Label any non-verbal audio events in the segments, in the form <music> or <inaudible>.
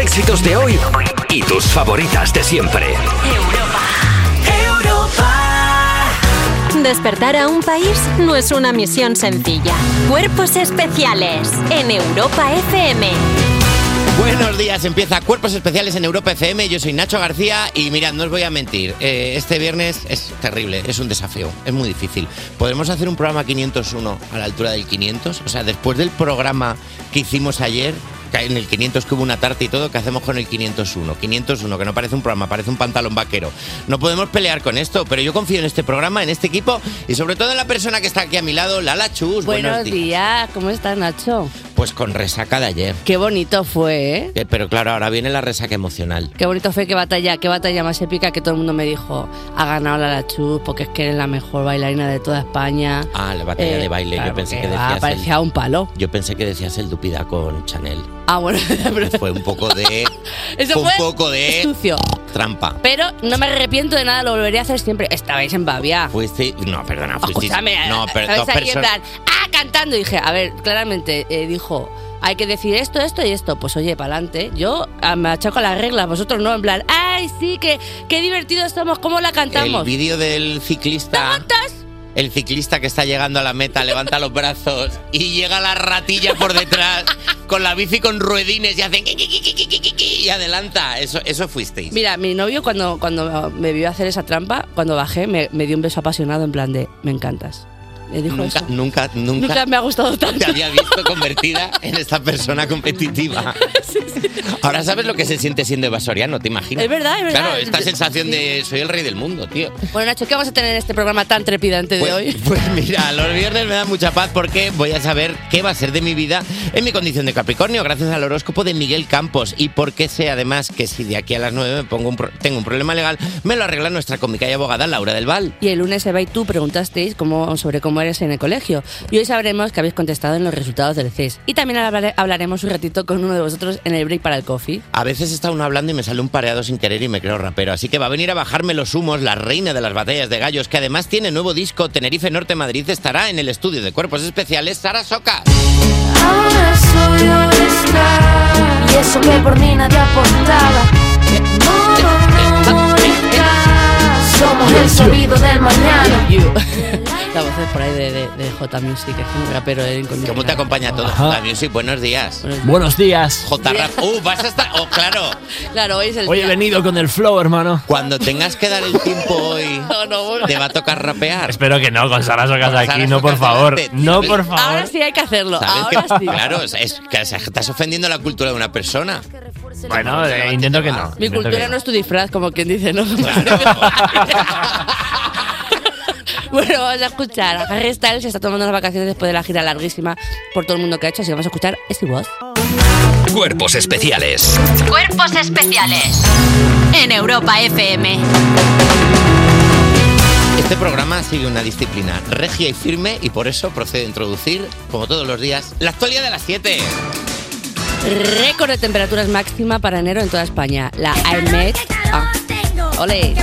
éxitos de hoy y tus favoritas de siempre. Despertar a un país no es una misión sencilla. Cuerpos especiales en Europa FM. Buenos días, empieza Cuerpos Especiales en Europa FM. Yo soy Nacho García y mirad, no os voy a mentir. eh, este viernes es terrible, es un desafío, es muy difícil. ¿Podremos hacer un programa 501 a la altura del 500? O sea, después del programa que hicimos ayer, que en el 500 que hubo una tarta y todo, ¿qué hacemos con el 501? 501, que no parece un programa, parece un pantalón vaquero. No podemos pelear con esto, pero yo confío en este programa, en este equipo y sobre todo en la persona que está aquí a mi lado, Lala Buenos, Chus. Buenos días. días, ¿cómo estás Nacho? Pues con resaca de ayer. Qué bonito fue, ¿eh? Eh, Pero claro, ahora viene la resaca emocional. Qué bonito fue, qué batalla, qué batalla más épica que todo el mundo me dijo, ha ganado la Lachus porque es que eres la mejor bailarina de toda España. Ah, la Eh, batalla de baile. claro, yo pensé que porque va, decías. el- parecía un palo. Yo pensé que decías el Dupida <laughs> con Chanel. Ah, <laughs> bueno, Que Fue un poco de. Eso fue un fue poco de. sucio. Trampa. Pero no me arrepiento de nada, lo volvería a hacer siempre. Estabais en Babia. Fuiste. No, perdona, fuiste. Escúchame, no, pero ¿sabes? dos Ahí en personas. plan, ah, cantando. Y dije, a ver, claramente eh, dijo, hay que decir esto, esto y esto. Pues oye, para adelante. Yo ah, me achaco a las reglas, vosotros no. En plan, ay, sí, que qué divertidos somos, cómo la El cantamos. vídeo del ciclista. El ciclista que está llegando a la meta levanta los brazos y llega la ratilla por <laughs> detrás con la bici con ruedines y hacen. Y adelanta. Eso, eso fuisteis. Mira, mi novio cuando, cuando me vio hacer esa trampa, cuando bajé, me, me dio un beso apasionado en plan de, me encantas. Me dijo Nunca, eso. nunca, nunca, Nunca me ha gustado tanto. te había visto convertida en esta persona competitiva. Ahora sabes lo que se siente siendo evasoriano, ¿te imaginas? Es verdad, es verdad. Claro, esta sensación de soy el rey del mundo, tío. Bueno, Nacho, ¿qué vamos a tener en este programa tan trepidante de hoy? Pues mira, los viernes me dan mucha paz porque voy a saber qué va a ser de mi vida en mi condición de Capricornio, gracias al horóscopo de Miguel Campos. Y porque sé además que si de aquí a las 9 me pongo un pro- tengo un problema legal, me lo arregla nuestra cómica y abogada Laura del Val. Y el lunes, Eva y tú preguntasteis cómo, sobre cómo eres en el colegio. Y hoy sabremos que habéis contestado en los resultados del CES. Y también hablare- hablaremos un ratito con uno de vosotros en el break para el coffee. A veces está uno hablando y me sale un pareado sin querer y me creo rapero. Así que va a venir a bajarme los humos la reina de las batallas de gallos, que además tiene nuevo disco. Tenerife Norte Madrid estará en el estudio de cuerpos especiales Sara Soca. Ahora soy estar Y eso que por mí nadie apostaba No, no, no, nunca. Somos el sonido del mañana La voz es por ahí de, de, de J Music, que es un rapero eh, de ¿Cómo te acompaña todo? J Music, buenos días. Buenos días. J Rap. Uh, vas a estar. Oh, claro. Claro, hoy es el Hoy he día. venido con el flow, hermano. Cuando tengas que dar el tiempo hoy, No, no, bueno. te va a tocar rapear. Espero que no, con Sara Socas Con Sara aquí, no, Socas por favor. delante, tío. No, por favor. Ahora sí hay que hacerlo. ¿Sabes Ahora que- sí. Claro, es, es que estás ofendiendo la cultura de una persona. Bueno, eh, intento que no. Mi intento cultura que no es tu disfraz, como quien dice, ¿no? <laughs> bueno, vamos a escuchar. a Harry Styles se está tomando las vacaciones después de la gira larguísima por todo el mundo que ha hecho, así que vamos a escuchar este voz. Cuerpos especiales Cuerpos especiales en Europa FM. Este programa sigue una disciplina regia y firme y por eso procede a introducir, como todos los días, la actualidad de las 7. Récord de temperaturas máxima para enero en toda España. La AEMET. Ah, Ole.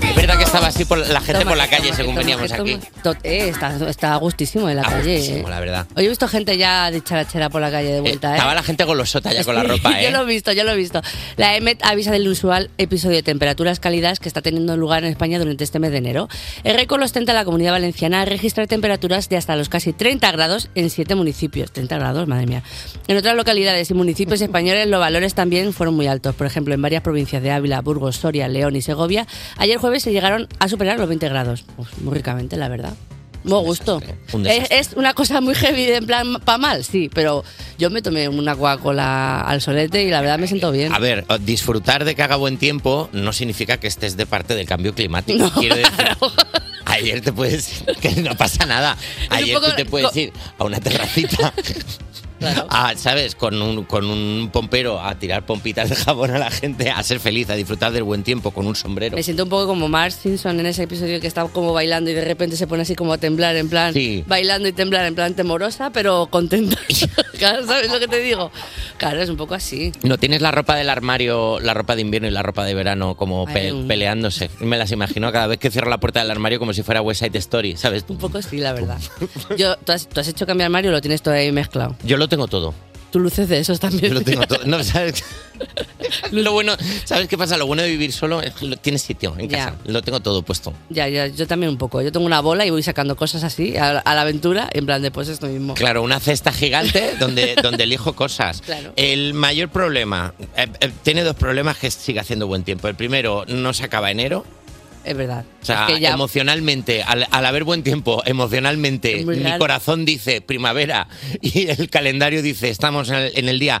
Es verdad que estaba así por la gente toma, por la toma, calle que según toma, veníamos que aquí. toma. To- eh, está, está a gustísimo en la A calle. gustísimo, eh. la verdad. Hoy he visto gente ya de charachera por la calle de Eh, vuelta, ¿eh? Estaba la gente golosota ya con la Sí, ropa, <laughs> Yo ¿eh? lo he visto, yo lo he visto. La EMET avisa del usual episodio de temperaturas cálidas que está teniendo lugar en España durante este mes de enero. El récord lo ostenta la comunidad valenciana al registrar temperaturas de hasta los casi 30 grados en siete municipios. 30 grados, madre mía. En otras localidades y municipios españoles los valores también fueron muy altos. Por ejemplo, en varias provincias de Ávila, Burgos, Soria, León y Segovia, ayer jueves se llegaron a superar los 20 grados. Pues, muy ricamente, la verdad. Muy gusto. un Es, desastre. es una cosa muy heavy, de en plan, pa' mal, sí, pero yo me tomé una Coca-Cola al solete y la verdad me siento bien. A ver, eh, disfrutar de que haga buen tiempo no significa que estés de parte del cambio climático. Quiero decir, ayer te puedes <laughs> que no pasa nada. Ayer poco tú te puedes co- ir a una <laughs> terracita. a, ¿Sabes? Con un, con un pompero a tirar pompitas de jabón a la gente, a ser feliz, a disfrutar del buen tiempo con un sombrero. Me siento un poco como Marge Simpson en ese episodio que está como bailando y de repente se pone así como a temblar, en plan, Sí. bailando y temblar, en plan temorosa, pero <laughs> contenta. <laughs> claro, ¿sabes lo que te digo? Claro, es un poco así. No tienes la ropa del armario, la ropa de invierno y la ropa de verano como Ay, pe- un- peleándose. Me las imagino cada vez que cierro la puerta del armario como si fuera West Side Story, ¿sabes? <laughs> Un poco sí, la verdad. Yo, ¿tú, has, tú has hecho cambiar Mario o lo tienes todo ahí mezclado? Yo lo tengo todo. Tú luces de esos también. Yo lo <laughs> tengo todo. No, ¿sabes? <laughs> Lo bueno, ¿sabes qué pasa? Lo bueno de vivir solo es que lo- tienes sitio en Ya. casa. Lo tengo todo puesto. Ya, ya, yo también un poco. Yo tengo una bola y voy sacando cosas así a, a la aventura, en plan de pues esto mismo. Claro, una cesta gigante <laughs> donde, donde elijo cosas. Claro. El mayor problema, eh, eh, tiene dos problemas que sigue haciendo buen tiempo. El primero, no se acaba enero. Es verdad. O sea, Es que ya- emocionalmente, al, al haber buen tiempo, emocionalmente, Es muy mi real. corazón dice primavera y el calendario dice estamos en el, en <laughs> el día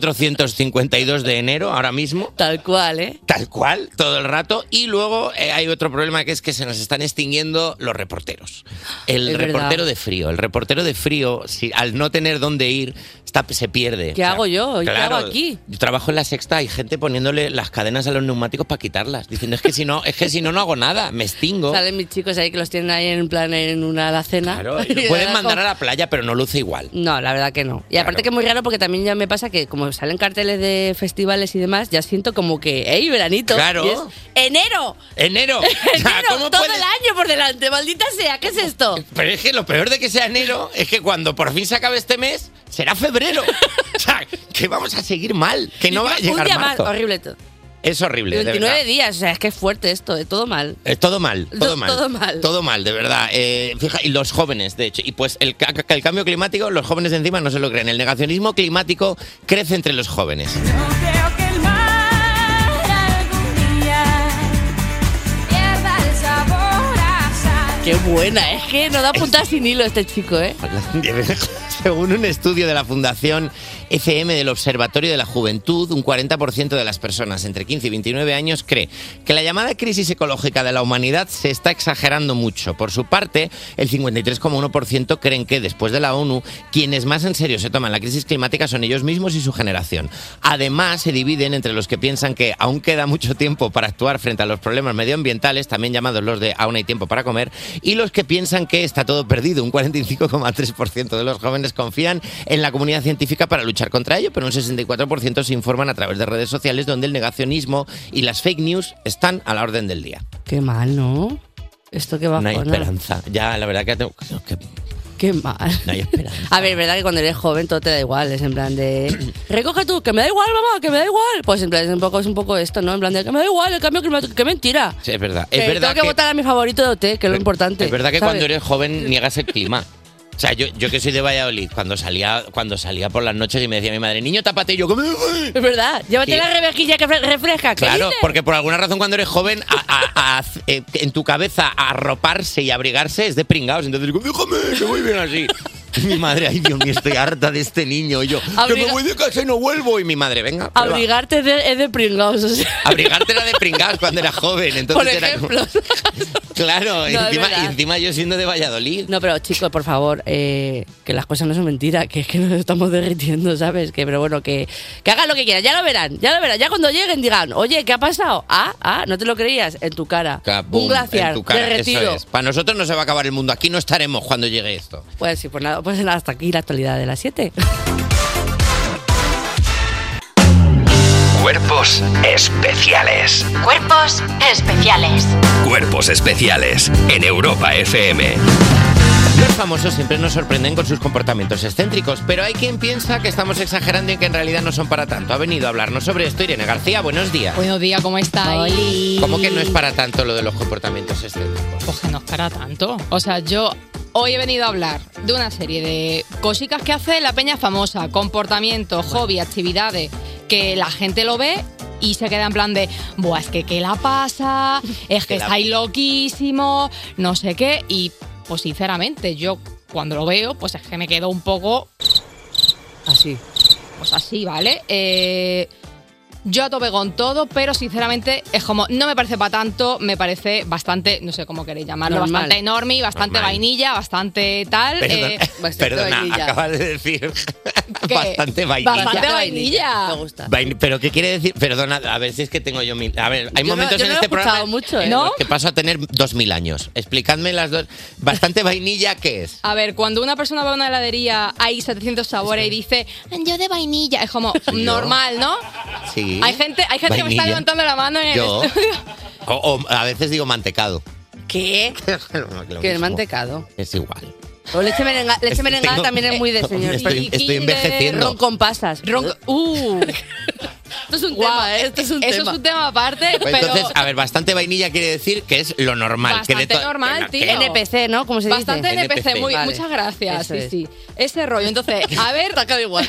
13.452 de enero ahora mismo. Tal cual, ¿eh? Tal cual, todo el rato. Y luego eh, hay otro problema que es que se nos están extinguiendo los reporteros. El Es reportero verdad. de frío. El reportero de frío, si, al no tener dónde ir, está, se pierde. ¿Qué hago yo? ¿Qué Eh, claro, hago aquí? Yo trabajo en la sexta, hay gente poniéndole las cadenas a los neumáticos para quitarlas. Diciendo, es que si no, es que si no, no hago nada, <laughs> me extingo. Salen mis chicos ahí que los tienen ahí en plan en una alacena. <laughs> Claro, y lo pueden mandar a la playa, pero no luce igual. No, la verdad que no. Y aparte que es muy raro porque también ya me pasa que como salen carteles de festivales y demás, ya siento como que, ¡ey, veranito! Claro. Y <laughs> es ¡Enero! ¡Enero! <laughs> O sea, ¡Enero! ¿cómo Todo puedes- el año por delante, maldita sea, ¿qué es esto? Pero es que lo peor de que sea enero es que cuando por fin se acabe este mes, <laughs> será febrero. o sea, que vamos a seguir mal, que no va a Un llegar día más, marzo. horrible todo. Es horrible, de 29 verdad. días, o sea, es que es fuerte esto, es todo mal. Es todo mal, todo To- mal. todo mal. Todo mal, de verdad. Eh, fija, y los jóvenes, de hecho. Y pues el, ca- el cambio climático, los jóvenes de encima no se lo creen. El negacionismo climático crece entre los jóvenes. Qué buena, eh. es que no da puntas sin hilo este chico, ¿eh? <laughs> Según un estudio de la Fundación FM del Observatorio de la Juventud, un 40% de las personas entre 15 y 29 años cree que la llamada crisis ecológica de la humanidad se está exagerando mucho. Por su parte, el 53,1% creen que después de la ONU, quienes más en serio se toman la crisis climática son ellos mismos y su generación. Además, se dividen entre los que piensan que aún queda mucho tiempo para actuar frente a los problemas medioambientales, también llamados los de aún hay tiempo para comer, y los que piensan que está todo perdido. Un 45,3% de los jóvenes confían en la comunidad científica para luchar contra ello, pero un 64% se informan a través de redes sociales donde el negacionismo y las fake news están a la orden del día. Qué mal, ¿no? Esto que va No hay esperanza. Ya, la verdad que, tengo- que Qué mal. no hay esperanza. A ver, verdad que cuando eres joven todo te da igual, es en plan de <clears throat> recoge tú, que me da igual, mamá, que me da igual. Pues en plan es un poco es un poco esto, ¿no? En plan de que me da igual el cambio climático, qué mentira. Sí, es verdad. Que Es verdad tengo que, votar a mi favorito de OT, que es lo importante. Es verdad que ¿sabes? cuando eres joven niegas el clima. O sea, yo, yo que soy de Valladolid, cuando salía, cuando salía por las noches y me decía mi madre, niño, tápate, y yo, "¿Cómo?". Es verdad, llévate Sí. la revejilla que fre- refresca. ¿qué Claro, dices? porque por alguna razón cuando eres joven, a- a- a- eh, en tu cabeza arroparse y abrigarse es de pringados. Entonces digo, déjame, que voy bien así. Y mi madre, ay Dios mío, estoy harta de este niño. Y yo, que me Abriga- voy de casa y no vuelvo. Y mi madre, venga, <laughs> prueba". Abrigarte es de, es de <laughs> pringados, o sea, Abrigarte era de pringados cuando era joven. Entonces por era como- ejemplo. claro, es y encima, verdad. y encima yo siendo de Valladolid. No, pero chicos, por favor, eh, que las cosas no son mentiras, que es que nos estamos derritiendo, ¿sabes? Que, pero bueno, que, que hagan lo que quieran, ya lo verán, ya lo verán, ya cuando lleguen digan, oye, ¿qué ha pasado? Ah, ah, no te lo creías, en tu cara. Kabum, Un glaciar, en tu cara, derretido. eso es. Para nosotros no se va a acabar el mundo. Aquí no estaremos cuando llegue esto. Pues sí, pues nada, pues nada, hasta aquí la actualidad de las 7. Cuerpos especiales. Cuerpos especiales. Cuerpos especiales en Europa FM. Los famosos siempre nos sorprenden con sus comportamientos excéntricos, pero hay quien piensa que estamos exagerando y que en realidad no son para tanto. Ha venido a hablarnos sobre esto Irene García. Buenos días. Buenos días, ¿cómo estáis? ¿Cómo que no es para tanto lo de los comportamientos excéntricos? Pues que no es para tanto. O sea, yo hoy he venido a hablar de una serie de cositas que hace la peña famosa, comportamientos, hobby, actividades, que la gente lo ve y se queda en plan de, buah, es que qué la pasa, es que la- estáis loquísimo, no sé qué. Y pues sinceramente, yo cuando lo veo, pues es que me quedo un poco Así. pues así, ¿vale? Eh, yo a tope con todo, pero sinceramente es como, no me parece para tanto, me parece bastante, no sé cómo queréis llamarlo, Normal. bastante enorme, bastante Normal. vainilla, bastante tal. Perdona, <laughs> eh, bastante perdona, vainilla. acabas de decir ¿Qué? bastante vainilla. Bastante vainilla. Me gusta. Vain- ¿Pero qué quiere decir? Perdona, a ver si es que tengo yo mil... A ver, hay Yo no- momentos yo en no lo he este escuchado programa mucho, en ¿eh? los que paso a tener dos mil años. Explicadme las dos... ¿Bastante vainilla qué es? a ver, cuando una persona va a una heladería, hay 700 sabores y dice, yo de vainilla, es como normal, ¿no? Sí. Hay gente, hay gente que me Vainilla. está levantando la mano en el Yo. estudio. O, o a veces digo mantecado. ¿Qué? <laughs> Lo Que el mismo. mantecado. Es igual. O este leche merengada, leche merengada Tengo- también es muy de señor. Estoy- estoy envejeciendo. Ron con pasas. Ron, <laughs> uh. Esto es un tema, ¿eh? esto es un Eso tema. es un tema aparte, Pues pero entonces, a ver, bastante vainilla quiere decir que es lo normal. que de bastante to- normal, que tío. no- que no- NPC, ¿no? Como se dice? Bastante NPC, NPC, muy, vale. muchas gracias. Eso sí, es. sí. Ese <laughs> rollo. Entonces, a ver. igual.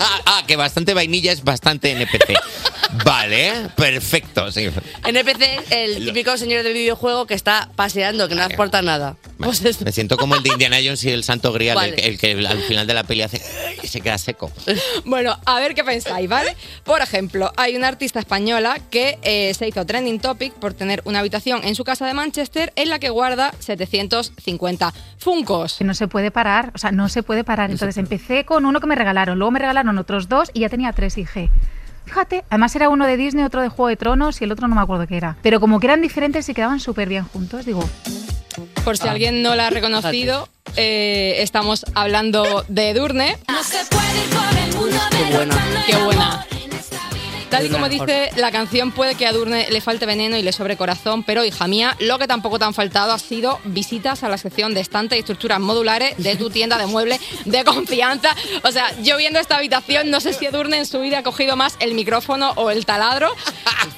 Ah, ah, que bastante vainilla es bastante <laughs> NPC. vale, perfecto. sí. NPC, el típico señor del videojuego que está paseando, que no aporta nada. Pues eso. Me siento como el de Indiana Jones y el Santo Grial, el Vale. que- el, que al final de la peli hace y se queda seco. <laughs> Bueno, a ver qué pensáis, ¿vale? Por ejemplo, hay una artista española que eh, se hizo trending topic por tener una habitación en su casa de Manchester en la que guarda 750 funcos. Que no se puede parar, o sea, no se puede parar. Entonces empecé con uno que me regalaron, luego me regalaron otros dos y ya tenía tres. Y dije, fíjate, además era uno de Disney, otro de Juego de Tronos y el otro no me acuerdo qué era. Pero como que eran diferentes y quedaban súper bien juntos, digo, Por Ah. si alguien no la ha reconocido, eh, estamos hablando de Edurne. Qué buena. Qué buena. Tal y como Edurne, dice la canción, puede que a Edurne le falte veneno y le sobre corazón, pero hija mía, lo que tampoco te han faltado ha sido visitas a la sección de estantes y estructuras modulares de tu tienda de muebles de confianza. O sea, yo viendo esta habitación, no sé si Edurne en su vida ha cogido más el micrófono o el taladro.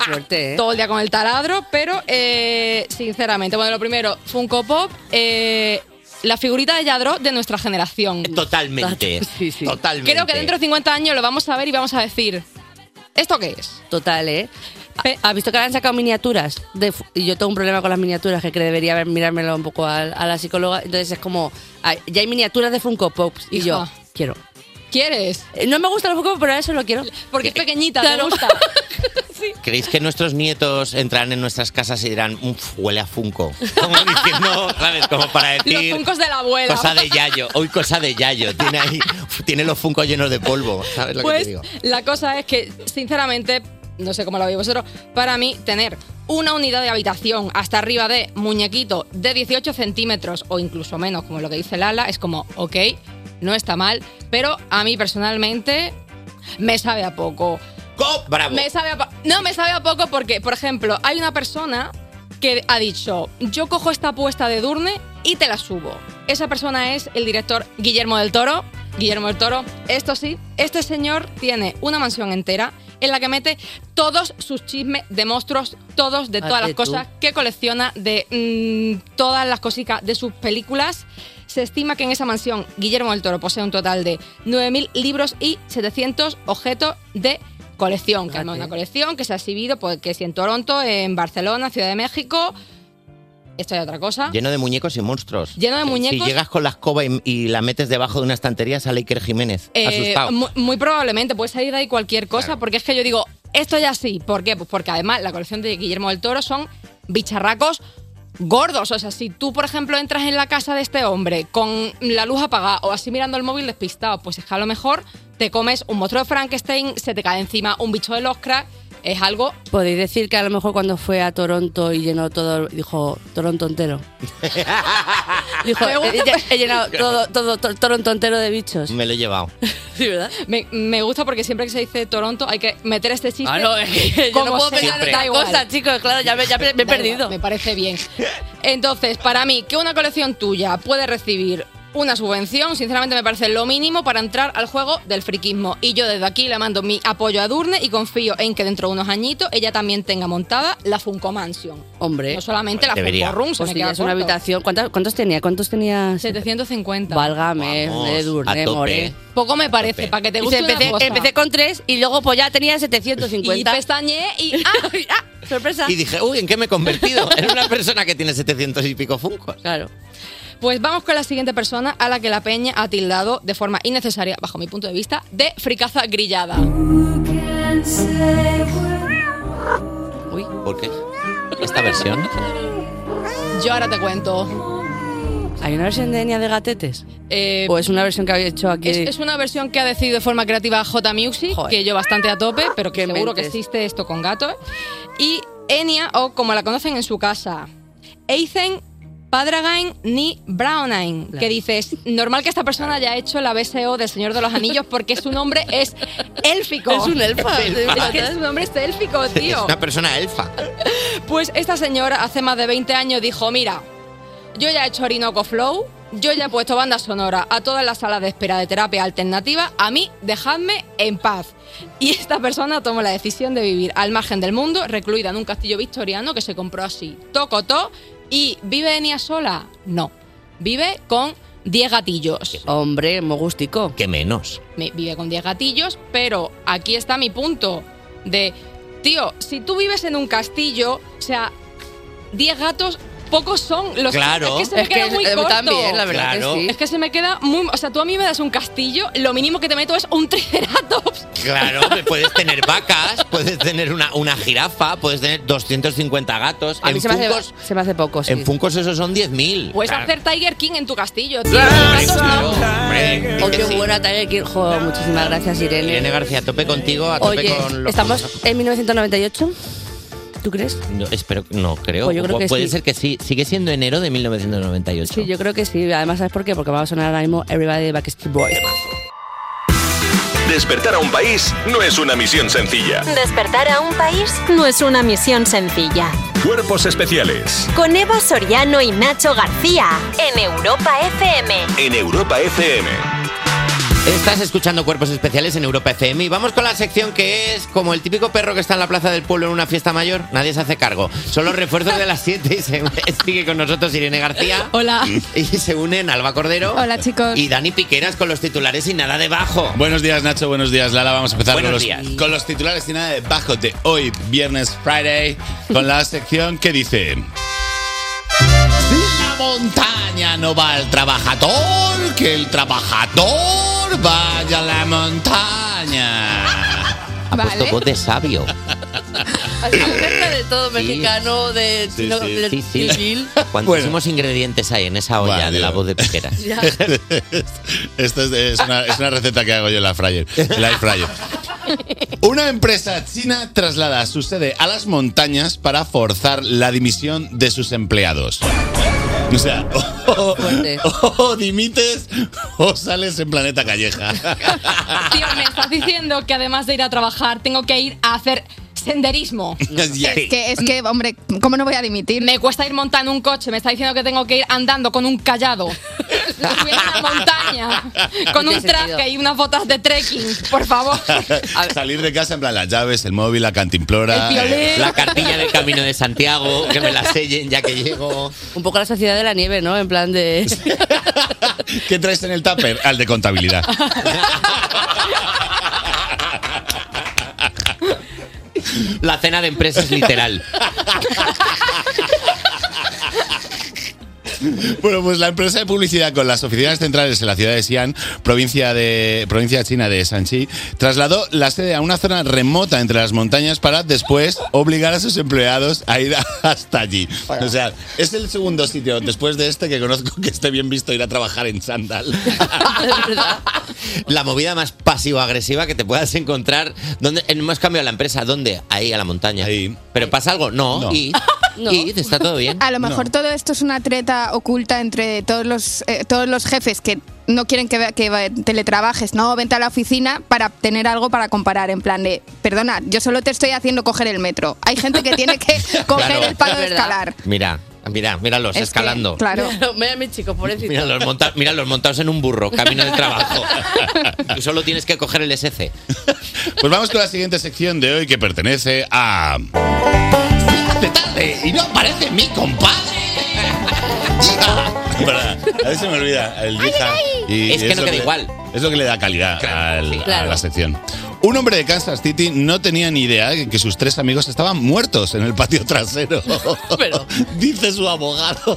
Fuerte, ¿eh? Todo el día con el taladro, pero eh, sinceramente, bueno, lo primero, Funko Pop, eh, la figurita de Yadro de nuestra generación. Totalmente. Totalmente. Creo que dentro de 50 años lo vamos a ver y vamos a decir, ¿esto qué es? Total, ¿eh? ¿Has visto que ahora han sacado miniaturas? De fu- y yo tengo un problema con las miniaturas, que creo que debería haber- mirármelo un poco al- a, la psicóloga. Entonces es como, ay, ya hay miniaturas de Funko Pops y yo Hija. quiero. ¿Quieres? Eh, No me gusta el Funko Pop, pero ahora eso lo quiero. Porque es pequeñita, Claro. te gusta. ¿Creéis que nuestros nietos entrarán en nuestras casas y dirán, "Uf, huele a Funko? Como diciendo, ¿sabes? Como para Los decir. funcos de la abuela. Cosa de Yayo, hoy cosa de Yayo. Tiene ahí, tiene los funcos llenos de polvo. ¿Sabes lo que pues te digo? <laughs> la cosa es que, sinceramente, no sé cómo lo veis vosotros, para mí tener una unidad de habitación hasta arriba de muñequito de 18 centímetros o incluso menos, como lo que dice Lala, es como, ok, no está mal, pero a mí personalmente me sabe a poco. ¡Co- ¡Bravo! Me sabe a po- no, me sabe a poco porque, por ejemplo, hay una persona que ha dicho, yo cojo esta apuesta de Durne y te la subo. Esa persona es el director Guillermo del Toro. Guillermo del Toro, esto sí, este señor tiene una mansión entera en la que mete todos sus chismes de monstruos, todos de todas Hazte las tú. cosas que colecciona, de mm, todas las cositas de sus películas. Se estima que en esa mansión Guillermo del Toro posee un total de 9.000 libros y 700 objetos de colección. Que es Fíjate. una colección que se ha exhibido, pues, que si en Toronto, en Barcelona, Ciudad de México. Esto es otra cosa. Lleno de muñecos y monstruos. Lleno de Si muñecos. llegas con la escoba y, y la metes debajo de una estantería, sale Iker Jiménez. Eh, asustado. mu- Muy, probablemente puede salir de ahí cualquier cosa, Claro. porque es que yo digo, esto ya sí. ¿Por qué? Pues porque además la colección de Guillermo del Toro son bicharracos gordos. O sea, si tú, por ejemplo, entras en la casa de este hombre con la luz apagada o así mirando el móvil despistado, pues es que a lo mejor te comes un monstruo de Frankenstein, se te cae encima un bicho de Oscar, es algo <laughs> Podéis decir que a lo mejor cuando fue a Toronto y llenó todo, dijo Toronto entero. dijo, Me gusta- "He- he, he llenado todo, todo, to- Toronto entero de bichos. Me lo he llevado. Sí, ¿verdad? Me, me gusta porque siempre que se dice Toronto hay que meter este chiste. Ah, no, es que yo como no puedo sea, pensar en da otra igual, cosa, chicos. Claro, ya me, ya me- me he da igual, perdido. Me parece bien. Entonces, para mí, que una colección tuya puede recibir una subvención, sinceramente me parece lo mínimo para entrar al juego del friquismo. Y yo desde aquí le mando mi apoyo a Durne y confío en que dentro de unos añitos ella también tenga montada la Funko Mansion. Hombre, No solamente la Debería. Funko Room, se pues me si ya queda es una corto. habitación. ¿Cuántas- ¿Cuántos tenía? ¿Cuántos tenía? 750. Válgame, Vamos, de a Durne, tope. More. Poco me parece, Tope. para que te Y se guste una empecé, cosa. empecé con tres y luego pues ya tenía y 750. pestañeé y ¡ah! Ah, <laughs> sorpresa. Y dije, uy, ¿en qué me he convertido? <laughs> En una persona que tiene 700 y pico funcos. Claro. Pues vamos con la siguiente persona a la que la peña ha tildado de forma innecesaria, bajo mi punto de vista, de fricaza grillada. Uy. ¿Por qué? Esta versión. Yo ahora te cuento. ¿Hay una versión de Enya de Gatetes? Eh, ¿O es una versión que había hecho aquí? es, es una versión que ha decidido de forma creativa J Music, Joder. Ah, que yo bastante a tope, pero que Qué seguro que mentes. existe esto con gatos. Y Enya, o como la conocen en su casa, Eizen Padragain ni Brownine, Claro. que dices, normal que esta persona haya hecho la BSO del Señor de los Anillos porque su nombre es élfico. Es un elfa. <laughs> Es que su nombre es élfico, Es tío. una persona elfa. Pues esta señora hace más de 20 años dijo, mira, Yo ya he hecho Orinoco Flow, yo ya he puesto banda sonora a todas las salas de espera de terapia alternativa. A mí, dejadme en paz. Y esta persona tomó la decisión de vivir al margen del mundo, recluida en un castillo victoriano que se compró así, tocotó, y vive en ella sola. No, vive con 10 gatillos. Hombre, mogustico. Que menos. Me- vive con 10 gatillos, pero aquí está mi punto de, tío, si tú vives en un castillo, o sea, 10 gatos, pocos son los Claro. es que se me Es que queda muy es- corto. también, la verdad que Claro. sí. Es que se me queda muy, o sea, tú a mí me das un castillo, lo mínimo que te meto es un triceratops. <laughs> Claro, puedes tener vacas, puedes tener una, una jirafa, puedes tener 250 gatos. A mí en se me, hace, Pues Funkos, se me hace poco, sí. en Funkos esos son 10.000. Puedes Claro. hacer Tiger King en tu castillo, tío. Los gatos no. Hombre, Oh, qué buena Tiger King. Jo, muchísimas gracias, Irene. Irene García, a tope contigo, a tope Oye, con los ¿estamos en 1998? ¿Tú crees? No, espero, no creo. Pues yo creo Pu- que Puede sí. ser que sí. Sigue siendo enero de 1998. Sí, yo creo que sí. Además, ¿sabes por qué? Porque va a sonar ahora mismo Everybody de Backstreet Boys. Despertar a un país no es una misión sencilla. Despertar a un país no es una misión sencilla. Cuerpos especiales Con Eva Soriano y Nacho García en Europa FM. en Europa FM. Estás escuchando Cuerpos Especiales en Europa FM y vamos con la sección que es como el típico perro que está en la plaza del pueblo en una fiesta mayor. Nadie se hace cargo. Son los refuerzos de las 7 y se <laughs> sigue con nosotros Irene García. Hola. Y se unen Alba Cordero. Hola, chicos. Y Dani Piqueras con los titulares y nada debajo. Buenos días, Nacho. Buenos días, Lala. Vamos a empezar Buenos con, los, días. con los titulares y nada de bajo de hoy, viernes Friday, <laughs> con la sección que dice. La montaña no va al trabajador, que el trabajador vaya a la montaña. Ha puesto Vale. voz de sabio. de todo mexicano, de Sí, sí, sí, sí. Cuantísimos ingredientes hay en esa olla de la voz de Piqueras. <laughs> Esto es, es una, es una receta que hago yo en la fryer, en la air <laughs> fryer. Una <laughs> empresa china traslada su sede a las montañas para forzar la dimisión de sus empleados. O sea, <laughs> o, o- o dimites o sales en <laughs> planeta calleja. Tío, me estás diciendo que además de ir a trabajar, tengo que ir a hacer <laughs> senderismo. Ya. Es que, es que, hombre, ¿cómo no voy a dimitir? Me cuesta ir montando un coche, me está diciendo que tengo que ir andando con <laughs> un callado. Subir a la montaña, <laughs> <laughs> con No tiene un sentido. traje y unas botas de trekking, <laughs> por favor. Salir de casa en plan las llaves, el móvil, la cantimplora, El violín. eh, La cartilla del Camino de Santiago, que me la sellen ya que llego. Un poco la sociedad de la nieve, ¿no? En plan de... <laughs> ¿Qué traes en el tupper? Al de <laughs> contabilidad. La cena de empresas literal. Bueno, pues la empresa de publicidad con las oficinas centrales en la ciudad de Xi'an, provincia, de, provincia china de Shanxi, trasladó la sede a una zona remota entre las montañas para después obligar a sus empleados a ir a- hasta allí. O sea, es el segundo sitio después de este que conozco que esté bien visto ir a trabajar en chándal. La movida más pasivo-agresiva que te puedas encontrar. ¿Dónde? Eh, Hemos cambiado la empresa. ¿Dónde? Ahí, a la montaña. ¿Pero pasa algo? No. No. ¿Y? ¿Y? ¿Está todo bien? A lo mejor todo esto es una treta oculta entre todos los, eh, todos los jefes que no quieren que, vea- que va- teletrabajes, ¿no? Vente a la oficina para tener algo para comparar, en plan de, perdona, yo solo te estoy haciendo coger el metro. Hay gente que tiene que coger Claro. el palo de Es verdad. escalar. Mira, mira, míralos Es que, escalando. claro. Mira a mis chicos, pobrecito. Míralos, monta- míralos montados en un burro, camino de trabajo. <laughs> Tú solo tienes que coger el SC. Pues vamos con la siguiente sección de hoy que pertenece a... ¡Fíjate tarde! ¡Y no aparece mi compadre! Perdona, a veces se me olvida el Yija. Y Es que no lo queda le- igual. Es lo que le da calidad al- a Claro. la sección. Un hombre de Kansas City no tenía ni idea de que sus tres amigos estaban muertos en el patio trasero. <laughs> Dice su abogado.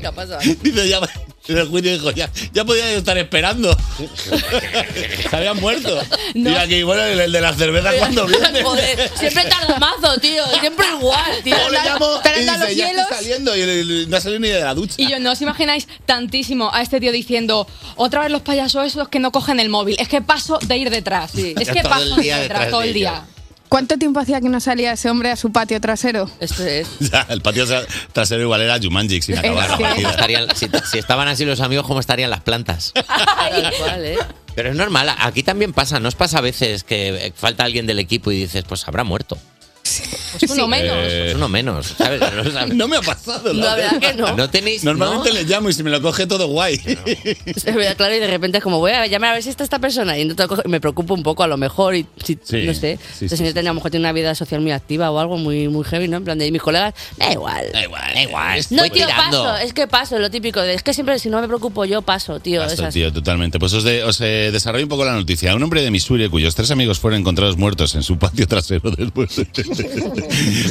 ¿Qué ha pasado? Dice ya. El juicio dijo, ya, ya podía yo estar esperando. <laughs> Se habían muerto. Y aquí, bueno, el, el de las cervezas cuando <laughs> viene. Joder, siempre tarda mazo, tío. Siempre <laughs> igual, tío. O le llamo y Esperando a los dice, ya hielos". estoy saliendo. Y le- le- no ha salido ni de la <laughs> ducha. Y yo, no os imagináis tantísimo a este tío diciendo, otra vez los payasos esos que no cogen el móvil. Es que paso de ir detrás. Es Ya que todo paso el de ir día detrás detrás todo de el día. ellos. ¿Cuánto tiempo hacía que no salía ese hombre a su patio trasero? Esto es... Ya, el patio tra- trasero igual era Jumanji sin acabar la que- ¿Cómo partida. estarían- si, si estaban así los amigos, ¿cómo estarían las plantas? Tal cual, ¿eh? Pero es normal, aquí también pasa, ¿no os pasa a veces que eh, falta alguien del equipo y dices, pues habrá muerto? uno menos. Pues uno <laughs> menos, ¿sabes? No, lo sabes. No me ha pasado. La verdad que no. No tenéis. Normalmente ¿no? le llamo y si me lo coge todo <laughs> guay. Es verdad, claro, y de repente es como, voy a llamar a ver si está esta persona. Y entonces cojo- me preocupo un poco, a lo mejor, y si, Sí, no sé. sí, este sí, señor tenía, a lo mejor tiene una vida social muy activa o algo muy, muy heavy, ¿no? En plan de y mis colegas, da igual. Da igual, da igual. No, voy tío, tirando. paso, es que paso, lo típico. de- es que siempre si no me preocupo yo, paso, tío. Esto, esas- tío, totalmente. Pues os, de- os, eh, desarrollo un poco la noticia. Un hombre de Missouri cuyos tres amigos fueron encontrados muertos en su patio trasero <laughs> después de, <laughs>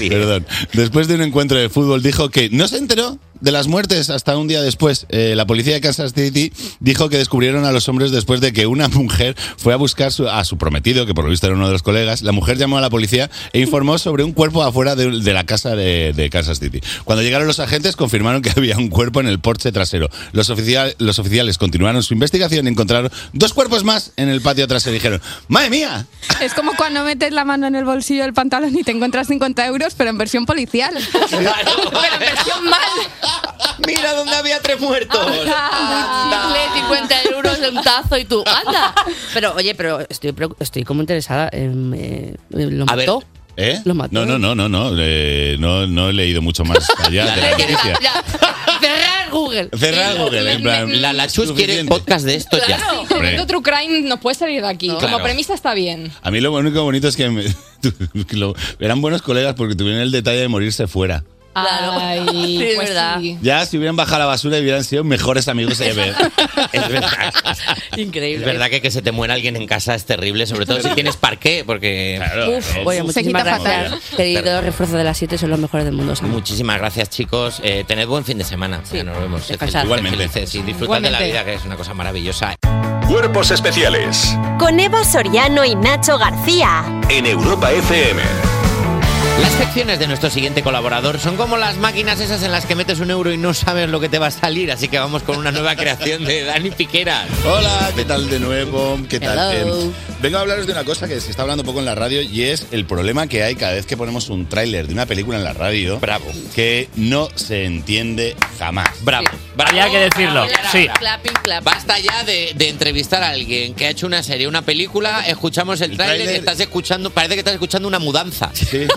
Perdón. Después de un encuentro de fútbol dijo que no se enteró de las muertes hasta un día después. Eh, la policía de Kansas City dijo que descubrieron a los hombres después de que una mujer fue a buscar su- a su prometido, que por lo visto era uno de los colegas. La mujer llamó a la policía e informó sobre un cuerpo afuera de, de la casa de, de Kansas City. Cuando llegaron los agentes confirmaron que había un cuerpo en el porche trasero. Los, oficia- los oficiales continuaron su investigación y encontraron dos cuerpos más en el patio trasero. Dijeron, ¡Madre mía! Es como cuando metes la mano en el bolsillo del pantalón y te encuentras 50 euros, pero en <laughs> versión policial. pero en versión mal. Mira dónde había tres muertos. Ah, Chicle, 50 euros de un tazo y tú, anda. Pero, oye, pero estoy, preocu- estoy como interesada. en, eh, ¿Lo A ver, mató? ¿Eh? Lo mató. No, no, no, no, no, eh, no, no he leído <laughs> mucho más allá de la noticia. Ya, Cerrar Google. Cerrar Google, en plan. La Lachus quiere podcast de esto Claro, Hombre. de True Crime nos puede salir de aquí. Como Claro. premisa está bien. A mí lo único bonito es que me- <laughs> que lo- eran buenos colegas porque tuvieron el detalle de morirse fuera. Claro. Ay, Sí, es pues verdad. sí. Ya si hubieran bajado a la basura hubieran sido mejores amigos de ver. Es verdad. <laughs> Increíble. Es verdad que que se te muera alguien en casa es terrible, sobre todo si tienes parqué, porque. Uf, oye, muchísimas gracias. Querido refuerzo de las 7 son los mejores del mundo. Samu. Muchísimas gracias, chicos. Eh, tened buen fin de semana. Ya nos vemos. Sed Descansad. felices, Igualmente. felices Y disfrutad de la Igualmente. vida, que es una cosa maravillosa. Cuerpos especiales Con Eva Soriano y Nacho García. en Europa FM. Las secciones de nuestro siguiente colaborador son como las máquinas esas en las que metes un euro y no sabes lo que te va a salir, así que vamos con una nueva creación de Dani Piqueras. Hola, ¿qué tal de nuevo? ¿Qué tal? Hello. Eh, vengo a hablaros de una cosa que se está hablando un poco en la radio y es el problema que hay cada vez que ponemos un tráiler de una película en la radio. Bravo. Que no se entiende jamás. Bravo. Había que decirlo, sí. Clapping, clapping. Basta ya de, de entrevistar a alguien que ha hecho una serie, una película, escuchamos el tráiler y tráiler- estás escuchando, parece que estás escuchando una mudanza. Sí. <laughs>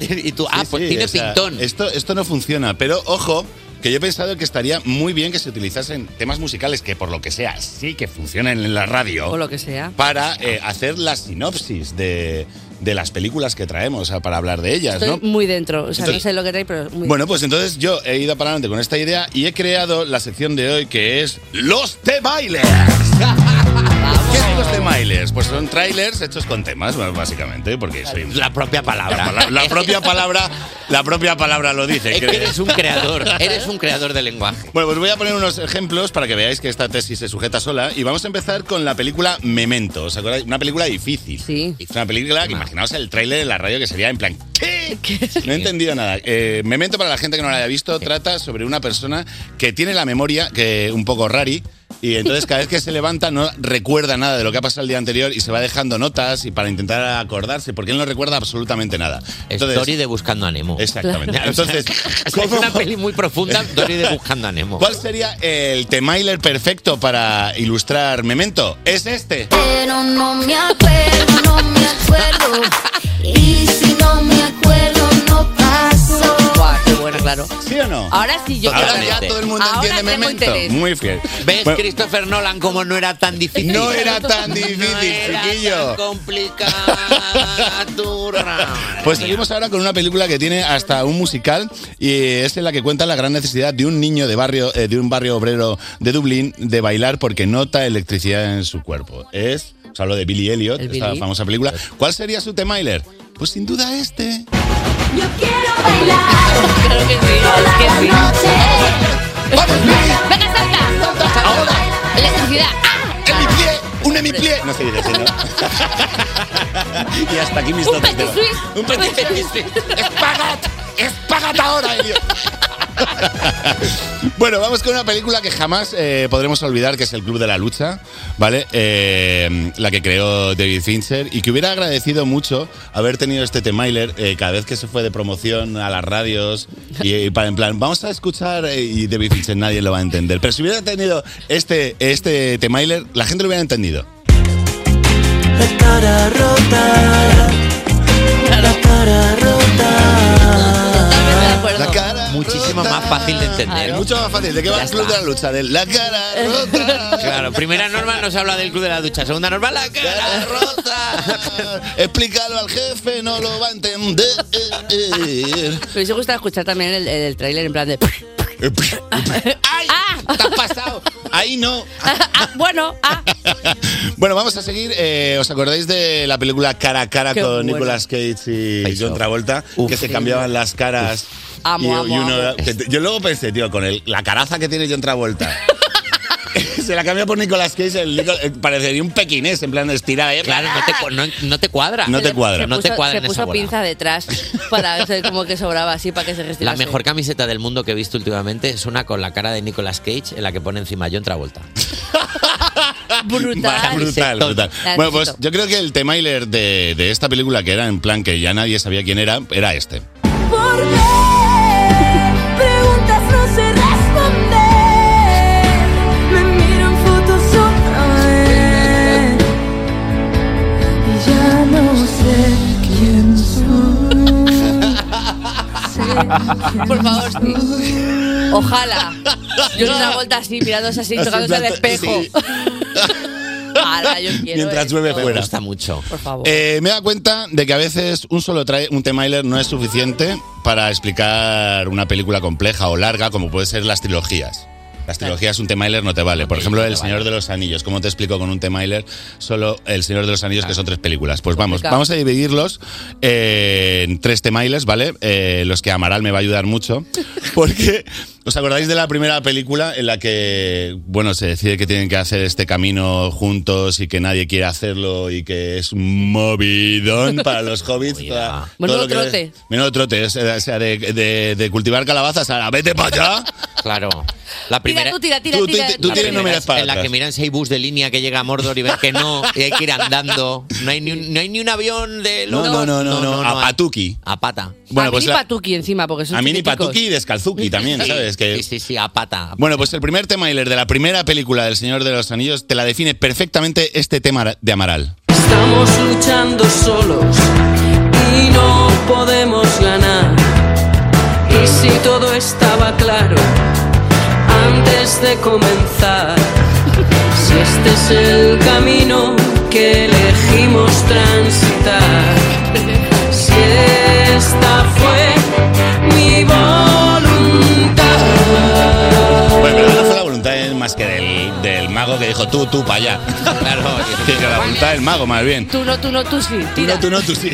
y tú, ah, pues tiene o sea, pintón. Esto, esto no funciona, pero ojo, que yo he pensado que estaría muy bien que se utilizasen temas musicales que por lo que sea sí que funcionen en la radio. O lo que sea. para eh, hacer la sinopsis de, de las películas que traemos, o sea, para hablar de ellas, Estoy ¿no? muy dentro. O sea, Entonces- no sé lo que trae, pero muy Bueno, pues entonces yo he ido para adelante con esta idea y he creado la sección de hoy que es Los t Bailers. ¿Qué son los t Bailers? Pues son trailers hechos con temas, bueno, básicamente, porque soy la propia palabra. La, la propia palabra, la propia palabra lo <laughs> dice. Es que creo. eres un <laughs> creador, eres un creador de lenguaje. Bueno, pues voy a poner unos ejemplos para que veáis que esta tesis se sujeta sola. Y vamos a empezar con la película Memento. ¿Os acordáis? Una película difícil. Sí. Es una película que imaginaos el tráiler en la radio que sería en plan. ¿Qué? No he entendido nada. Eh, Memento, para la gente que no la haya visto, trata sobre una persona que tiene la memoria que un poco rari. Y entonces cada vez que se levanta no recuerda nada de lo que ha pasado el día anterior y se va dejando notas y para intentar acordarse, porque él no recuerda absolutamente nada. Dory de Buscando a Nemo. Exactamente. <laughs> Entonces, O sea, es una peli muy profunda, Dory de Buscando a Nemo. ¿Cuál sería el temailer perfecto para ilustrar Memento? Es este. Pero no me acuerdo, no me acuerdo. Y si no me acuerdo, no paso. Guau, qué bueno, claro. ¿Sí o no? Ahora sí, yo Ahora creo que- ya todo el mundo Ahora entiende tengo Memento. interés. Muy fiel. ¿Ves, Bueno, Christopher Nolan, cómo no era tan difícil? no era tan <laughs> difícil, No era chiquillo. tan complicado. Pues seguimos ahora con una película que tiene hasta un musical y es en la que cuenta la gran necesidad de un niño de barrio eh, de un barrio obrero de Dublín de bailar porque nota electricidad en su cuerpo. Es, os hablo de Billy Elliot, El esta Billy. famosa película. ¿Cuál sería su temailer? Pues sin duda este. Claro que sí, es que sí. ¡Venga, salta! Electricidad. ¡Ah! ¡En mi pie! ¡Un en mi pie! No se dice <laughs> así, ¿no? <laughs> y hasta aquí mis ¡Un datos de petit suisse! Un petit suisse. ¡Espagat! ¡Espagat ahora, Elliot! Bueno, vamos con una película que jamás eh, podremos olvidar, que es El Club de la Lucha, ¿vale? Eh, la que creó David Fincher y que hubiera agradecido mucho haber tenido este temailer eh, cada vez que se fue de promoción a las radios y, eh, para en plan, vamos a escuchar eh, y David Fincher nadie lo va a entender. Pero si hubiera tenido este, este temailer, la gente lo hubiera entendido. La cara rota, forma más fácil de entender. Mucho más fácil. ¿De qué va Ya el club de está. la lucha? De la cara rota. Claro, primera norma nos habla del club de la ducha, segunda norma la cara. Explícalo al jefe, no lo va a entender. Me hubiese gustado escuchar también el, el tráiler en plan de... ¡Ay! ¡Te has pasado! Ahí no. Ah, bueno, <laughs> Bueno, vamos a seguir. Eh, ¿Os acordáis de la película Cara a Cara Qué con buena. Nicolas Cage y John Travolta? que se cambiaban las caras. Amo, Y- amo, y uno- amo. que te- yo luego pensé, tío, con el- la caraza que tiene John Travolta. <laughs> Se la cambia por Nicolas Cage, el Nico- eh, parecería un pequinés, en plan de estirada. Claro, no te, cuadra. No te cuadra, Se puso- Se puso pinza detrás para hacer como que sobraba así, para que se La restirase. mejor camiseta del mundo que he visto últimamente es una con la cara de Nicolas Cage en la que pone encima John Travolta. Brutal, brutal, brutal. La Bueno, pues necesito. yo creo que el temailer de, de esta película, que era en plan que ya nadie sabía quién era, era este. ¿Por qué? Preguntas no sé responder. Me miran fotos otra vez. Y ya no sé quién <laughs> soy. Por favor, sí. Ojalá. Yo doy una vuelta así, mirándose así, Así, tocándose al en plan, espejo. sí. Ahora, yo quiero. eh. Mientras llueve Me fuera. gusta mucho. Por favor. Eh, me he dado cuenta de que a veces un solo trae, un temailer no es suficiente para explicar una película compleja o larga, como puede ser las trilogías. Las trilogías, un temailer no te vale. Por ejemplo, El Señor de los Anillos. ¿Cómo te explico con un temailer solo El Señor de los Anillos, que son tres películas? Pues vamos, Complicado. vamos a dividirlos eh, en tres temailers, ¿vale? Eh, los que Amaral me va a ayudar <laughs> mucho. Porque, ¿os acordáis de la primera película en la que, bueno, se decide que tienen que hacer este camino juntos y que nadie quiere hacerlo y que es un movidón para <laughs> los hobbits? Toda- todo Menudo lo que- trote. menudo trote. O sea, o sea, de, de- de cultivar calabazas a la vete para allá. <laughs> Claro. La primera, tú, tira, tira, Tú- tú- tira. tú La tienes, primera no miras es para En la atrás. que miran seis bus de línea que llega a Mordor y ven que no, y hay que ir andando. No hay ni un, no hay ni un avión de. No, no, no, no, no, a patuki. A pata. Bueno, a pues mí la- ni patuki encima, porque son a mí ni chiquiticos. patuki y descalzuki también, Sí, ¿sabes? Que, Sí, sí, a pata. Bueno, pues el primer temailer de la primera película del Señor de los Anillos te la define perfectamente este tema de Amaral. Estamos luchando solos y no podemos ganar. Y si todo estaba claro antes de comenzar, si este es el camino que elegimos transitar, si esta fue mi voluntad. Bueno, pero no fue la voluntad de- más que del, del mago que dijo tú, tú, para allá. Claro, <laughs> que la voluntad del mago más bien. Tú no, tú no, tú sí. <laughs> Tú no, tú no, tú sí.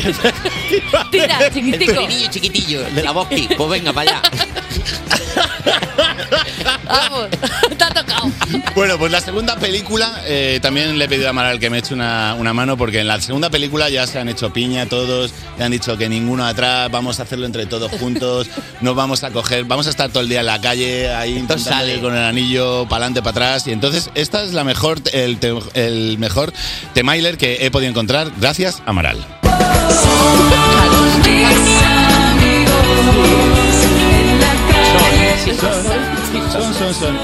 Tira, chiquitico. Chiquitillo, chiquitillo, de la bosque. Pues venga, para allá. Vamos, te ha tocado. Bueno, pues la segunda película eh, también le he pedido a Amaral que me eche una, una mano porque en la segunda película ya se han hecho piña todos, le han dicho que ninguno atrás, vamos a hacerlo entre todos juntos, nos vamos a coger, vamos a estar todo el día en la calle ahí intentando ir con el anillo para adelante, para atrás y entonces esta es la mejor el, te- el mejor temailer que he podido encontrar gracias a Amaral. Mis amigos en la calle.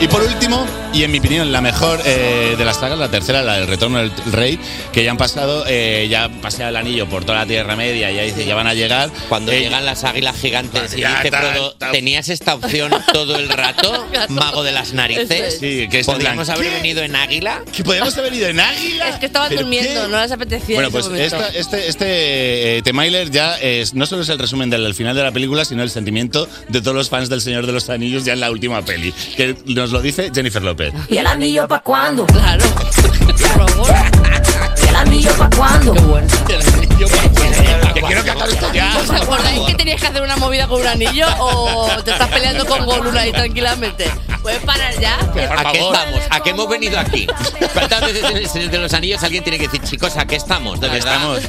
Y por último, y en mi opinión, la mejor eh, de las sagas, la tercera, la del Retorno del Rey, que ya han pasado, eh, ya pasea el anillo por toda la Tierra Media, ya dice, ya van a llegar. Cuando llegan las águilas gigantes y Ya dice está, Frodo, está. tenías esta opción todo el <laughs> rato, mago de las narices. Sí, que es en Podríamos plan, haber ¿qué? venido en águila. Que podríamos haber ido en águila. Es que estaban ¿Pero durmiendo, qué? no les apetecía. Bueno, en ese pues momento. esta- este, este eh, Temailer ya es, no solo es el resumen del del final de la película, sino el sentimiento de todos los fans del Señor de los Anillos ya en la última peli, que nos lo dice Jennifer López. ¿Y el anillo pa' cuándo? Claro. ¿Y el anillo pa' cuándo? Que quiero que acabe esto ya. ¿Os acordáis que tenías que hacer una movida con un anillo o te estás peleando con Golun ahí tranquilamente? Puedes parar ya. ¿A qué estamos? ¿A qué hemos venido <laughs> aquí? ¿Cuántas veces en el Señor de los Anillos alguien tiene que decir, chicos, ¿a qué estamos? ¿De verdad? Nos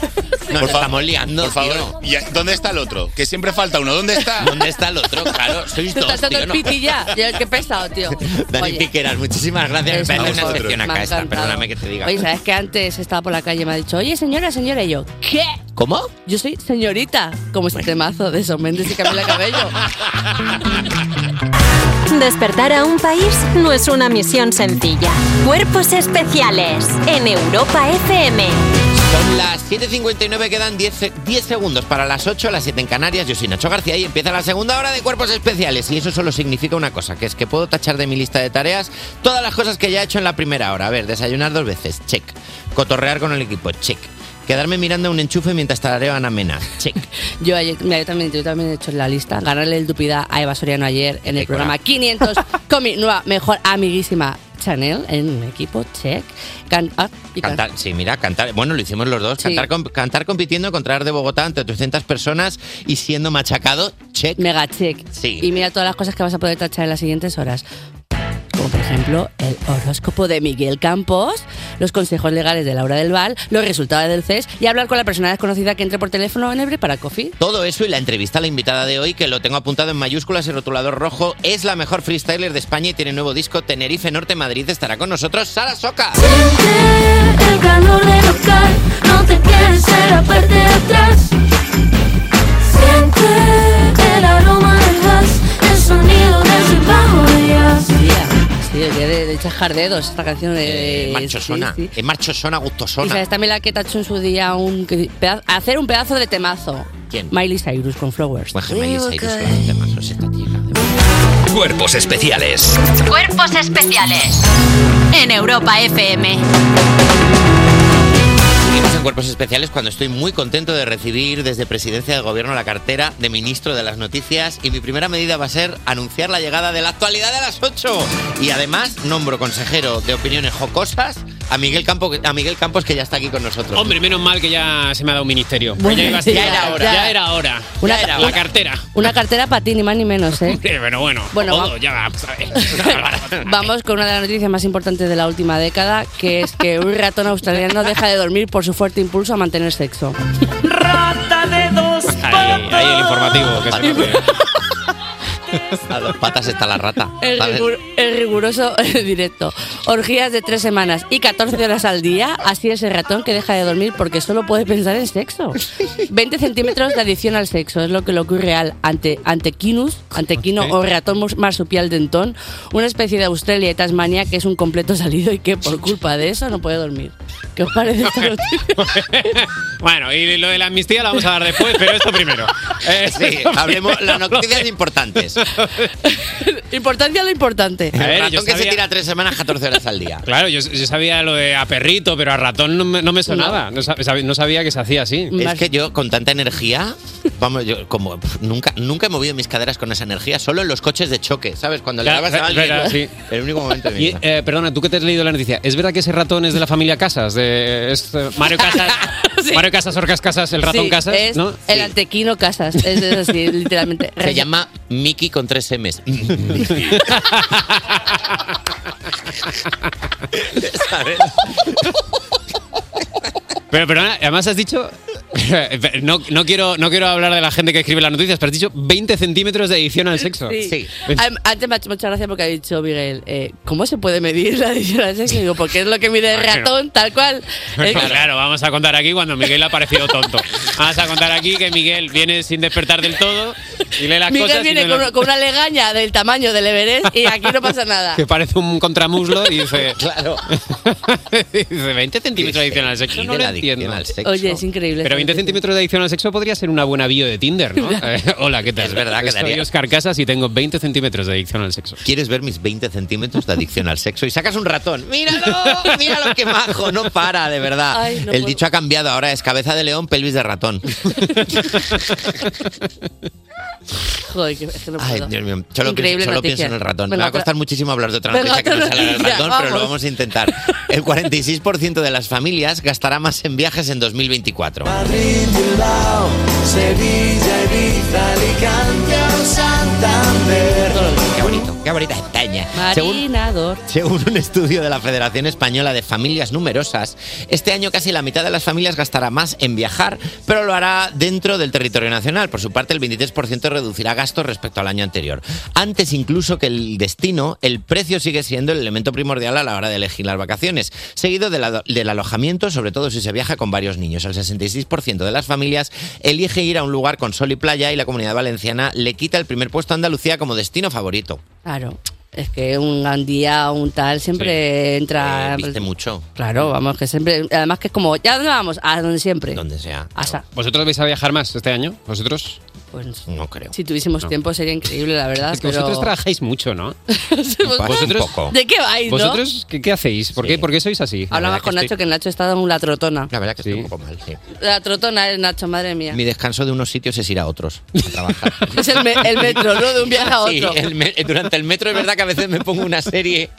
Por fa- estamos liando, Por favor. ¿Y a- ¿Dónde está el otro? Que siempre falta uno. ¿Dónde está? ¿Dónde está el otro? Claro, sois Te dos, estás dando tío, el no. piti ya. Ya, Qué pesado, tío. Dani Oye. Piqueras, muchísimas gracias. Me Eso, parece a una vosotros. excepción Me ha acá esta, encantado. perdóname que te diga. Oye, ¿sabes que antes estaba por la calle y me ha dicho, oye, señora, señora? Y yo, ¿qué? ¿Cómo? Yo soy señorita, como este temazo de Son Méndez y Camila <laughs> Cabello. Despertar a un país no es una misión sencilla. Cuerpos especiales en Europa FM. Son las 7.59, quedan 10, se- 10 segundos para las 8, las 7 en Canarias. Yo soy Nacho García y empieza la segunda hora de Cuerpos Especiales. Y eso solo significa una cosa, que es que puedo tachar de mi lista de tareas todas las cosas que ya he hecho en la primera hora. A ver, desayunar dos veces, check. Cotorrear con el equipo, check. Quedarme mirando un enchufe mientras tarareo a Ana Mena, check. Yo ayer, mira, yo también, yo también he hecho la lista. Ganarle el Dupida a Eva Soriano ayer en el programa <laughs> 500 con mi nueva mejor amiguísima Chanel en mi equipo, check. Cantar y can- Cantar, sí, mira, cantar. Bueno, lo hicimos los dos. Sí. Cantar, comp- cantar compitiendo contra Ar de Bogotá ante 300 personas y siendo machacado, check. Mega check. Sí. Y mira todas las cosas que vas a poder tachar en las siguientes horas. Como por ejemplo el horóscopo de Miguel Campos, los consejos legales de Laura del Val, los resultados del CES y hablar con la persona desconocida que entre por teléfono en Ebre para Coffee. Todo eso y la entrevista a la invitada de hoy, que lo tengo apuntado en mayúsculas y rotulador rojo, es la mejor freestyler de España y tiene nuevo disco Tenerife Norte Madrid. Estará con nosotros Sara Soca. El calor del local, no te quieres en la parte de atrás. Siente el aroma del gas, el sonido de <laughs> su bajo de jazz. Sí, de, de, de chascar dedos esta canción de... Eh, Marchosona. sí, sí. Es marchosona, Y gustosona. sabes también la que tachó en su día un que- peda- hacer un pedazo de temazo. ¿Quién? Miley Cyrus con Flowers. Bueno, Miley Cyrus con Cuerpos especiales. Cuerpos especiales en Europa FM. Seguimos en Cuerpos Especiales cuando estoy muy contento de recibir desde Presidencia del Gobierno la cartera de Ministro de las Noticias y mi primera medida va a ser anunciar la llegada de la actualidad de las 8 y además nombro consejero de opiniones jocosas a Miguel, Campo, a Miguel Campos que ya está aquí con nosotros. Hombre, menos mal que ya se me ha dado un ministerio. Bueno, ya, iba a ser- ya era hora. Ya era hora. Una- Ya era una- ¿Eh? La cartera. Una cartera para ti, ni más ni menos, ¿eh? <laughs> Hombre, Bueno, bueno. Bueno, todo, va- ya va. pues, <laughs> ¿sabes? Vamos con una de las noticias más importantes de la última década, que es que un ratón australiano deja de dormir por su fuerte impulso a mantener sexo. Rata de dos Ahí, ahí el informativo. Que se nos viene. A dos patas está la rata. El, ¿sabes? rigur- el riguroso <laughs> directo. Orgías de tres semanas y 14 horas al día. Así es el ratón que deja de dormir porque solo puede pensar en sexo. 20 centímetros de adición al sexo es lo que le ocurre al ante, antequinus, antequino o ratón mus- marsupial dentón, una especie de Australia y Tasmania que es un completo salido y que por culpa de eso no puede dormir. ¿Qué os parece esta <laughs> noticia? Bueno, y lo de la amnistía la vamos a dar después, pero esto <laughs> primero. Eh, Sí, esto hablemos primero, las <laughs> noticias lo de- importantes. Importancia a lo importante. A ver, yo ratón que se sabía- tira tres semanas, 14 horas al día. Claro, yo, yo sabía lo de a perrito, pero a ratón no me, no me sonaba. No. sab- sab- no sabía que se hacía así. Es que yo con tanta energía, vamos, yo como pf, nunca, nunca he movido mis caderas con esa energía, solo en los coches de choque, ¿sabes? Cuando le Claro, dabas a es alguien, verdad, sí. el único momento de mi Y, vida. eh, perdona, tú que te has leído la noticia, ¿es verdad que ese ratón es de la familia Casas? De, es, eh, Mario Casas, <laughs> Mario Casas, Orcas Casas, el ratón Sí, Casas, es ¿no? El antequino Casas, es, es así, literalmente. Se llama Mickey con tres M's. ¿Sabes? Pero perdona, además has dicho, <laughs> no, no, quiero, no quiero hablar de la gente que escribe las noticias, pero has dicho 20 centímetros de edición al sexo. Sí. Am- Antes me ha hecho mucha gracia porque ha dicho Miguel, eh, ¿cómo se puede medir la adición al sexo? Digo, porque es lo que <laughs> mide el Bueno. ratón, tal cual. Eh, Es- Pues, <laughs> Claro. vamos a contar aquí cuando Miguel ha parecido tonto. Vamos a contar aquí que Miguel viene sin despertar del todo y lee las Miguel cosas. y viene no con, las- una- con una legaña del tamaño del Everest y aquí no pasa <laughs> nada. que parece un contramuslo y dice, claro. <laughs> dice 20 centímetros de adición al sexo, no de lo la adicción entiendo. al sexo. Oye, es increíble. Pero 20 centímetros de adicción al sexo podría ser una buena bio de Tinder, <laughs> ¿no? Eh, hola, ¿qué tal? Es verdad que Soy daría. Oscar Casas y tengo 20 centímetros de adicción al <laughs> sexo. ¿Quieres ver mis 20 centímetros de adicción al sexo? Y sacas un ratón. <laughs> ¡Míralo! ¡Míralo qué majo! No para, de verdad. Ay, no El puedo. dicho ha cambiado ahora. Es cabeza de león, pelvis de ratón. Joder, que, es que no Ay, puedo. Dios mío. Solo, Increíble pienso, solo noticia. pienso en el ratón. Venga, Me va a otra- costar muchísimo hablar de otra Venga, noticia que otra no sea la del noticia, ratón, pero lo vamos. vamos a intentar. El 46% de las familias gastará más en viajes en 2024. Bilbao, Sevilla, Ibiza, Alicante o Santander. Qué bonito, qué bonita España. Según, Marinador. según un estudio de la Federación Española de Familias Numerosas, este año casi la mitad de las familias gastará más en viajar, pero lo hará dentro del territorio nacional. Por su parte, el 23% reducirá gastos respecto al año anterior. Antes incluso que el destino, el precio sigue siendo el elemento primordial a la hora de elegir las vacaciones, seguido del ado- del alojamiento, sobre todo si se viaja con varios niños. El 66% de las familias elige ir a un lugar con sol y playa y la comunidad valenciana le quita el primer puesto a Andalucía como destino favorito. Claro. Es que un Gandía, un tal, siempre entra. Eh, pues, Viste mucho. Claro, vamos, que siempre. Además, que es como, ¿ya dónde vamos? A donde siempre. Donde sea. Hasta. ¿Vosotros vais a viajar más este año? ¿Vosotros? Pues no creo. Si tuviésemos No. tiempo sería increíble, la verdad. Es que pero- vosotros trabajáis mucho, ¿no? <laughs> Vosotros- ¿De qué vais, no? ¿Vosotros qué, qué hacéis? ¿Por, qué, por qué sois así? Hablabas con Nacho que Nacho está en una trotona. La verdad que estoy un poco mal, sí. La trotona es Nacho, madre <laughs> mía. <laughs> Mi descanso de unos sitios es ir a otros a trabajar. Es el, me- el metro, ¿no? De un viaje a otro. Sí, el me- durante el metro es verdad que a veces me pongo una serie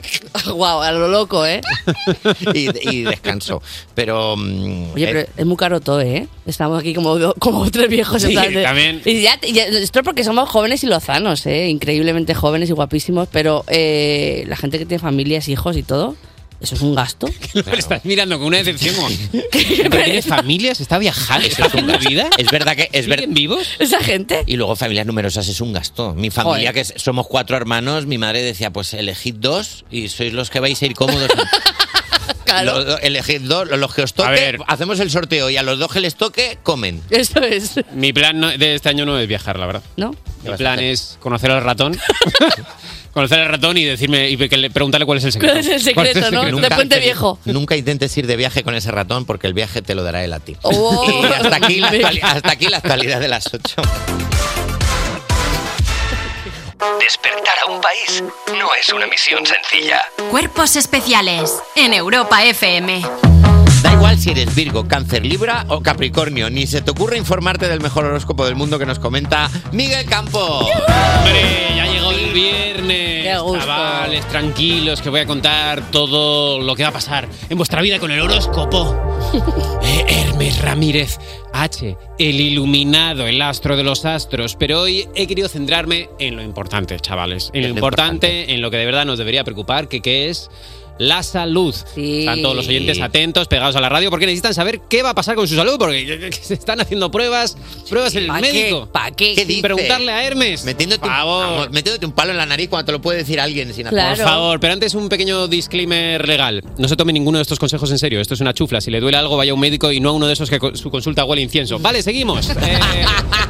Guau, a lo loco, ¿eh? y, y descanso. Pero. mm, Oye, eh, pero es muy caro todo, ¿eh? Estamos aquí como, do- como tres viejos. en Sí, plan de- también. Y ya, ya- esto porque somos jóvenes y lozanos, ¿eh? Increíblemente jóvenes y guapísimos, pero eh, la gente que tiene familias, hijos y todo, eso es un gasto. <laughs> Pero estás mirando con una decepción. <laughs> como, ¿Pero ¿Tienes familia? ¿Se está viajando? ¿Está haciendo vida? Es verdad que es verdad. vivos? Esa gente. Y luego familias numerosas es un gasto. Mi familia, que es- somos cuatro hermanos, mi madre decía, pues elegid dos y sois los que vais a <laughs> ir cómodos. Lo- lo- elegid dos, lo- los que os toque, hacemos el sorteo y a los dos que les toque, comen. Eso es. Mi plan no- de este año no es viajar, la verdad. ¿No? Mi plan es conocer al <laughs> ratón. conocer al ratón y decirme y que le- preguntarle cuál es el secreto. ¿Cuál es el secreto, ¿Cuál es el no? secreto? De Puente Oh. Viejo. Nunca intentes ir de viaje con ese ratón porque el viaje te lo dará él a ti. Oh. Y hasta aquí, la actuali- hasta aquí la actualidad de las ocho. Despertar a un país no es una misión sencilla. Cuerpos especiales en Europa FM. Da igual si eres Virgo, Cáncer, Libra o Capricornio, ni se te ocurre informarte del mejor horóscopo del mundo que nos comenta Miguel Campo. Hombre, ya llegó el viernes. Chavales, tranquilos, que voy a contar todo lo que va a pasar en vuestra vida con el <laughs> horóscopo. Eh, Hermes Ramírez H, el iluminado, el astro de los astros. Pero hoy he querido centrarme en lo importante, chavales. En lo lo importante, en lo que de verdad nos debería preocupar, que, que es la salud. Están todos los oyentes atentos, pegados a la radio, porque necesitan saber qué va a pasar con su salud, porque <laughs> se están haciendo pruebas, pruebas en el ¿Pa' qué? médico. ¿Para qué? Sin preguntarle a Hermes. Metiéndote, Un, vamos, metiéndote un palo en la nariz cuando te lo puede decir alguien sin hacer- Por favor, pero antes un pequeño disclaimer legal. No se tome ninguno de estos consejos en serio. Esto es una chufla. Si le duele algo, vaya a un médico y no a uno de esos que co- su consulta huele a incienso. Vale, seguimos. Eh,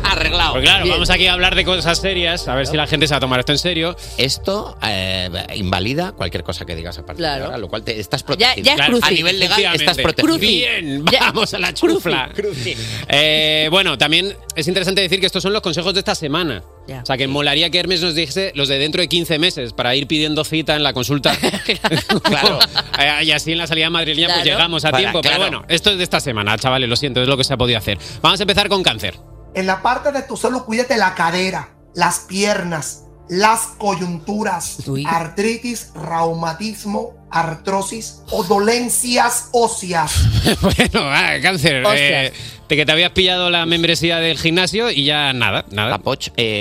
Arreglado. Pues claro, vamos aquí a hablar de cosas serias, a ver si la gente se va a tomar esto en serio. Esto eh, invalida cualquier cosa que digas a partir Claro. de ahora, lo cual te estás Ya- protegido. ya es Claro, cruci. a nivel legal estás Efectivamente. protegido. Cruci. Bien, vamos a la chufla. Eh, bueno, también es interesante decir que estos son los consejos de esta semana. O sea, que molaría que Hermes nos dijese los de dentro de 15 meses para ir pidiendo cita en la consulta. <laughs> claro. Eh, y así en la salida madrileña pues Claro. llegamos a Para, tiempo. claro. Pero bueno, esto es de esta semana, chavales, lo siento, es lo que se ha podido hacer. Vamos a empezar con cáncer. <laughs> En la parte de tu salud, cuídate la cadera, las piernas, las coyunturas, artritis, reumatismo, artrosis o dolencias óseas. bueno, ah, cáncer. Hostias. eh, de que te habías pillado la membresía del gimnasio y ya nada, nada.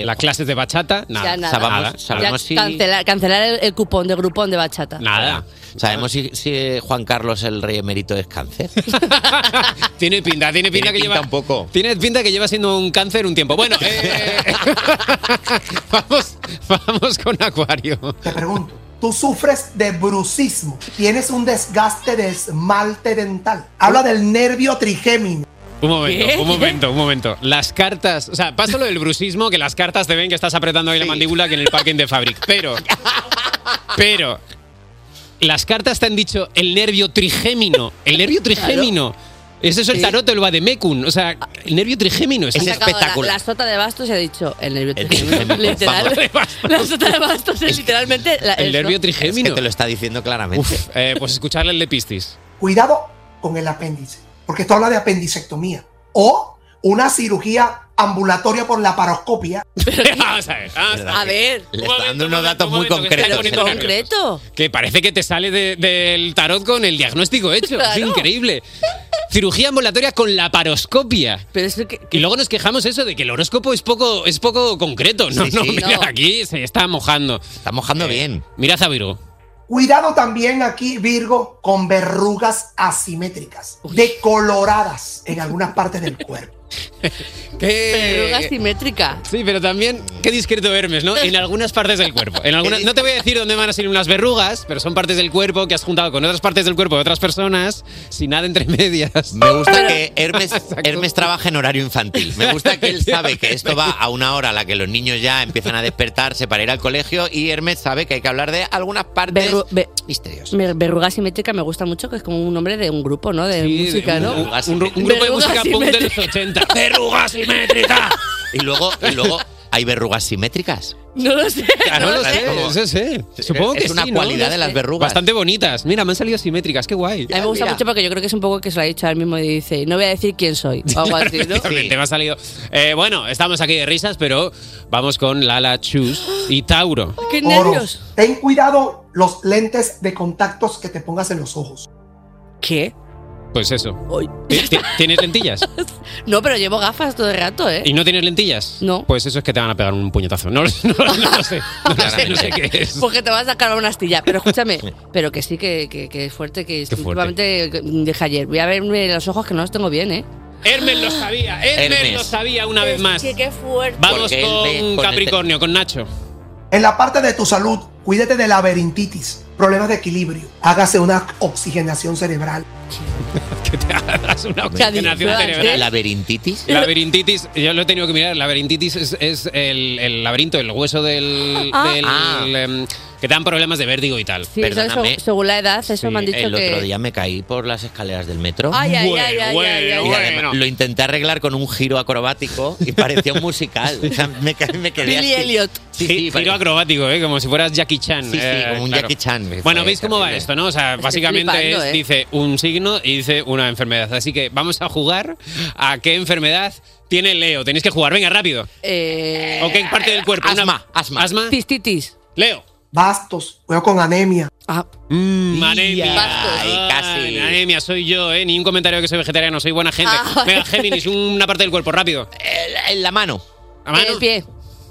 Las clases de bachata, nada. Ya nada. Nada, Ya cancelar, cancelar el, el cupón de grupón de bachata. Nada. ¿Sabemos si, si, eh, Juan Carlos, el rey emérito, es cáncer? <laughs> Tiene pinta, tiene pinta que lleva. un poco. Tienes pinta que lleva siendo un cáncer un tiempo. Bueno, eh, <laughs> vamos, vamos con Acuario. Tú sufres de brucismo, tienes un desgaste de esmalte dental. Habla del nervio trigémino. Un momento, ¿Qué? un momento, un momento. Las cartas, o sea, pasa lo del brusismo, que las cartas te ven que estás apretando ahí la mandíbula que en el parking de Fabric. Pero, pero, las cartas te han dicho el nervio trigémino. El nervio trigémino. Ese es el Sí. tarot del Vademecum. O sea, el nervio trigémino es, Ha sacado La, la sota de bastos se ha dicho el nervio trigémino. trigémino, por Literal. <laughs> La sota de bastos es literalmente la- el eso. nervio trigémino. te lo está diciendo claramente. pues escucharle el de <laughs> Piscis. <laughs> Cuidado con el apéndice, porque esto habla de apendicectomía o una cirugía ambulatoria por la paroscopia. vamos a ver, vamos a ver. A ver. Le está dando unos datos muy momento, que está concretos. poniendo el nervioso. Carlos. Concreto. Que parece que te sale de- del tarot con el diagnóstico hecho. Es Claro. increíble. Cirugía ambulatoria con la paroscopia. Pero es que, Y luego nos quejamos eso de que el horóscopo es poco, es poco concreto. No, Sí, no, sí. mira, No. aquí se está mojando. Está mojando bien. Mira a Virgo. Cuidado también aquí, Virgo, <laughs> con verrugas asimétricas, decoloradas en algunas partes del cuerpo. Verruga ¿Qué? simétrica. Eh, Sí, pero también, qué discreto Hermes, ¿no? En algunas partes del cuerpo. En algunas, no te voy a decir dónde van a salir unas verrugas, pero son partes del cuerpo que has juntado con otras partes del cuerpo de otras personas, sin nada entre medias. Me gusta que <laughs> Hermes, Hermes trabaja en horario infantil. Me gusta que él sabe que esto va a una hora a la que los niños ya empiezan a despertarse para ir al colegio y Hermes sabe que hay que hablar de algunas partes misteriosas. Me- Verruga simétrica me gusta mucho, que es como un nombre de un grupo, ¿no? De música, ¿no? Un, un grupo de Verruga música punk de <laughs> los simétrica. 80. ¡Verruga simétrica! Y luego, y luego hay verrugas simétricas. No lo sé. Claro, no lo las sé. tengo, eso sé. Supongo que Es una sí, ¿no? cualidad de las verrugas. Bastante bonitas. Mira, me han salido simétricas, qué guay. A mí me <laughs> gusta mucho porque yo creo que es un poco que se lo ha dicho él mismo y dice, no voy a decir quién soy. o algo así, <laughs> ¿no? Efectivamente, me ha salido. Eh, bueno, estamos aquí de risas, pero vamos con Lala Chus <gasps> y Tauro. Oros, Ten cuidado los lentes de contactos que te pongas en los ojos. ¿Qué? Pues eso. ¿Ti- ti- <laughs> ¿Tienes lentillas? No, pero llevo gafas todo el rato, ¿eh? ¿Y no tienes lentillas? No. Pues eso es que te van a pegar un puñetazo. No, <laughs> lo- no lo- no lo sé. No lo sé, <laughs> no sé qué es. Porque te vas a sacar una astilla. Pero escúchame, pero que sí, que, que, que es fuerte, que Qué fuerte. últimamente que- dije ayer. Voy a verme los ojos que no los tengo bien, ¿eh? Hermes lo sabía, Hermes, Hermes. lo sabía una vez más. qué fuerte. Vamos Porque él ve con este con el- Capricornio, con Nacho. En la parte de tu salud, cuídate de laberintitis, problemas de equilibrio. Hágase una oxigenación cerebral. Que <laughs> te hagas una oxigenación cerebral. ¿Laberintitis? Laberintitis, yo lo he tenido que mirar. Laberintitis es, es el, el laberinto, el hueso del. Ah. del, Ah. em, que te dan problemas de vértigo y tal. Sí, eso es seg- según la edad, eso me han dicho el que... otro día me caí por las escaleras del metro. Ay, ay, ay, ay, Bueno, ay, ay, Y ay. además Lo intenté arreglar con un giro acrobático y parecía un musical. O sea, me, ca- me quedé así. Sí, sí, Giro pare- acrobático, ¿eh? como si fueras Jackie Chan. sí, eh, como un claro. Jackie Chan. Bueno, Fue ¿veis cómo va terrible. esto, no? O sea, básicamente flipando, es- ¿eh? dice un signo y dice una enfermedad. Así que vamos a jugar a qué enfermedad tiene Leo. Tenéis que jugar, venga, rápido. <laughs> Eh, ¿O qué parte del cuerpo? Asma, asma. ¿Asma? Cistitis. Ah. Leo. Mm, Bastos, cuidado con anemia. anemia. Ay, casi. Anemia, soy yo, ¿eh? Ni un comentario que soy vegetariano, soy buena gente. Ah. Venga, Géminis, una parte del cuerpo, rápido. En la mano. ¿La mano? El Eh, pie.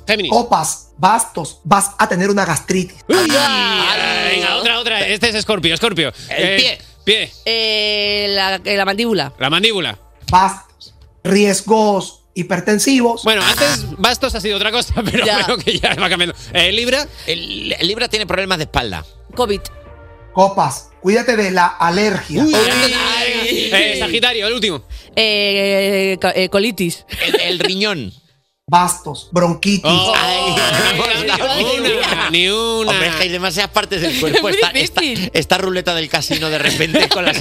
Géminis. Copas, bastos, vas a tener una gastritis. Ay, venga, otra, otra. Este es Escorpio, Escorpio. El pie. Pie. Eh, la, eh, la mandíbula. La mandíbula. Bastos, riesgos hipertensivos. Bueno, antes Bastos ha sido otra cosa, <laughs> pero creo que ya va cambiando. Eh, Libra. Libra tiene problemas de espalda. COVID. Copas, cuídate de la alergia. Eh, Sagitario, el último. Eh, co- eh, colitis. El, riñón. Bastos, bronquitis. Oh. <laughs> ni una. Hombre, es que hay demasiadas partes <laughs> del cuerpo. Esta, esta- esta ruleta del casino de repente <laughs> con las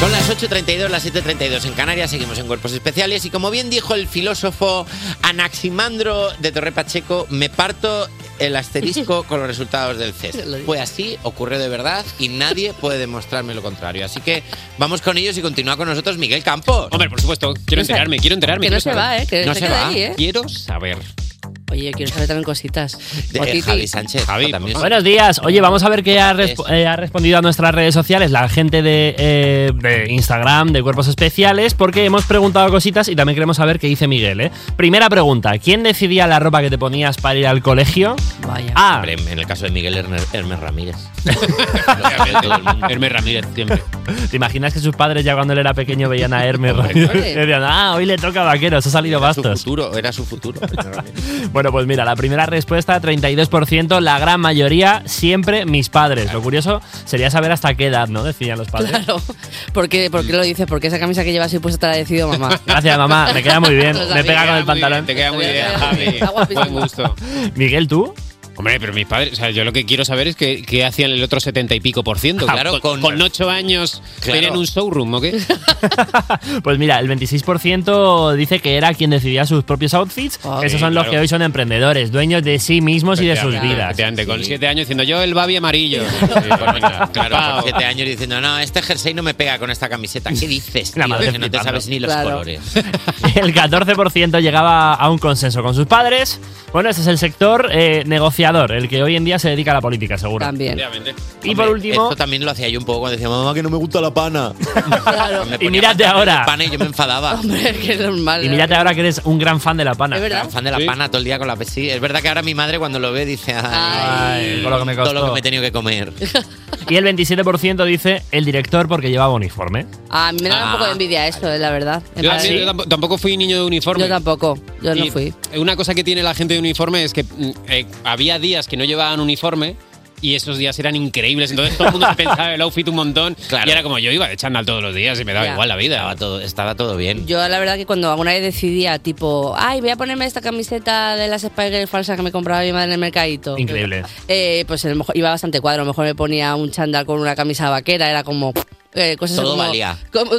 Son las 8.32, las 7.32 en Canarias, seguimos en Cuerpos Especiales y como bien dijo el filósofo Anaximandro de Torre Pacheco, me parto el <laughs> asterisco con los resultados del CES. Fue así, ocurrió de verdad y nadie puede demostrarme lo contrario. Así que vamos con ellos y continúa con nosotros Miguel Campos. Hombre, por supuesto, quiero enterarme, quiero enterarme. Que quiero no se saber. va, ¿eh? Que No se se queda va. ahí, ¿eh? Quiero saber. Oye, yo quiero saber también cositas. De Otiti. Javi Sánchez. también. Buenos días. Oye, vamos a ver qué ha, resp- eh, ha respondido a nuestras redes sociales la gente de, eh, de Instagram, de Cuerpos Especiales, porque hemos preguntado cositas y también queremos saber qué dice Miguel. ¿eh? Primera pregunta: ¿quién decidía la ropa que te ponías para ir al colegio? Vaya. A. Hombre, en el caso de Miguel Herner- Hermes <laughs> Ramírez. Hermes Ramírez, siempre. ¿Te imaginas que sus padres ya cuando él era pequeño veían a Hermes Ramírez? <laughs> Y decían, ah, hoy le toca a vaqueros, ha salido bastos. Su futuro, era su futuro. <laughs> Bueno, pues mira, la primera respuesta, 32%, la gran mayoría, siempre mis padres. Lo curioso sería saber hasta qué edad, ¿no? Decían los padres. Claro. ¿Por qué, por qué lo dices? Porque esa camisa que llevas hoy puesta te la ha decidido <laughs> mamá. Gracias, mamá, me queda muy bien. Lo Me sabía. pega con el pantalón. Te queda muy bien, Javi. Buen gusto. Miguel, ¿tú? Hombre, pero mis padres, o sea, yo lo que quiero saber es que- qué hacían el otro setenta y pico por ciento. Ah, claro, con, con ocho años Claro. tenían un showroom, ¿o <laughs> qué? Pues mira, el 26% dice que era quien decidía sus propios outfits. Esos son los claro. que hoy son emprendedores, dueños de sí mismos y de sus Efectivamente, vidas. efectivamente, Con siete años diciendo yo el babi amarillo. Sí, pues venga, Claro, pao. con siete años diciendo, no, este jersey no me pega con esta camiseta. ¿Qué dices? La tío? madre Que no te flipando. sabes ni los Claro. colores. <laughs> El 14% llegaba a un consenso con sus padres. Bueno, ese es el sector eh, negociador, el que hoy en día se dedica a la política, seguro. Y Hombre, por último- Esto también lo hacía yo un poco cuando decía, mamá, que no me gusta la pana. Me Y ponía mírate bastante ahora. Pana y yo me enfadaba. Hombre, que es normal. <laughs> ¿eh? Y mírate ahora que eres un gran fan de la pana. Es verdad. Era fan de la pana todo el día con la sí. Es verdad que ahora mi madre cuando lo ve dice, ay, Ay, con lo que me costó". todo lo que me he tenido que comer. Y el 27% dice el director porque llevaba uniforme. A mí me da un Ah, poco de envidia esto, eh, la verdad. Yo, también- yo tampo- tampoco fui niño de uniforme. Yo Oh. tampoco, yo no fui. Una cosa que tiene la gente de uniforme es que mm, eh, había días que no llevaban uniforme y esos días eran increíbles. Entonces todo el mundo se pensaba el outfit un montón. Y era como yo iba de chándal todos los días y me daba Ya. igual la vida. Estaba todo, bien. Yo la verdad que cuando alguna vez decidía, tipo, ay, voy a ponerme esta camiseta de las Spice Girls falsas que me compraba mi madre en el mercadito. Increíble. Eh, pues a lo mejor iba bastante cuadro, a lo mejor me ponía un chándal con una camisa vaquera, era como... eh, cosas Todo como- valía. <laughs> como-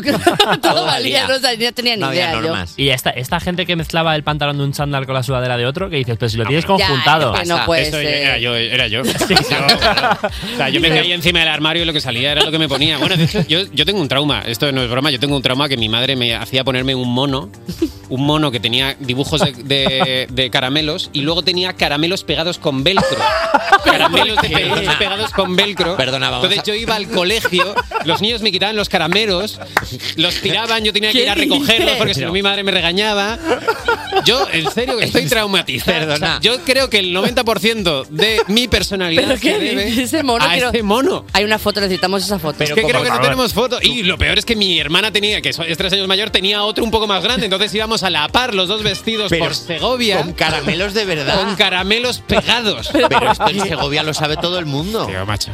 todo valía, no, sabía- no tenía ni idea. yo. Y esta, esta gente que mezclaba el pantalón de un chándal con la sudadera de otro, que dices, pero si lo tienes pero- Ya, conjuntado. es que no Basta. puede Eso ser. era yo, era yo. Yo, claro. O sea, yo <laughs> me caí encima del armario y <laughs> lo que salía era lo que me ponía. Bueno, de hecho, yo, yo tengo un trauma, esto no es broma, yo tengo un trauma que mi madre me hacía ponerme un mono, un mono que tenía dibujos de, de- de caramelos y luego tenía caramelos pegados con velcro. Caramelos de peluche pegados con velcro. Perdona, vamos Entonces a- yo iba al colegio, los niños me quitaban los caramelos, los tiraban, yo tenía que ir a ¿Qué recogerlos dices? porque si no mi madre me regañaba. Yo, en serio, <laughs> que estoy traumatizado. Perdona. O sea, yo creo que el 90% de mi personalidad ¿Pero qué se debe dices? Ese mono a que no- este mono. Hay una foto, necesitamos esa foto. Es que creo que no tenemos foto. Y lo peor es que mi hermana tenía, que es tres años mayor, tenía otro un poco más grande. Entonces íbamos a la par los dos vestidos Pero por Segovia. con caramelos de verdad. Con caramelos pegados. Pero esto en Segovia lo sabe todo el mundo. Tío, macho.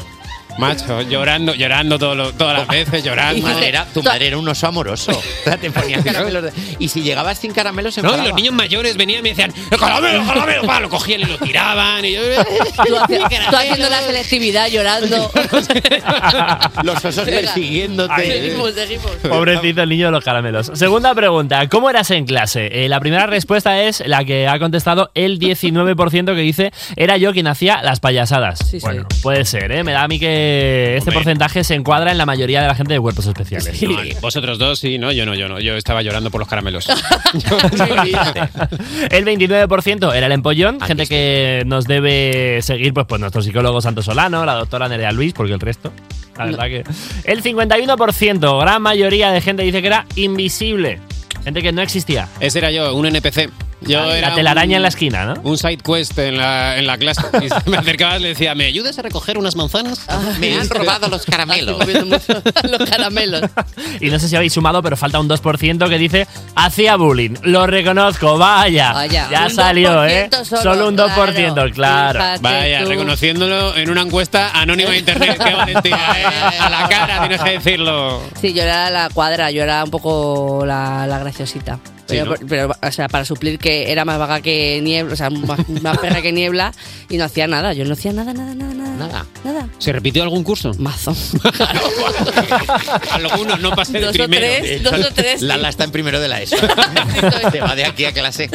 Macho, llorando, llorando todo lo- todas las veces, llorando. Tu madre era, tu madre era un oso amoroso. O sea, <laughs> Te ponían caramelos de- Y si llegabas sin caramelos, <laughs> se No, y enfadaba. los niños mayores venían y me decían, "El caramelo, el caramelo, pa", lo cogían y lo tiraban. Y yo, <laughs> Tú, haci- tú haciendo la selectividad, llorando. Los osos Venga. persiguiéndote. Seguimos, seguimos. <laughs> Pobrecito el niño de los caramelos. Segunda pregunta, ¿cómo eras en clase? Eh, la primera respuesta es la que ha contestado el 19% que dice, era yo quien hacía las payasadas. Sí, sí. bueno, puede ser, ¿eh? Me da a mí que este porcentaje se encuadra en la mayoría de la gente de cuerpos especiales. No, y vosotros dos, sí, no, yo no, yo no. Yo estaba llorando por los caramelos. <laughs> El 29% era el empollón, gente que nos debe seguir, pues, pues nuestro psicólogo Santo Solano, la doctora Nerea Luis, porque el resto, la verdad que. El 51%, gran mayoría de gente dice que era invisible, gente que no existía. Ese era yo, un NPC. Yo La era telaraña un- en la esquina, ¿no? Un side quest en la, en la clase. Y se <laughs> me acercabas y le decía, ¿me ayudas a recoger unas manzanas? Ah, este Me han <laughs> robado los caramelos. los caramelos. Y no sé si habéis sumado, pero falta un 2% que dice hacía bullying. Lo reconozco, vaya. Vaya. ya Un salió, ¿eh? 2% solo, un 2%, claro. Fíjate Vaya, tú. reconociéndolo en una encuesta anónima de internet. Qué <laughs> valentía, ¿eh? A la cara tienes que decirlo. Sí, yo era la cuadra, yo era un poco la, la graciosita. Pero, ¿no? pero, o sea, para suplir que era más vaga que niebla, o sea, más, más perra que niebla y no hacía nada. Yo no hacía nada, nada, nada, nada. Nada. Nada. ¿Se repitió algún curso? <laughs> Mazo. <laughs> Alguno, no pasé de Dos o primero. tres, dos o tres. Lala está en primero de <laughs> la ESO. Se va de aquí a clase.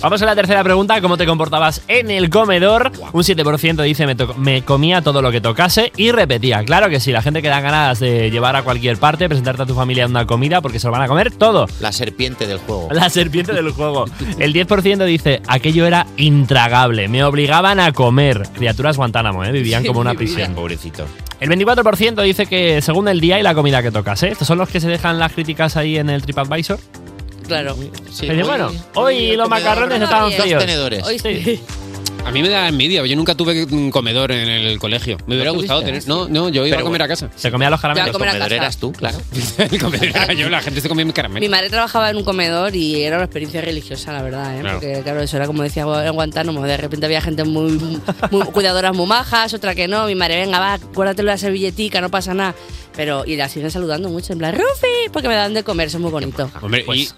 Vamos a la tercera pregunta. ¿Cómo te comportabas en el comedor? Un 7% dice me, to- me comía todo lo que tocase y repetía. Claro que sí, la gente que da ganas de llevar a cualquier parte, presentarte a tu familia una comida porque se lo van a comer todo. La serpiente del juego. La serpiente del juego. El 10% dice, aquello era intragable, me obligaban a comer. Criaturas Guantánamo, ¿eh? vivían como una prisión. Pobrecito. El 24% dice que según el día y la comida que tocas, ¿eh? Estos son los que se dejan las críticas ahí en el TripAdvisor. Claro. Pero bueno, hoy los macarrones estaban fríos. Hoy sí. A mí me da envidia, yo nunca tuve un comedor en el colegio. Me hubiera gustado tener. No, no, yo iba Pero a comer bueno, a casa. Se comía los caramelos. Iba a comer a comedor casa. eras tú, claro. <laughs> el comedor era yo, la gente se comía mi caramelo. Mi madre trabajaba en un comedor y era una experiencia religiosa, la verdad, ¿eh? Claro. Porque, claro, eso era como decía en Guantánamo. De repente había gente muy, muy cuidadoras muy majas, otra que no. Mi madre, venga, va, acuérdate la servilletica, no pasa nada. Pero, y la siguen saludando mucho, en plan, Rufi, porque me dan de comer, eso es muy bonito. Hombre, Pues. y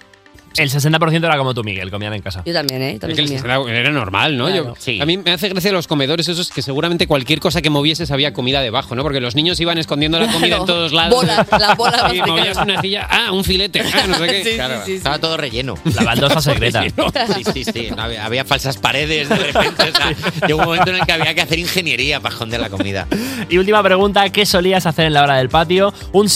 El 60% era como tú, Miguel, comían en casa. Yo también, ¿eh? Es También que el comía. sexenado era normal, ¿no? Claro. Yo- A mí me hace gracia los comedores esos que seguramente cualquier cosa que movieses había comida debajo, ¿no? Porque los niños iban escondiendo la comida en todos lados. Bolas, las bolas <laughs> Y más movías pequeñas. una silla, ah, un filete, ah, no <laughs> sé qué. Claro. Estaba todo relleno. La baldosa secreta. <laughs> Sí, sí, sí. No, había, había falsas paredes de repente. <laughs> O sea, llegó un momento en el que había que hacer ingeniería para esconder la comida. Y última pregunta, ¿qué solías hacer en la hora del patio? Un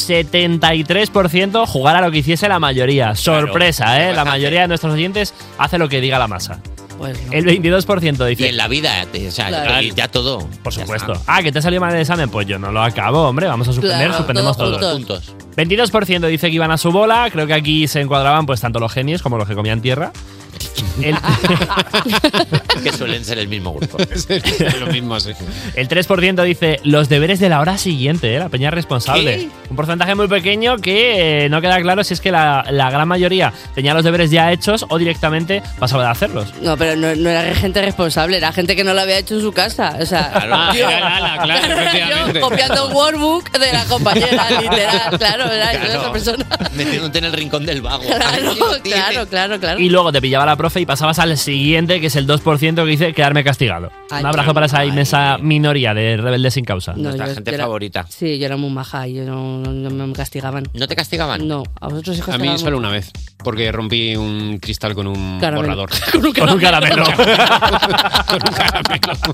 73% jugar a lo que hiciese la mayoría. Sorpresa, ¿eh? La mayoría de nuestros oyentes hace lo que diga la masa. Pues, El 22% dice... Y en la vida, te- o sea, Claro. y ya todo. Por supuesto. Ah, que te ha salido mal el examen. Pues yo no lo acabo, hombre. Vamos a suspender, Claro, suspendemos todos todos. juntos. 22% dice que iban a su bola. Creo que aquí se encuadraban pues tanto los genios como los que comían tierra. El, <laughs> Que suelen ser el <laughs> mismo grupo. Lo mismo, sí. el 3% dice los deberes de la hora siguiente, ¿eh? la peña es responsable. ¿Qué? Un porcentaje muy pequeño que eh, no queda claro si es que la, la gran mayoría tenía los deberes ya hechos o directamente pasaba de hacerlos. No, pero no, no era gente responsable, era gente que no lo había hecho en su casa. O sea, Ah, <laughs> yo- era Lala, claro, Claro, era yo efectivamente. copiando un workbook de la compañera, literal. <laughs> Claro, era yo era Claro. esa persona. Metiéndote en el rincón del vago. Claro, claro, claro, claro. Y luego te pillaba la profe y pasabas al siguiente, que es el 2% que dice quedarme castigado. Ay, Un abrazo qué para esa inmensa minoría de rebeldes sin causa. yo- yo era- Sí, yo era muy maja y yo no, no- no me castigaban. ¿No te castigaban? No, a vosotros os A castigaban. mí solo una vez, porque rompí un cristal con un Caramelo. borrador. <laughs> Con un Con un caramelo. <laughs>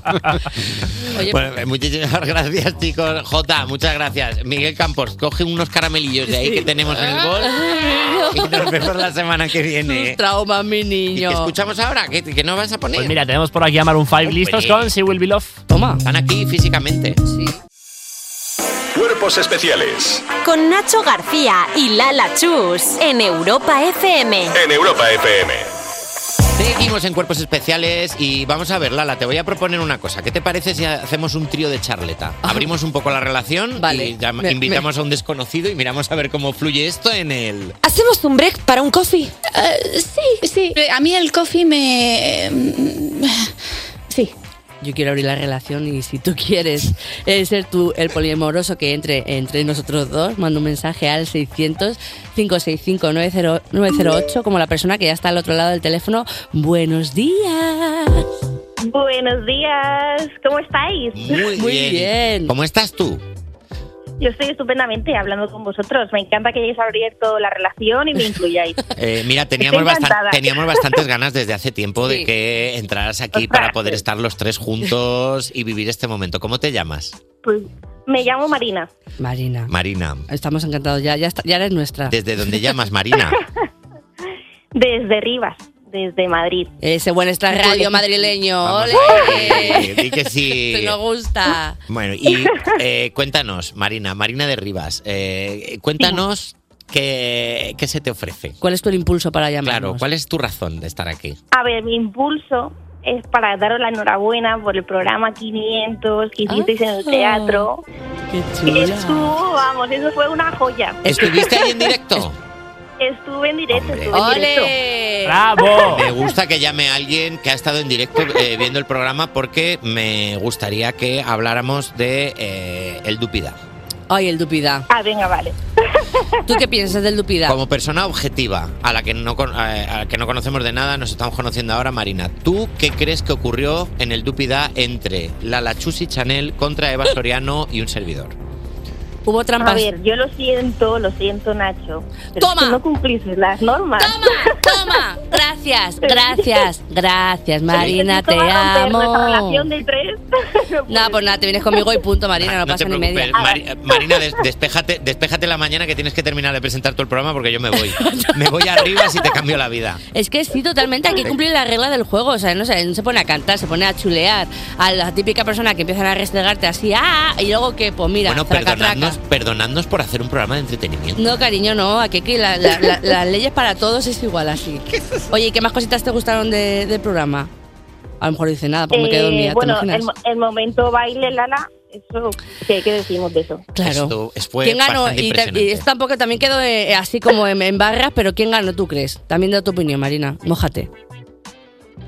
Oye, Bueno, eh, muchísimas <laughs> gracias, chicos. Jota, muchas gracias. Miguel Campos, coge unos caramelillos de ahí que tenemos en el <laughs> bol. Y nos vemos la semana que viene. Trauma, mi niño. ¿Qué escuchamos ahora? ¿Qué, qué nos vas a poner? Pues mira, tenemos por aquí a Maroon 5 listos con She Will Be Love. Toma. Están aquí físicamente. Cuerpos especiales Con Nacho García y Lala Chus en Europa FM. en Europa FM. Seguimos en Cuerpos Especiales y vamos a ver, Lala, te voy a proponer una cosa. ¿Qué te parece si hacemos un trío de charleta? Ah. Abrimos un poco la relación y llama- me- invitamos a un desconocido y miramos a ver cómo fluye esto en el... ¿Hacemos un break para un coffee? Eh, sí, sí. Eh, A mí el coffee me... mm, <laughs> Sí. Yo quiero abrir la relación y si tú <laughs> quieres eh, ser tú el poliamoroso que entre entre nosotros dos, manda un mensaje al 600 565 908 como la persona que ya está al otro lado del teléfono. Buenos días. Buenos días, ¿cómo estáis? ¿Cómo estás tú? Yo estoy estupendamente hablando con vosotros. Me encanta que hayáis abierto la relación y <laughs> me incluyáis. Eh, mira, teníamos, Estoy bastan- encantada. teníamos bastantes ganas desde hace tiempo de <laughs> Sí. que entraras aquí para poder estar los tres juntos y vivir este momento. ¿Cómo te llamas? Pues, me llamo Marina. Marina. Marina. Estamos encantados, ya, ya, está- ya eres nuestra. ¿Desde dónde llamas, <laughs> Marina? Desde Rivas, desde Madrid. Ese buen extra radio madrileño. Vamos ¡Ole! Eh, di que sí. Te nos gusta. Bueno, y eh, cuéntanos, Marina, Marina de Rivas, eh, cuéntanos qué, qué se te ofrece. ¿Cuál es tu impulso para llamarnos? Claro, ¿cuál es tu razón de estar aquí? A ver, mi impulso es para daros la enhorabuena por el programa 500 que hicisteis en el teatro. Qué Estuvo, vamos, eso fue una joya. ¿Estuviste ahí en directo? Estuve en directo, estuve en ¡Ole! directo. Me gusta que llame a alguien que ha estado en directo eh, viendo el programa porque me gustaría que habláramos de eh, el Dupida. Ay, el Dupida. Ah, venga, vale. ¿Tú qué piensas del Dupida? Como persona objetiva, a la, que no, con- a a la que no conocemos de nada, nos estamos conociendo ahora, Marina. ¿Tú qué crees que ocurrió en el Dúpida entre la Lachusi Chanel contra Eva Soriano y un servidor? Hubo trampas. A ver, yo lo siento, lo siento, Nacho. Pero ¡Toma! no cumpliste las normas. Toma, <laughs> gracias, gracias, gracias, Marina, te Necesito romper nuestra amo. relación de tres. <laughs> No, pues nada, te vienes conmigo y punto, Marina, no, Ah, No pasa te ni media. preocupes, Mari- eh, Marina, des- despéjate, despéjate la mañana que tienes que terminar de presentar todo el programa porque yo me voy. Me voy arriba si te cambio la vida. Es que sí, totalmente, aquí cumplir la regla del juego, o sea, no, sé, no se pone a cantar, se pone a chulear a la típica persona que empiezan a restregarte así, ah, y luego que, pues mira, Bueno, traca, traca. perdonadnos, perdonadnos por hacer un programa de entretenimiento. No, cariño, no, aquí, aquí la- la- la- <laughs> las leyes para todos es igual así. Oye, ¿y qué más cositas te gustaron de- del programa? A lo mejor dice nada, pues me Eh, quedo dormida, ¿te bueno, imaginas? el, mo- el momento baile, Lala, eso, ¿qué, qué decimos de eso? Claro. Esto es- fue ¿Quién ganó? Y, bastante ta- impresionante. y esto tampoco también quedó eh, así como en, en barras, pero ¿quién ganó tú crees? También da tu opinión, Marina. Mójate.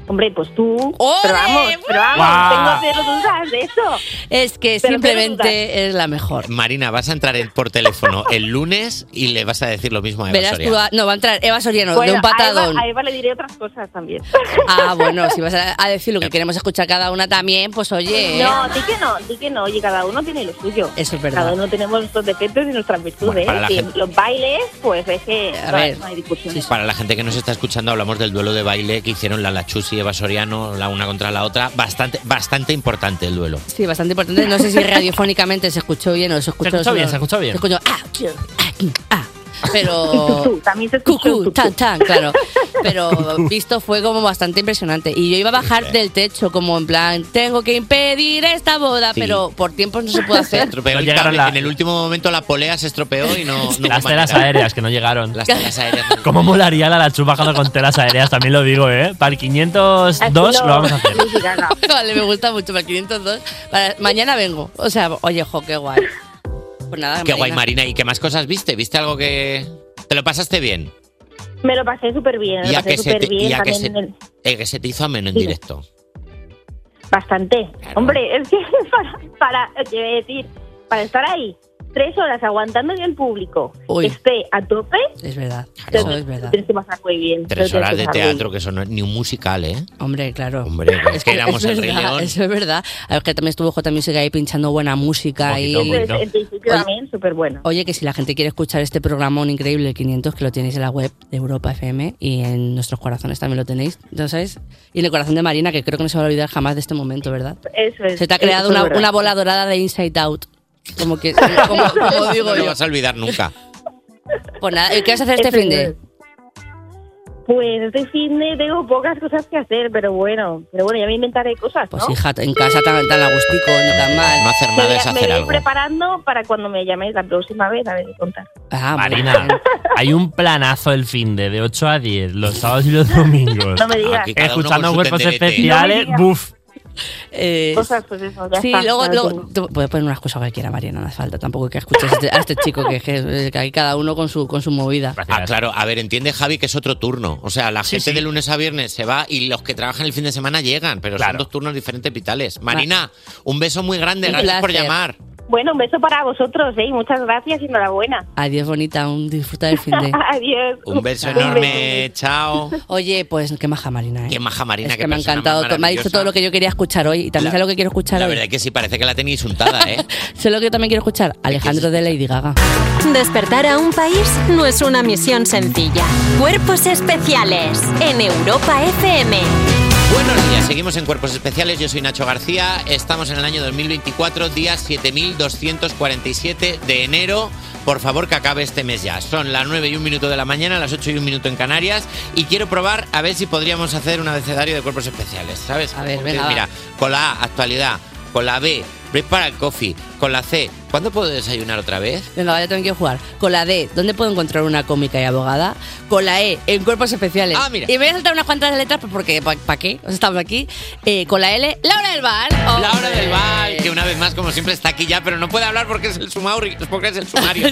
Hombre, pues tú. Pero vamos, pero vamos, ¡Guau! tengo cero dudas de eso. Es que Pero simplemente es la mejor. Marina, vas a entrar en- por teléfono el lunes y le vas a decir lo mismo a Eva Verás tú, Soriano. a- no, va a entrar Eva Soriano Bueno, de un A patadón. Eva, a Eva le diré otras cosas también. Ah, bueno, si vas a, a decir lo que queremos escuchar cada una también, pues oye. No, di que no, di que no. Oye, cada uno tiene lo suyo. Eso es verdad. Cada uno tenemos nuestros defectos y nuestras virtudes. para la Y gente- Los bailes, pues es que no, ver. no hay discusión. Para la gente que nos está escuchando, hablamos del duelo de baile que hicieron la Lachus y Eva Soriano, la una contra la otra. Bastante, bastante importante el duelo. Sí, bastante importante. No sé si radiofónicamente se escuchó bien o se escuchó. Se escuchó bien, se escuchó bien. Se escuchó, ah, chiu, ah, chiu, ah. <laughs> Pero. También se Cucú, tan, tan, claro. Pero <laughs> visto fue como bastante impresionante. Y yo iba a bajar del techo, como en plan, tengo que impedir esta boda, Sí. pero por tiempos no se puede Se <laughs> hacer. estropeó el cable. En el último momento la polea se estropeó y no. no Las hubo telas manera. aéreas que no llegaron. <laughs> Las telas aéreas. ¿Cómo molaría la Lachu bajando con telas aéreas? También lo digo, ¿eh? Para el 502 lo vamos a hacer. <laughs> vale, me gusta mucho. Para el 502. para- mañana vengo. O sea, oye, jo, qué guay. Pues nada, Qué guay, Marina. Marina. ¿Y qué más cosas viste? ¿Viste algo que.? ¿Te lo pasaste bien? Me lo pasé súper bien, me Y lo a pasé que se súper te- bien. y a que también se- en el- Eh, que se te hizo ameno en Sí. directo. Bastante. Hombre, es que <laughs> para, para, eh, quiero decir, para estar ahí tres horas aguantando que el público Uy. esté a tope, Es verdad. te- Eso es verdad. tienes que pasar muy bien. te lo Tres tienes horas que de pasar teatro, que eso no es ni un musical, ¿eh? Hombre, claro. Hombre, es que éramos el Rey verdad, León. Eso es verdad. A ver, que también estuvo J Music ahí pinchando buena música. Poquito, y... poquito. Pues, en principio también, súper bueno. Oye, que si la gente quiere escuchar este programón increíble, el 500, que lo tenéis en la web de Europa FM y en nuestros corazones también lo tenéis. Entonces, y en el corazón de Marina, que creo que no se va a olvidar jamás de este momento, ¿verdad? bien. Eso es. Se te ha eso creado es una, verdad. una bola dorada de Inside Out. Como <laughs> que, <laughs> como, como digo no lo yo. vas a olvidar nunca. Pues nada, ¿y ¿qué vas a hacer este Eso fin de? es. Pues este fin de tengo pocas cosas que hacer, pero bueno, pero bueno, ya me inventaré cosas, ¿no? Pues hija, en casa tan, tan a gustico, no tan mal. No hacer Me voy nada a- es me hacer voy algo. preparando para cuando me llaméis la próxima vez a ver qué contar. Ah, Marina, hay un planazo el fin de, de 8 a 10, los sábados y los domingos. No me digas. Aquí cada uno Escuchando con su cuerpos tenderete. especiales, No me digas. buf. <laughs> Eh, Cosas, pues eso, ya sí, está, luego, ya lo luego tengo. tú puedes poner una excusa cualquiera, Mariana, no hace falta tampoco que escuches a este, a este chico que, que, que hay cada uno con su, con su movida. Ah, claro, a ver, entiende Javi que es otro turno. O sea, la gente de lunes a viernes se va y los que trabajan el fin de semana llegan, pero son dos turnos diferentes vitales. Marina, un beso muy grande, Un gracias por placer. llamar. Bueno, un beso para vosotros, ¿eh? Y Muchas gracias y enhorabuena. Adiós, bonita, un disfruta del fin de. <laughs> Adiós. Un beso enorme, chao. Oye, pues qué maja Marina, ¿eh? Qué maja Marina, es qué que me ha persona encantado, más to- me ha dicho todo lo que yo quería escuchar hoy y también sé lo que quiero escuchar La hoy. verdad es que sí, parece que la tenéis untada, <laughs> ¿eh? Sé lo que también quiero escuchar, Alejandro de Lady Gaga. Despertar a un país no es una misión sencilla. Cuerpos especiales en Europa FM. Buenos días, seguimos en Cuerpos Especiales, yo soy Nacho García, estamos en el año 2024, día 7247 de enero. Por favor, que acabe este mes ya. Son las 9 y un minuto de la mañana, las 8 y un minuto en Canarias. Y quiero probar a ver si podríamos hacer un abecedario de cuerpos especiales, ¿sabes? A ver, venga, va. Mira, con la A, actualidad. Con la B, prepara el coffee. Con la C, ¿cuándo puedo desayunar otra vez? Venga, vale, tengo que jugar. Con la D, ¿dónde puedo encontrar una cómica y abogada? Con la E, en cuerpos especiales. Ah, mira. Y me voy a saltar unas cuantas letras pues, porque ¿para qué? Os Estamos aquí. Eh, con la L, Laura del Val. Laura del Val, que una vez más, como siempre, está aquí ya, pero no puede hablar porque es el sumario. Porque es el sumario.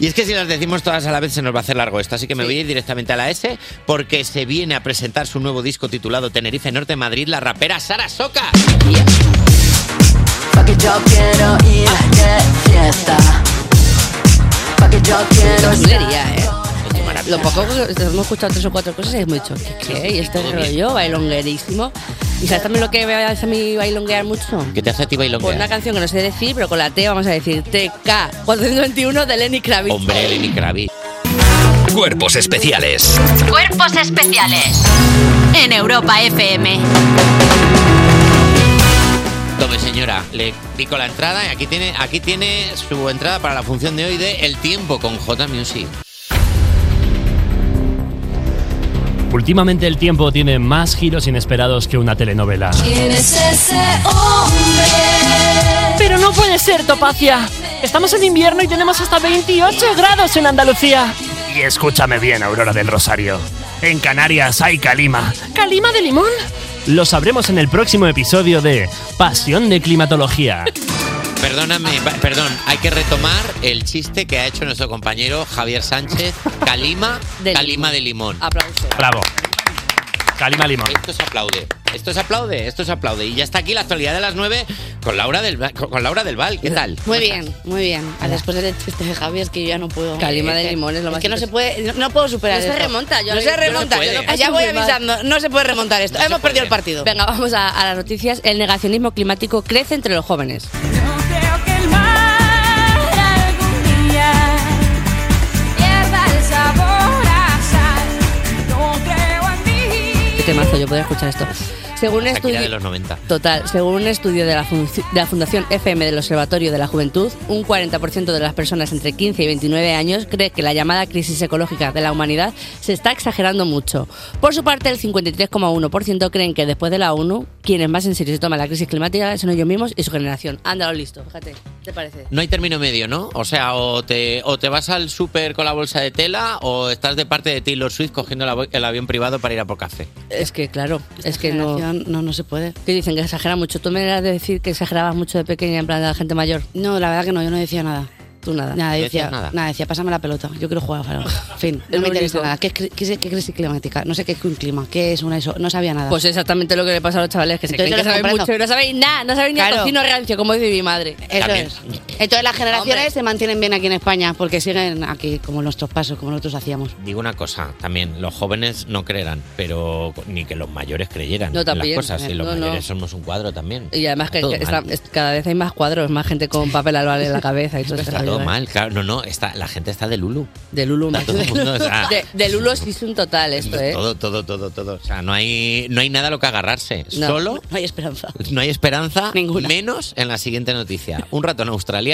y es que si las decimos todas a la vez se nos va a hacer largo esto, así que me voy a ir directamente a la S, porque se viene a presentar su nuevo disco titulado Tenerife Norte Madrid, la rapera Sara Soca. Pa' que yo quiero ir de fiesta. Pa' que yo quiero Chulería, ¿eh? maravilla. Lo poco que hemos escuchado tres o cuatro cosas y hemos dicho, ¿qué? qué? Y este rollo bailonguerísimo. ¿Y sabes también lo que me hace a mí bailonguear mucho? Que te hace a ti Con una bailonguear. canción que no sé decir, pero con la T vamos a decir TK 421 de Lenny Kravitz. Hombre, Lenny Kravitz. Cuerpos especiales. Cuerpos especiales en Europa FM. Tome, señora, le pico la entrada y aquí tiene, aquí tiene su entrada para la función de hoy de El Tiempo con J Music. Últimamente el tiempo tiene más giros inesperados que una telenovela. ¿Quién es ese hombre? Pero no puede ser, Topacia. Estamos en invierno y tenemos hasta 28 grados en Andalucía. Y escúchame bien, Aurora del Rosario. En Canarias hay calima. ¿Calima de limón? Lo sabremos en el próximo episodio de Pasión de Climatología. Perdóname, va- perdón, hay que retomar el chiste que ha hecho nuestro compañero Javier <laughs> Sánchez, Calima, Calima de Limón. Aplauso. Bravo. Calima Limón. Esto se aplaude, esto se aplaude, esto se aplaude. Y ya está aquí la actualidad de las 9 con Laura del, Va- con Laura del Val, ¿qué tal? Muy bien, muy bien. A Después del chiste de Javier es que yo ya no puedo. Calima de que- limón es lo más que no se puede, no, no puedo superar No se esto. remonta, yo no lo- se yo no remonta. puede. yo no- ya voy avisando, no se puede remontar esto. Hemos perdido el partido. Venga, vamos a, a las noticias. El negacionismo climático crece entre los jóvenes. Creo que el mar algún día pierda el sabor a sal. No creo en mí. Qué temazo, yo podría escuchar esto. Según un Shakira estudio... de los 90. Total, según un estudio de la, funci- de la Fundación FM del Observatorio de la Juventud, un 40% de las personas entre 15 y 29 años cree que la llamada crisis ecológica de la humanidad se está exagerando mucho. Por su parte, el 53,1% creen que después de la ONU, quienes más en serio se toman la crisis climática son ellos mismos y su generación. Ándalo listo, fíjate, ¿te parece? No hay término medio, ¿no? O sea, o te, o te vas al súper con la bolsa de tela o estás de parte de Taylor Swift cogiendo la bo- el avión privado para ir a por café. Es que, claro, es que no, no. No se puede. Que dicen que exagera mucho. ¿Tú me eras de decir que exagerabas mucho de pequeña en plan de la gente mayor? No, la verdad que no, yo no decía nada. Tú nada. Nada, No decía, decías nada. nada. decía, pásame la pelota. Yo quiero jugar a balón. <laughs> En fin, Lo no me interesa único. nada. ¿Qué, es cri- qué, es- qué es crisis climática? No sé qué es un clima. ¿Qué es una eso? No sabía nada. Pues exactamente lo que le pasa a los chavales que se Entonces creen que yo los saben comprendo. mucho y no sabéis nada, no sabéis ni a Claro. cocino rancio, como dice mi madre. Eso es. Entonces las generaciones se mantienen bien aquí en España porque siguen aquí como nuestros pasos, como nosotros hacíamos. Digo una cosa, también, los jóvenes no creerán, pero ni que los mayores creyeran No, en las también, cosas. eh, Y los no, no. mayores somos un cuadro también. Y además que, Todo que mal. está- es- cada vez hay más cuadros, más gente con papel albal en la cabeza y todo Está este rollo, todo ¿eh? mal, claro. No, no, está, la gente está de Lulu. De Lulu está todo el mundo, <laughs> o sea, De, de Lulo sí es un total esto, ¿eh? todo, todo, todo, todo. O sea, no hay, no hay nada a lo que agarrarse. No, Solo No hay esperanza. no hay esperanza, menos en la siguiente noticia. Un ratón australiano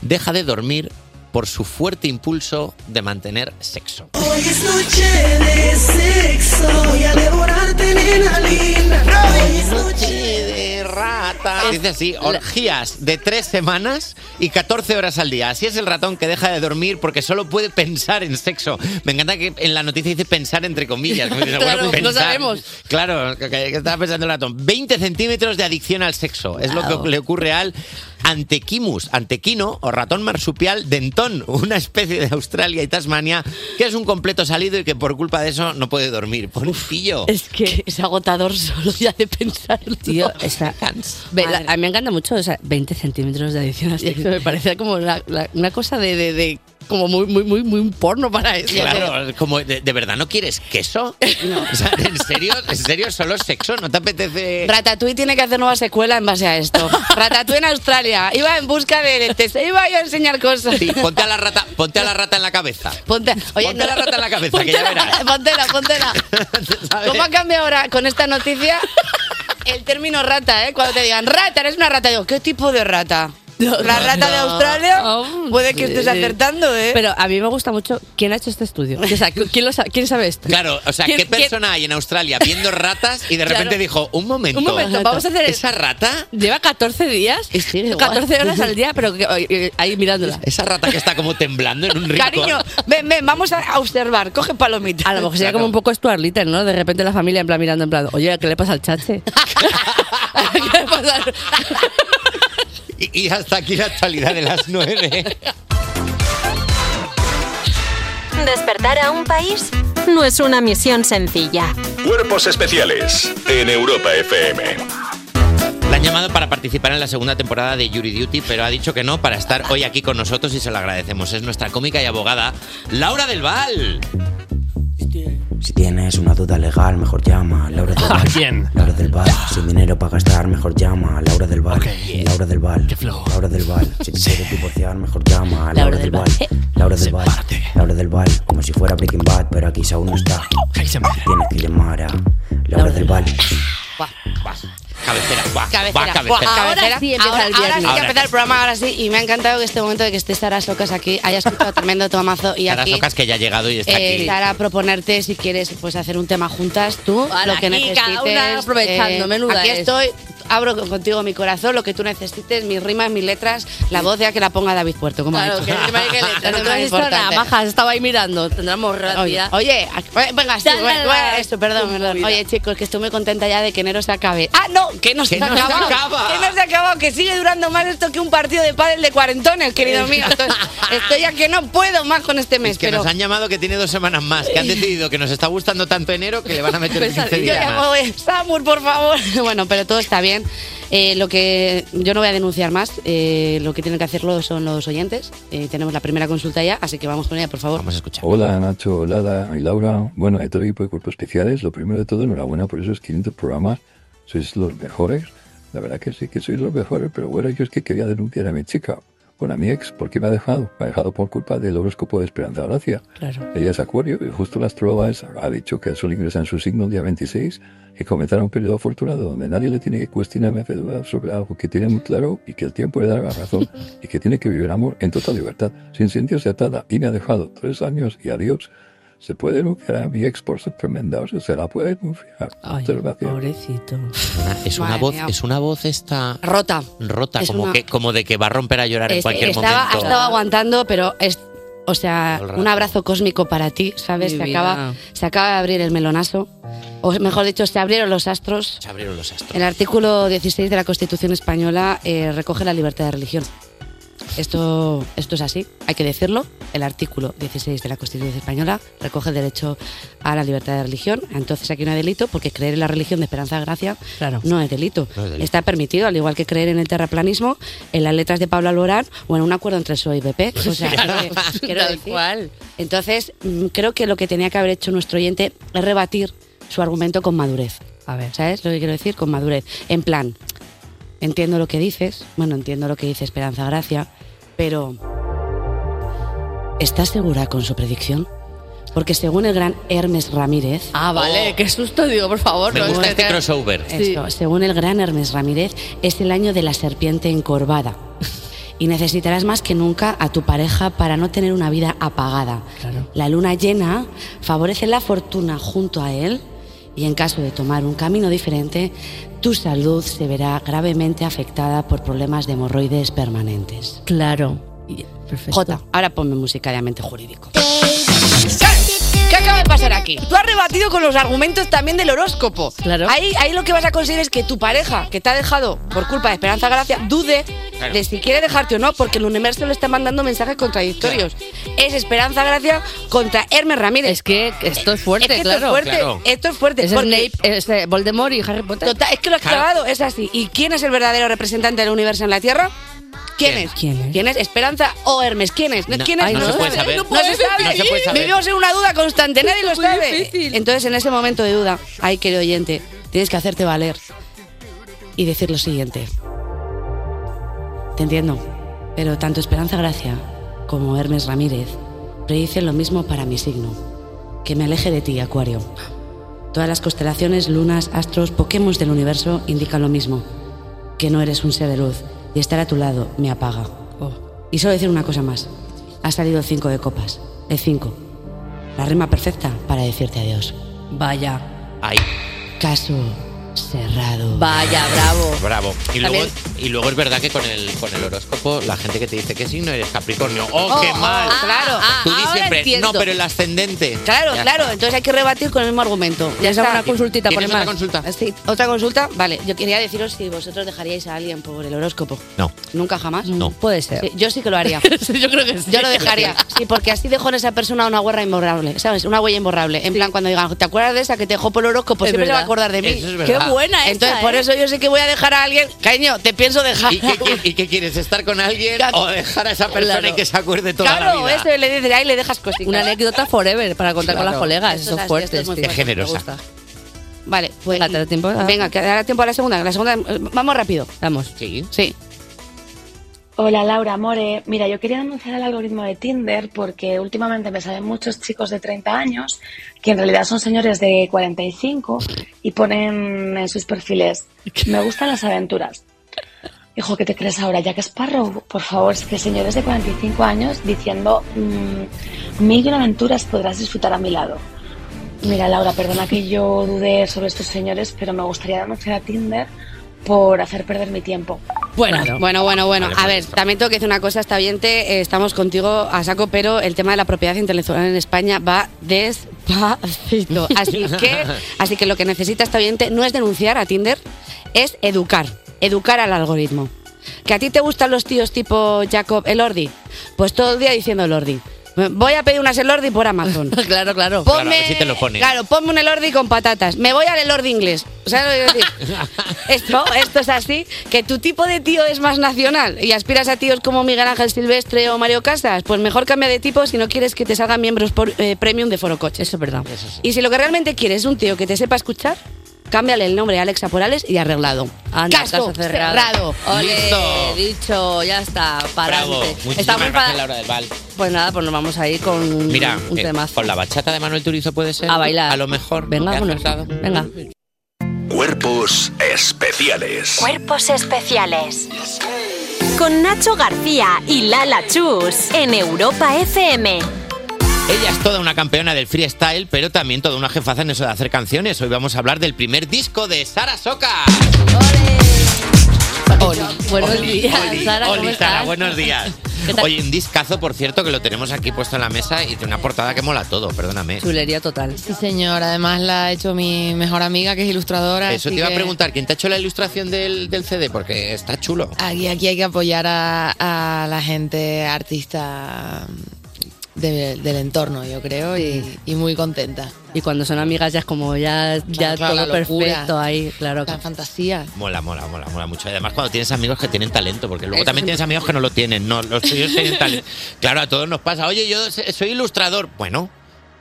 deja de dormir por su fuerte impulso de mantener sexo. Hoy es noche de sexo, voy a devorarte, nena linda. Hoy es noche de rata. Dice así, orgías de tres semanas y 14 horas al día. Así es el ratón que deja de dormir porque solo puede pensar en sexo. Me encanta que en la noticia dice pensar entre comillas. Me dice, <laughs> Claro, no pensar. sabemos. Claro, que, que estaba pensando el ratón. 20 centímetros de adicción al sexo. Es lo Wow. que le ocurre al antequimus, antequino o ratón marsupial dentón, una especie de Australia y Tasmania que es un completo salido y que por culpa de eso no puede dormir. Pobrecillo. Es que es agotador <laughs> solo ya de pensarlo. Tío, está- Ve, la- a mí me encanta mucho, o sea, 20 centímetros de adición al sexo, me parece como la- la- una cosa de, de- de- como muy, muy, muy, muy un porno para eso. Claro, es como de, de verdad no quieres <laughs> queso. O sea, ¿en serio? ¿En serio solo sexo? ¿No te apetece? Ratatouille tiene que hacer nueva secuela en base a <laughs> esto. Ratatouille en Australia. Iba en busca de... Te se iba yo a enseñar cosas. Sí, ponte a la rata, ponte a la rata en la cabeza. Ponte, oye, Ponte la rata en la cabeza, que ya verás. Póntela, <laughs> póntela. ¿Cómo ha cambiado ahora con esta noticia el término rata, eh? Cuando te digan rata, eres una rata, digo, ¿qué tipo de rata? ¿La rata de Australia? Puede que estés acertando, ¿eh? Oh, Pero a mí me gusta mucho quién ha hecho este estudio. O sea, ¿quién, lo sabe, quién sabe esto? Claro, o sea, ¿Quién- ¿qué quién- persona hay en Australia viendo ratas y de repente Claro. dijo, un momento, Un momento, vamos a hacer. esa rata, Lleva 14 días. 14 horas al día, pero que- eh, eh, ahí mirándola. esa rata que está como temblando en un rincón. Cariño, ven, ven, vamos a observar. Coge palomitas. A lo mejor sería como <laughs> un poco Stuart Little, ¿no? De repente la familia en plan mirando en plan, oye, ¿qué le pasa al chache? Y, y hasta aquí la actualidad de las nueve. Despertar a un país no es una misión sencilla. Cuerpos especiales en Europa FM. La han llamado para participar en la segunda temporada de Yuri Duty, pero ha dicho que no para estar hoy aquí con nosotros y se lo agradecemos. Es nuestra cómica y abogada, Laura del Val. Si tienes una duda legal, mejor llama a Laura del Val. quién? Laura del Val. Sin dinero para gastar, mejor llama a Laura del Val. Laura del Val. Laura del Val. Si te quieres divorciar, mejor llama a Laura, del Val. Eh. Laura del Val. Laura del Val. Como si fuera Breaking Bad, pero aquí aún no está. Tienes que llamar a Laura del Val. Cabecera, guau, Cabecera. guau, cabecera. Ahora sí empieza ahora, el Ahora sí viernes. que Ahora empieza el programa, ahora sí. Y me ha encantado que este momento de que esté Sara Socas aquí, haya escuchado tremendo tomazo y Sara aquí. Socas que ya ha llegado y está eh, aquí. Sara, proponerte si quieres pues hacer un tema juntas tú, Ahora, lo que aquí, necesites. eh, cada una aprovechando, menuda Aquí es. estoy, abro con- contigo mi corazón, lo que tú necesites, mis rimas, mis letras, la voz ya que la ponga David Puerto. Como Claro, ha dicho. que <laughs> rima y <laughs> que letras, no Lo te más has dicho nada, importante. maja, estaba ahí mirando, tendremos Oye, gracia. oye, a- venga, sí, Dale, bueno, dale, bueno, dale. esto, perdón, perdón. Oye, chicos, que estoy muy contenta ya de que enero se acabe. ¡Ah, no! ¡Que no se, Que no se acaba! acaba. ¡Que no se acaba! ¡Que sigue durando más esto que un partido de pádel de este cuarentones, Eh. querido mío! Entonces, estoy ya que no puedo más con este mes, Que pero... nos han llamado que tiene dos semanas más, que han decidido que nos está gustando tanto enero que le <laughs> van a meter 15 Pues Yo días ya más. me voy. Samur, por favor. <laughs> Bueno, pero todo está bien. Eh, lo que yo no voy a denunciar más. eh, lo que tienen que hacerlo son los oyentes. Eh, tenemos la primera consulta ya, así que vamos con ella, por favor. Vamos a escuchar. Hola Nacho, hola Ada y Laura. Bueno, a todo el equipo de Cuerpos Especiales, lo primero de todo, enhorabuena por esos 500 programas. Sois los mejores. La verdad que sí, que sois los mejores, pero bueno, yo es que quería denunciar a mi chica. Bueno, a mi ex, porque me ha dejado. Me ha dejado por culpa del horóscopo de Esperanza Gracia. Claro. Ella es Acuario y justo las trovas ha dicho que el sol ingresa en su signo el día 26 y comenzará un periodo afortunado donde nadie le tiene que cuestionar ni hacer dudas sobre algo que tiene muy claro y que el tiempo le dará la razón y que tiene que vivir amor en total libertad, sin sentirse atada. Y me ha dejado tres años y adiós. Se puede denunciar a mi ex por ser tremenda, o sea, se la puede denunciar. Muchas gracias. Pobrecito. Es una Madre voz, mía. es una voz esta Rota. rota, Es como una- que, como de que va a romper a llorar en Es- cualquier estaba, momento. Ha estado aguantando, pero es. O sea, Todo el rato. un abrazo cósmico para ti, ¿sabes? Mi Se vida. acaba, se acaba de abrir el melonazo. O mejor dicho, se abrieron los astros. Se abrieron los astros. El artículo 16 de la Constitución Española eh, recoge la libertad de religión. Esto, esto es así, hay que decirlo. El artículo 16 de la Constitución Española recoge el derecho a la libertad de religión. Entonces aquí no hay delito porque creer en la religión de Esperanza Gracia no es delito. No es delito. Está permitido, al igual que creer en el terraplanismo, en las letras de Pablo Alborán o en un acuerdo entre el PSOE y PP. Pues O sea, que- <laughs> quiero Tal decir. Entonces, mm, creo que lo que tenía que haber hecho nuestro oyente es rebatir su argumento con madurez. A ver. ¿Sabes lo que quiero decir? Con madurez. En plan, entiendo lo que dices, bueno, entiendo lo que dice Esperanza Gracia, pero ¿estás segura con su predicción? Porque según el gran Hermes Ramírez... Ah, vale, qué susto, digo, por favor. Me no, gusta es que- Oh. este crossover. Esto, según el gran Hermes Ramírez, es el año de la <laughs> serpiente encorvada. Y necesitarás más que nunca a tu pareja para no tener una vida apagada. La luna llena favorece la fortuna junto a él y en caso de tomar un camino diferente, tu salud se verá gravemente afectada por problemas de hemorroides permanentes. Claro. Pues Jota, ahora ponme música de ambiente jurídico. ¿Qué acaba de pasar aquí? Tú has rebatido con los argumentos también del horóscopo. Claro. Ahí, ahí lo que vas a conseguir es que tu pareja, que te ha dejado por culpa de Esperanza Gracia, dude Claro. de si quiere dejarte o no, porque el universo le está mandando mensajes contradictorios. Es Esperanza Gracia contra Hermes Ramírez. Es que esto es fuerte, esto claro. Es fuerte, Claro. Esto es fuerte. Es porque- Snape, es, eh, Voldemort y Harry Potter. Total, es que lo has Claro. clavado, es así. ¿Y quién es el verdadero representante del universo en la Tierra? ¿Quién, es? ¿Quién es? ¿Esperanza o Hermes? ¿Quién es? No, ¿Quién es? ay, no se puede sabe. saber. No, No se se sabe. puede saber. Vivimos en una duda constante, nadie lo Es <laughs> muy sabe. difícil. Entonces, en ese momento de duda, ay, querido oyente, tienes que hacerte valer y decir lo siguiente. Te entiendo, pero tanto Esperanza Gracia como Hermes Ramírez predicen lo mismo para mi signo. Que me aleje de ti, Acuario. Todas las constelaciones, lunas, astros, pokémons del universo indican lo mismo. Que no eres un ser de luz y estar a tu lado me apaga. Oh. Y solo decir una cosa más. Ha salido el 5 de copas. El 5. La rima perfecta para decirte adiós. Vaya. Ay, Caso cerrado. Vaya, bravo. Pues bravo. Y luego, También- y luego es verdad que con el, con el horóscopo, la gente que te dice que signo eres Capricornio. ¡Oh, qué Oh, mal! oh, claro. Tú dices ah, ahora siempre, entiendo. no, pero el ascendente. Claro, Ya claro, está. entonces hay que rebatir con el mismo argumento. Ya Ya está. está, una consultita por ¿Tienes otra demás. consulta? Sí, otra consulta, vale. Yo quería deciros si vosotros dejaríais a alguien por el horóscopo. No. Nunca jamás. No. Puede ser. yo sí que lo haría. yo creo que <laughs> sí. Yo lo <laughs> dejaría. Sí, porque así dejo en esa persona una huella imborrable, ¿sabes? Una huella imborrable. En plan, cuando digan, ¿te acuerdas de esa que te dejó por el horóscopo? Es Pues Siempre se va a verdad. acordar de mí. Eso es verdad. Qué buena esta, Entonces, ¿eh? por eso yo sé que voy a dejar a alguien. Caño, te pienso dejar. ¿Y qué, qui- y qué quieres? ¿Estar con alguien o dejar a esa persona Claro. y que se acuerde toda la Claro, vida? este eso le dices, ahí le dejas cositas. Una anécdota forever para contar con Claro. las colegas. Eso Eso es es así, fuerte. esto es muy tío. fuerte. Me gusta. Vale, pues. Venga, que dará tiempo a la segunda. La segunda, eh, vamos rápido. Vamos. Sí. Sí. Hola Laura More, mira, yo quería denunciar el algoritmo de Tinder porque últimamente me salen muchos chicos de 30 años que en realidad son señores de 45 y ponen en sus perfiles, me gustan las aventuras. Hijo, ¿qué te crees ahora? Jack Sparrow, por favor, es que señores de 45 años diciendo mm, mil y una aventuras podrás disfrutar a mi lado. Mira Laura, perdona que yo dude sobre estos señores, pero me gustaría denunciar a Tinder por hacer perder mi tiempo. Bueno, bueno, bueno, bueno. A ver, también tengo que decir una cosa, está oyente, eh, estamos contigo a saco, pero el tema de la propiedad intelectual en España va <laughs> despacito. Así que, así que lo que necesita esta oyente no es denunciar a Tinder, es educar, educar al algoritmo. ¿Que a ti te gustan los tíos tipo Jacob Elordi? Pues todo el día diciendo Elordi. Voy a pedir unas Elordi por Amazon. claro, claro. <laughs> Claro, a ver si te lo ponen. Claro, ponme un Elordi con patatas. Me voy al Elordi inglés. O sea, lo que quiero decir? <laughs> esto, esto es así, que tu tipo de tío es más nacional y aspiras a tíos como Miguel Ángel Silvestre o Mario Casas, pues mejor cambia de tipo si no quieres que te salgan miembros por, eh, premium de Foro Coche. Eso es verdad. Y si lo que realmente quieres es un tío que te sepa escuchar, cámbiale el nombre a Alexa Porales y arreglado. Anda, Caso caso cerrado. cerrado. Ole, Listo. dicho, ya está. Para Bravo. Está muy Oh, Muchísimas pa- gracias, Laura del Val. Pues nada, pues nos vamos a ir con Mira, un eh, tema. con la bachata de Manuel Turizo puede ser. A bailar. A lo mejor. Venga, bueno, venga. Cuerpos especiales. Cuerpos especiales. Con Nacho García y Lala Chus en Europa FM. Ella es toda una campeona del freestyle, pero también toda una jefaza en eso de hacer canciones. Hoy vamos a hablar del primer disco de Sara Soca. Buenos días, Oli, Sara, ¿cómo Oli, estás? Sara, buenos días. <laughs> ¿Qué tal? Oye, un discazo, por cierto, que lo tenemos aquí puesto en la mesa y tiene una portada que mola todo, perdóname. Chulería total. Sí, señor. Además la ha hecho mi mejor amiga, que es ilustradora. Eso así te iba a que preguntar, ¿quién te ha hecho la ilustración del, del CD? Porque está chulo. Aquí, aquí hay que apoyar a, a la gente artista de- del entorno, yo creo, y, y muy contenta. Y cuando son amigas ya es como ya, ya todo claro, la locura. perfecto ahí, claro. La <laughs> fantasía. Mola, mola, mola, mola mucho. Además, cuando tienes amigos que tienen talento, porque luego Eso también siempre- tienes amigos que no lo tienen. No, los <laughs> tuyos tienen talento. Claro, a todos nos pasa. Oye, yo se- soy ilustrador. Bueno,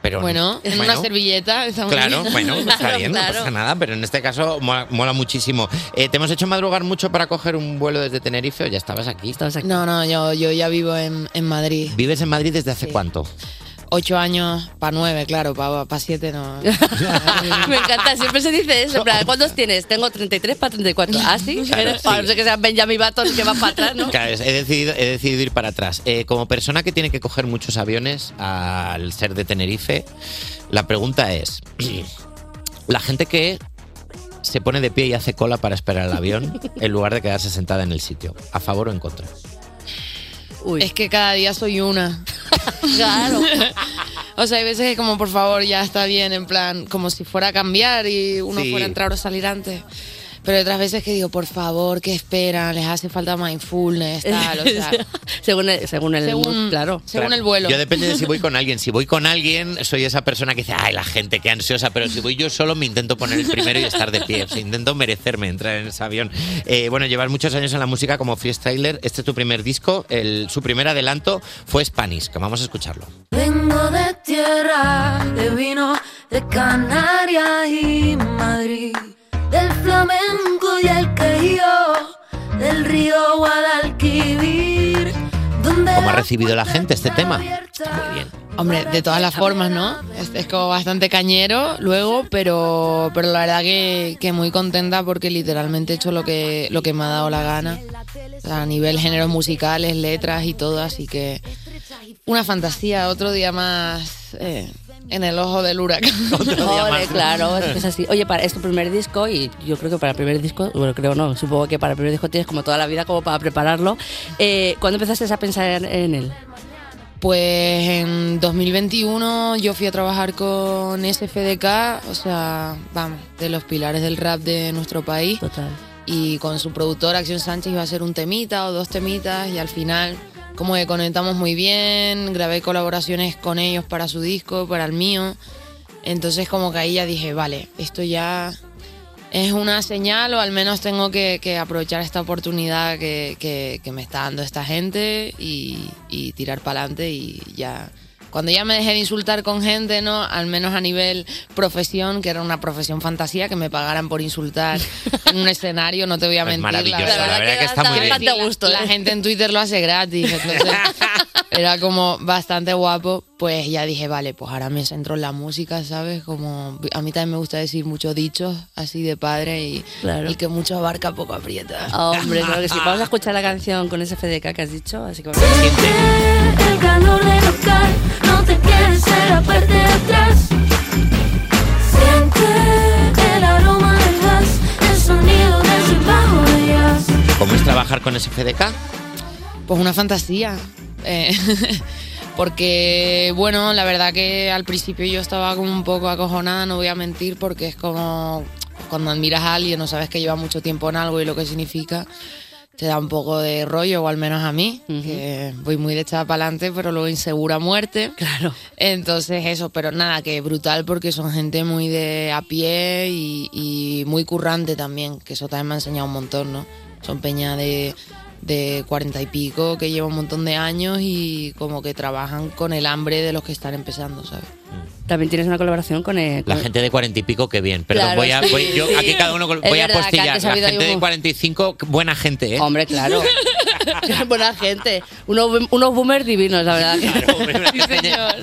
pero. Bueno, en una servilleta. está muy Claro, bien. bueno, pues está <laughs> bien, no pasa nada, pero en este caso mola, mola muchísimo. Eh, ¿Te hemos hecho madrugar mucho para coger un vuelo desde Tenerife o ya estabas aquí? No, no, yo, yo ya vivo en, en Madrid. ¿Vives en Madrid desde hace cuánto? Ocho años para nueve, claro, para siete no. Me encanta, siempre se dice eso. en <laughs> plan, ¿Cuántos tienes? Tengo 33 para 34. ¿Ah, sí? Claro, Eres- sí. A no ser que seas Benjamin Button que va para atrás, ¿no? Claro, es- he decidido, he decidido ir para atrás. Eh, como persona que tiene que coger muchos aviones al ser de Tenerife, la pregunta es, <clears throat> la gente que se pone de pie y hace cola para esperar el avión en lugar de quedarse sentada en el sitio, ¿a favor o en contra? Es que cada día soy una. <laughs> Claro. <laughs> o sea, hay veces que como por favor ya está bien, en plan, como si fuera a cambiar y uno Sí. fuera a entrar o salir antes. Pero hay otras veces que digo, por favor, que esperan, les hace falta mindfulness, tal, o sea. <laughs> según el, según el Según- claro. Claro, Yo depende de si <laughs> voy con alguien. Si voy con alguien, soy esa persona que dice, ay, la gente, qué ansiosa. Pero si voy yo solo, me intento poner el primero y estar de pie. O sea, intento merecerme entrar en ese avión. Eh, bueno, llevas muchos años en la música como freestyler. Este es tu primer disco. El- su primer adelanto fue Spanish, que vamos a escucharlo. Vengo de tierra, de vino, de Canarias y Madrid, del flamenco y el quejío, del río Guadalquivir, donde ¿Cómo ha recibido la gente este tema? Hombre, de todas las formas, ¿no? Es, es como bastante cañero luego, pero, pero la verdad que, que muy contenta porque literalmente he hecho lo que, lo que me ha dado la gana. O sea, a nivel géneros musicales, letras y todo, así que una fantasía, otro día más eh, en el ojo del huracán. Ole, claro, es que es así. Oye, para, es tu primer disco y yo creo que para el primer disco, bueno, creo no, supongo que para el primer disco tienes como toda la vida como para prepararlo. Eh, ¿Cuándo empezaste a pensar en él? Pues en 2021 yo fui a trabajar con SFDK, o sea, vamos, de los pilares del rap de nuestro país. Total. Y con su productora Acción Sánchez iba a ser un temita o dos temitas y al final como que conectamos muy bien, grabé colaboraciones con ellos para su disco, para el mío. Entonces como que ahí ya dije, vale, esto ya es una señal o al menos tengo que, que aprovechar esta oportunidad que, que- que me está dando esta gente y, y tirar para adelante y ya... Cuando ya me dejé de insultar con gente, ¿no? Al menos a nivel profesión, que era una profesión fantasía, que me pagaran por insultar en un escenario, no te voy a Es mentir. maravilloso, la verdad que está muy bien. La- la gente en Twitter lo hace gratis, entonces era como bastante guapo, pues ya dije, vale, pues ahora me centro en la música, ¿sabes? Como a mí también me gusta decir muchos dichos así de padre y Claro. Ah, el que mucho abarca poco aprieta. Hombre, claro que sí. Vamos a escuchar la canción con ese FDK que has dicho, así que vamos. El calor de local, no te quedes en la parte de atrás. Siente el aroma del gas, el sonido de su bajo de jazz. ¿Cómo es trabajar con SFDK? Pues una fantasía. Eh, <laughs> porque, bueno, la verdad que al principio yo estaba como un poco acojonada, no voy a mentir, porque es como cuando admiras a alguien o sabes que lleva mucho tiempo en algo y lo que significa, te da un poco de rollo, o al menos a mí, que voy muy de echada para adelante, pero luego insegura a muerte. Claro. Entonces eso, pero nada, que brutal porque son gente muy de a pie y, y muy currante también, que eso también me ha enseñado un montón, ¿no? Son peña de de cuarenta y pico que lleva un montón de años y como que trabajan con el hambre de los que están empezando, ¿sabes? También tienes una colaboración con el. La gente de cuarenta y pico, qué bien. Perdón, Claro, voy a. sí, voy- yo sí. <laughs> aquí cada uno col- Es voy a verdad, que apostillar. antes ha La habido gente ahí de un- 45, buena gente, ¿eh? Hombre, claro. <laughs> Buena gente. Unos, unos boomers divinos, la verdad.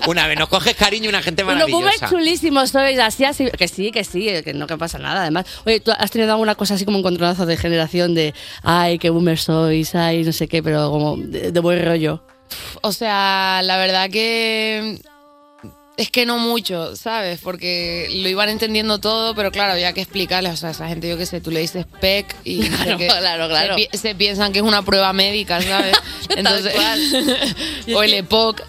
<laughs> Una vez nos coges cariño, y una gente Unos boomers maravillosa. chulísimos sois, así, así. Que sí, que sí, que no que pasa nada. Además, oye, ¿tú has tenido alguna cosa así como un controlazo de generación de, ay, qué boomer sois, ay, no sé qué, pero como de, de buen rollo? O sea, la verdad que es que no mucho, ¿sabes? Porque lo iban entendiendo todo, pero claro, había que explicarles. O sea, esa gente, yo qué sé, tú le dices PEC <laughs> y no sé Claro, qué. claro, claro. Se, pi- se piensan que es una prueba <laughs> médica, ¿sabes? <laughs> Entonces, o el EPOC,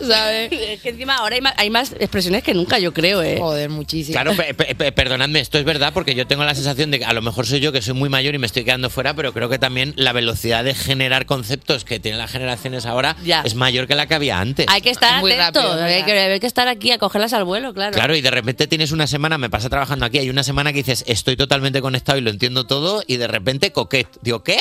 <laughs> ¿sabes? Es que encima ahora hay más, hay más expresiones que nunca, yo creo, ¿eh? Joder, muchísimo. Claro, pe- pe- pe- perdonadme, esto es verdad porque yo tengo la sensación de que a lo mejor soy yo que soy muy mayor y me estoy quedando fuera, pero creo que también la velocidad de generar conceptos que tienen las generaciones ahora Ya. es mayor que la que había antes. Hay que estar Muy atentos, rápido, hay, ¿verdad? que, hay que estar aquí a cogerlas al vuelo, claro. Claro, y de repente tienes una semana, me pasa trabajando aquí, hay una semana que dices, estoy totalmente conectado y lo entiendo todo, y de repente coquet. Digo, ¿qué?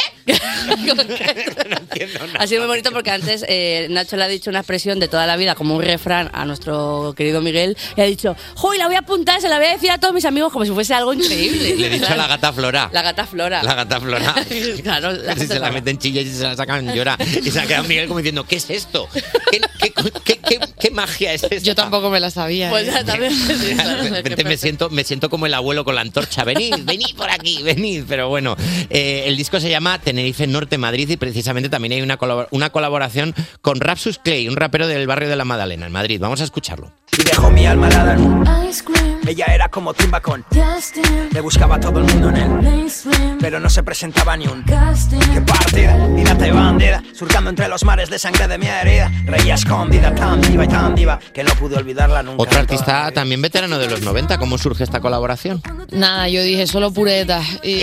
Ha sido muy bonito porque antes eh, Nacho le ha dicho una expresión de toda la vida, como un refrán a nuestro querido Miguel, y ha dicho, ¡Uy, la voy a apuntar, se la voy a decir a todos mis amigos como si fuese algo increíble! Le he dicho a la gata Flora. La gata flora. La gata Flora. <laughs> claro, la gata si se la flora. meten chillas y se la sacan llora. Y se ha quedado Miguel como diciendo, ¿qué es esto? ¿Qué, qué- qué- qué- qué magia es esta? Yo tampoco me la sabía. Pues ¿eh? ya también. <laughs> O sea, de repente me siento, me siento como el abuelo con la antorcha. Venid, venid por aquí, venid. Pero bueno, eh, el disco se llama Tenerife Norte Madrid y precisamente también hay una, colabor- una colaboración con Rapsus Clay, un rapero del barrio de la Madalena, en Madrid. Vamos a escucharlo. Y dejó mi alma al Adán. Ice cream, Ella era como Timba con. Justin, Le buscaba a todo el mundo en él. mainstream, Pero no se presentaba ni un. casting. ¡Qué <laughs> partida! Pirata y bandida. Surcando entre los mares de sangre de mi herida. Reía escondida, tan diva y tan diva. Que no pude olvidarla nunca. Otro eh. artista también veterano de los 90. ¿Cómo surge esta colaboración? Nada, yo dije solo puretas. Y...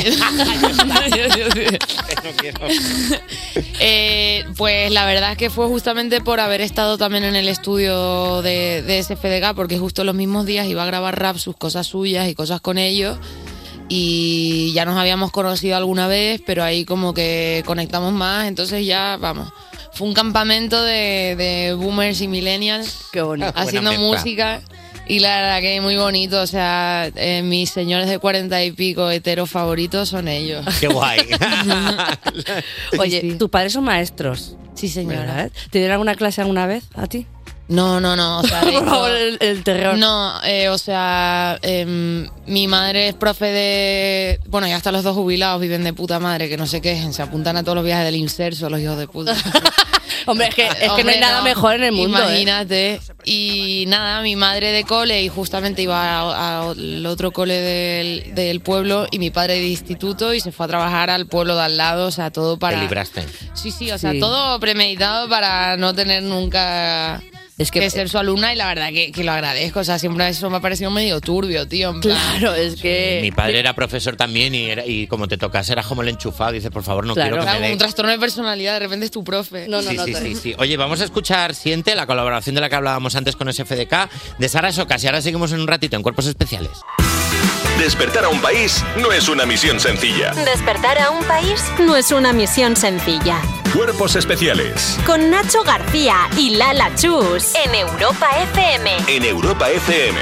Eh, pues la verdad es que fue justamente por haber estado también en el estudio de, de SFDK, porque justo los mismos días iba a grabar rap, sus cosas suyas y cosas con ellos. Y ya nos habíamos conocido alguna vez, pero ahí como que conectamos más, entonces ya vamos. Fue un campamento de, de boomers y millennials haciendo Buena mezcla. música. Y la verdad que muy bonito, o sea, eh, mis señores de cuarenta y pico heteros favoritos son ellos. ¡Qué <laughs> guay! Oye, tus padres son maestros. Sí, señora. ¿Te dieron alguna clase alguna vez a ti? No, no, no. <laughs> O sea, de Por hecho- favor, el, el terror. No, eh, o sea, em, mi madre es profe de. Bueno, ya hasta los dos jubilados viven de puta madre, que no sé qué, se apuntan a todos los viajes del inserso, los hijos de puta. Hombre, es que, es que no hay nada mejor en el mundo. ¿eh? Imagínate. Y nada, mi madre de cole y justamente iba al otro cole del, del pueblo y mi padre de instituto y se fue a trabajar al pueblo de al lado, o sea, todo Te para. libraste. Sí, sí, o sea, Sí. todo premeditado para no tener nunca Es que, que ser su alumna y la verdad que, que lo agradezco. O sea, siempre eso me ha parecido medio turbio, tío. claro, es que. Mi padre era profesor también y, era- y como te tocas, eras como el enchufado. Dices, por favor, no claro, quiero que me Claro, den. un trastorno de personalidad, de repente es tu profe. No, sí, sí, sí, sí. Oye, vamos a escuchar Siente, la colaboración de la que hablábamos antes con SFDK, de Sara Socas. Y ahora seguimos en un ratito en Cuerpos Especiales. Despertar a un país no es una misión sencilla. Despertar a un país no es una misión sencilla. Cuerpos especiales Con Nacho García y Lala Chus en Europa FM. en Europa FM.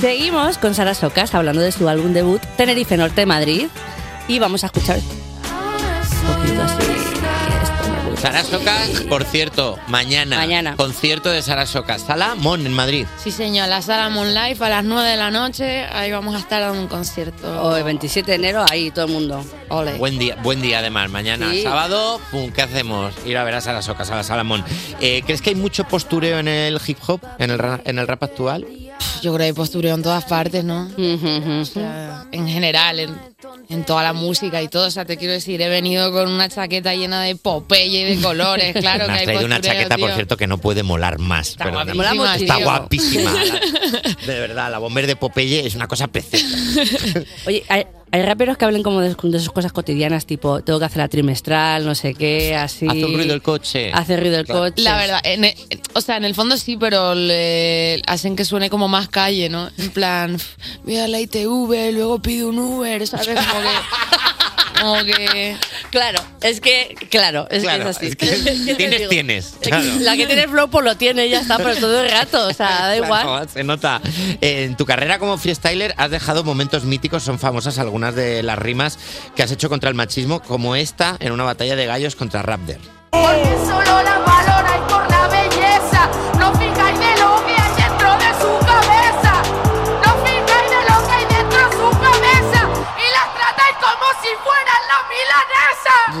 Seguimos con Sara Socas hablando de su álbum debut Tenerife Norte Madrid y vamos a escuchar Sara Socas, por cierto, mañana, Mañana. concierto de Sara Socas. Sala Mon en Madrid. Sí, señor, la sala Mon Life a las 9 de la noche. Ahí vamos a estar dando un concierto. o el 27 de enero ahí todo el mundo. Ole. Buen día, buen día además. Mañana, Sí. sábado, pum, ¿qué hacemos? Ir a ver a Sara Socas, a la Sala Mon. Eh, ¿Crees que hay mucho postureo en el hip hop, en el, ra- en el rap actual? Yo creo que hay postureo en todas partes, ¿no? O sea, en general, en, en toda la música y todo. O sea, te quiero decir, he venido con una chaqueta lleena de Popeye y <laughs> de colores. Claro Me que has hay traído postureo, una chaqueta, tío. por cierto, que no puede molar más. Está guapísima, Mola mucho, Está tío. guapísima. De verdad, la bomber de Popeye es una cosa preciosa. <laughs> Oye, hay, hay raperos que hablan como de, de sus cosas cotidianas, tipo tengo que hacer la trimestral, no sé qué, así. Hace un ruido <laughs> el coche. Hace ruido el Claro. coche. La verdad, en e- o sea, en el fondo sí, pero le hacen que suene como más calle, ¿no? En plan, "F, voy a la ITV, luego pido un Uber, ¿sabes? Como que... Como que... Claro, es que, claro, es Claro, que es así. es que <laughs> ¿Qué te tienes, digo? tienes. claro. <laughs> La que tiene flow pues lo tiene, ya está, por todo el rato, o sea, da igual. Claro, se nota. En tu carrera como freestyler has dejado momentos míticos, son famosas algunas de las rimas que has hecho contra el machismo, como esta en una batalla de gallos contra Raptor. Porque solo la valoráis por la belleza. No fijáis de lo que hay dentro de su cabeza. No fijáis de lo que hay dentro de su cabeza. Y las tratáis como si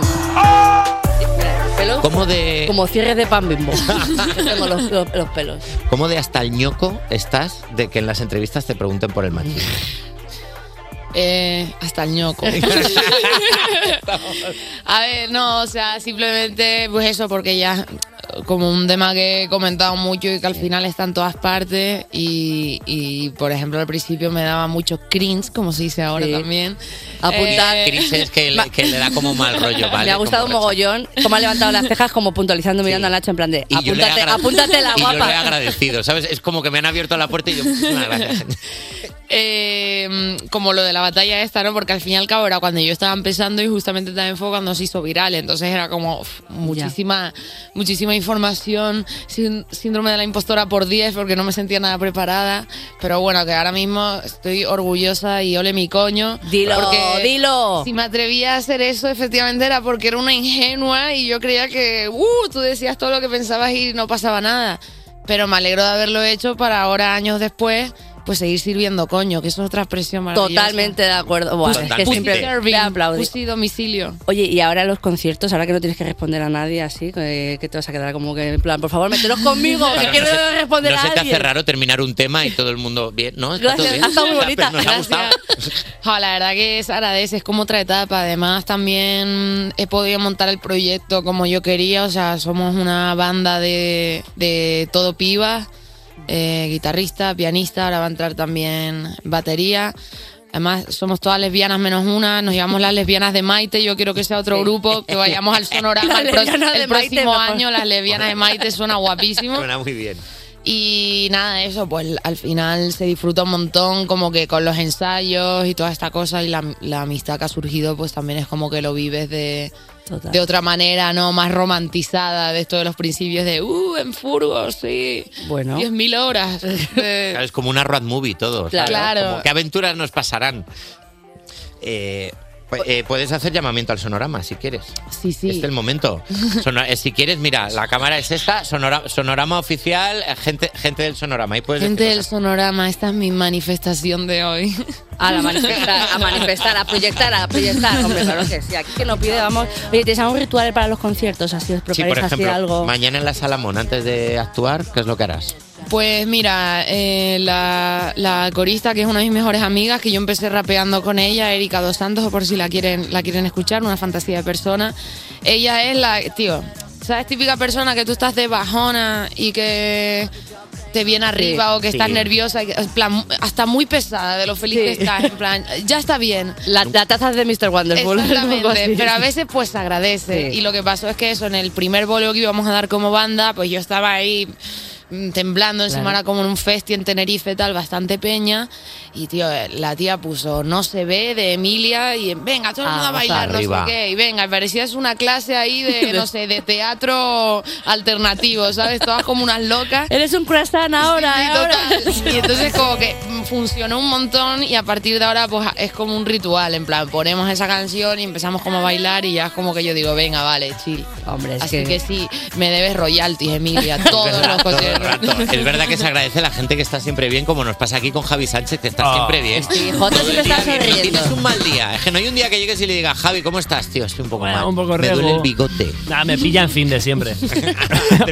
fueran las milanesas. Pelos Como de- Como cierres de pan <laughs> bimbo. Yo tengo los, los- los pelos. ¿Cómo de hasta el ñoco estás de que en las entrevistas te pregunten por el machismo? Eh, hasta el ñoco. <laughs> a ver, no, o sea, simplemente, pues eso, porque ya, como un tema que he comentado mucho y que al final está en todas partes, y, y, por ejemplo, al principio me daba mucho cringe, como se dice ahora Sí. también. <laughs> Apunta. Eh, Cris es que le, que <laughs> le da como mal rollo, ¿vale? Me ha gustado un Como- mogollón cómo ha levantado las cejas, como puntualizando, mirando a Nacho en plan de Y yo le he apúntate, agra- apúntate la y yo le he guapa. agradecido, ¿sabes? Es como que me han abierto la puerta y yo, "Muchísimas <laughs> gracias". eh, como lo de la batalla esta, ¿no? Porque al fin y al cabo era cuando yo estaba empezando y justamente también fue cuando se hizo viral. Entonces era como uf, muchísima, muchísima información, sin- síndrome de la impostora por 10 porque no me sentía nada preparada. Pero bueno, que ahora mismo estoy orgullosa y ole mi coño. Dilo, porque dilo. Si me atrevía a hacer eso, efectivamente era porque era una ingenua y yo creía que uh, tú decías todo lo que pensabas y no pasaba nada. Pero me alegro de haberlo hecho para ahora, años después, pues seguir sirviendo coño, que eso es otra expresión maravillosa. Totalmente de acuerdo. Buah, es que Pussy siempre serving, te aplaudo. pussy domicilio. Oye, y ahora los conciertos, ahora que no tienes que responder a nadie así, que, que te vas a quedar como que en plan, por favor, meteros conmigo, que Claro, quiero no se- responder no a se te alguien. hace raro terminar un tema y todo el mundo bien, ¿no? Está todo Gracias, bien. ha estado muy Ya, bonita. pero nos ha gustado. Ja, Ah, la verdad que se agradece, es como otra etapa. Además, también he podido montar el proyecto como yo quería. O sea, somos una banda de, de todo pibas, eh, guitarrista, pianista, ahora va a entrar también batería. Además, somos todas lesbianas menos una, nos llamamos las lesbianas de Maite, yo quiero que sea otro grupo, que <laughs> vayamos al Sonorama Las el, pro- lesbianas de el Maite, próximo mejor. año, <laughs> las lesbianas de Maite suena guapísimo. Suena muy bien. Y nada, eso, pues al final se disfruta un montón, como que con los ensayos y toda esta cosa y la, la amistad que ha surgido, pues también es como que lo vives de, Total. de otra manera, ¿no? Más romantizada de esto de los principios de, uh, en furgo, sí. Bueno. 10.000 <laughs> horas. Eh, Claro, es como una road movie todo. ¿sabes? Claro. Como, ¿Qué aventuras nos pasarán? Eh, pu- eh, puedes hacer llamamiento al sonorama si quieres. Sí, sí. Este es el momento. Sono- eh, si quieres, mira, la cámara es esta, sonora- sonorama oficial, eh, gente, gente del sonorama. Ahí puedes gente decir- del sonorama, esta es mi manifestación de hoy. A la manifestar, a manifestar, a proyectar, a proyectar. Hombre, claro que sí, aquí que no pide, vamos. Oye, ¿tienes algún ritual para los conciertos? ¿Así os Sí, preparáis por así ejemplo, algo? mañana en la Salamón, antes de actuar, ¿qué es lo que harás? Pues mira, eh, la, la corista, que es una de mis mejores amigas, que yo empecé rapeando con ella, Erika Dos Santos, por si la quieren, la quieren escuchar, una fantasía de persona. Ella es la, tío, ¿Sabes? Típica persona que tú estás de bajona y que te viene arriba o que estás sí. nerviosa, que- en plan, hasta muy pesada de lo feliz que Sí. estás, en plan, ya está bien. La, la taza de Mr. Wonderful. Exactamente, pero a <laughs> veces pues se agradece. Sí. Y lo que pasó es que eso, en el primer boleo que íbamos a dar como banda, pues yo estaba ahí mm, temblando en Claro. semana como en un festi en Tenerife tal, bastante peña. Y tío, eh, la tía puso No se ve de Emilia y venga, todo el mundo Ah, a bailar, arriba. no sé qué. Y venga, parecías una clase <laughs> ahí de, no sé, de teatro alternativo, ¿sabes? Todas como unas locas. Eres un croissant ahora, Sí, ¿eh? total. Y entonces como que mm, funcionó un montón y a partir de ahora pues es como un ritual, en plan, ponemos esa canción y empezamos como a bailar y ya es como que yo digo, venga, vale, chill. Hombre, Así que- que... sí, me debes royalties, <laughs> Emilia, todos los Todo el conciertos. rato. Es verdad que se agradece la gente que está siempre bien, como nos pasa aquí con Javi Sánchez, que está siempre bien. Sí, Jota Todo el siempre día está bien. No sonriendo. Tienes un mal día. Es que no hay un día que llegues y le digas, Javi, ¿cómo estás, tío? Estoy un poco mal. Ah, un poco Me duele rego. el bigote. Nada, me pillan fin de <laughs> siempre. <laughs>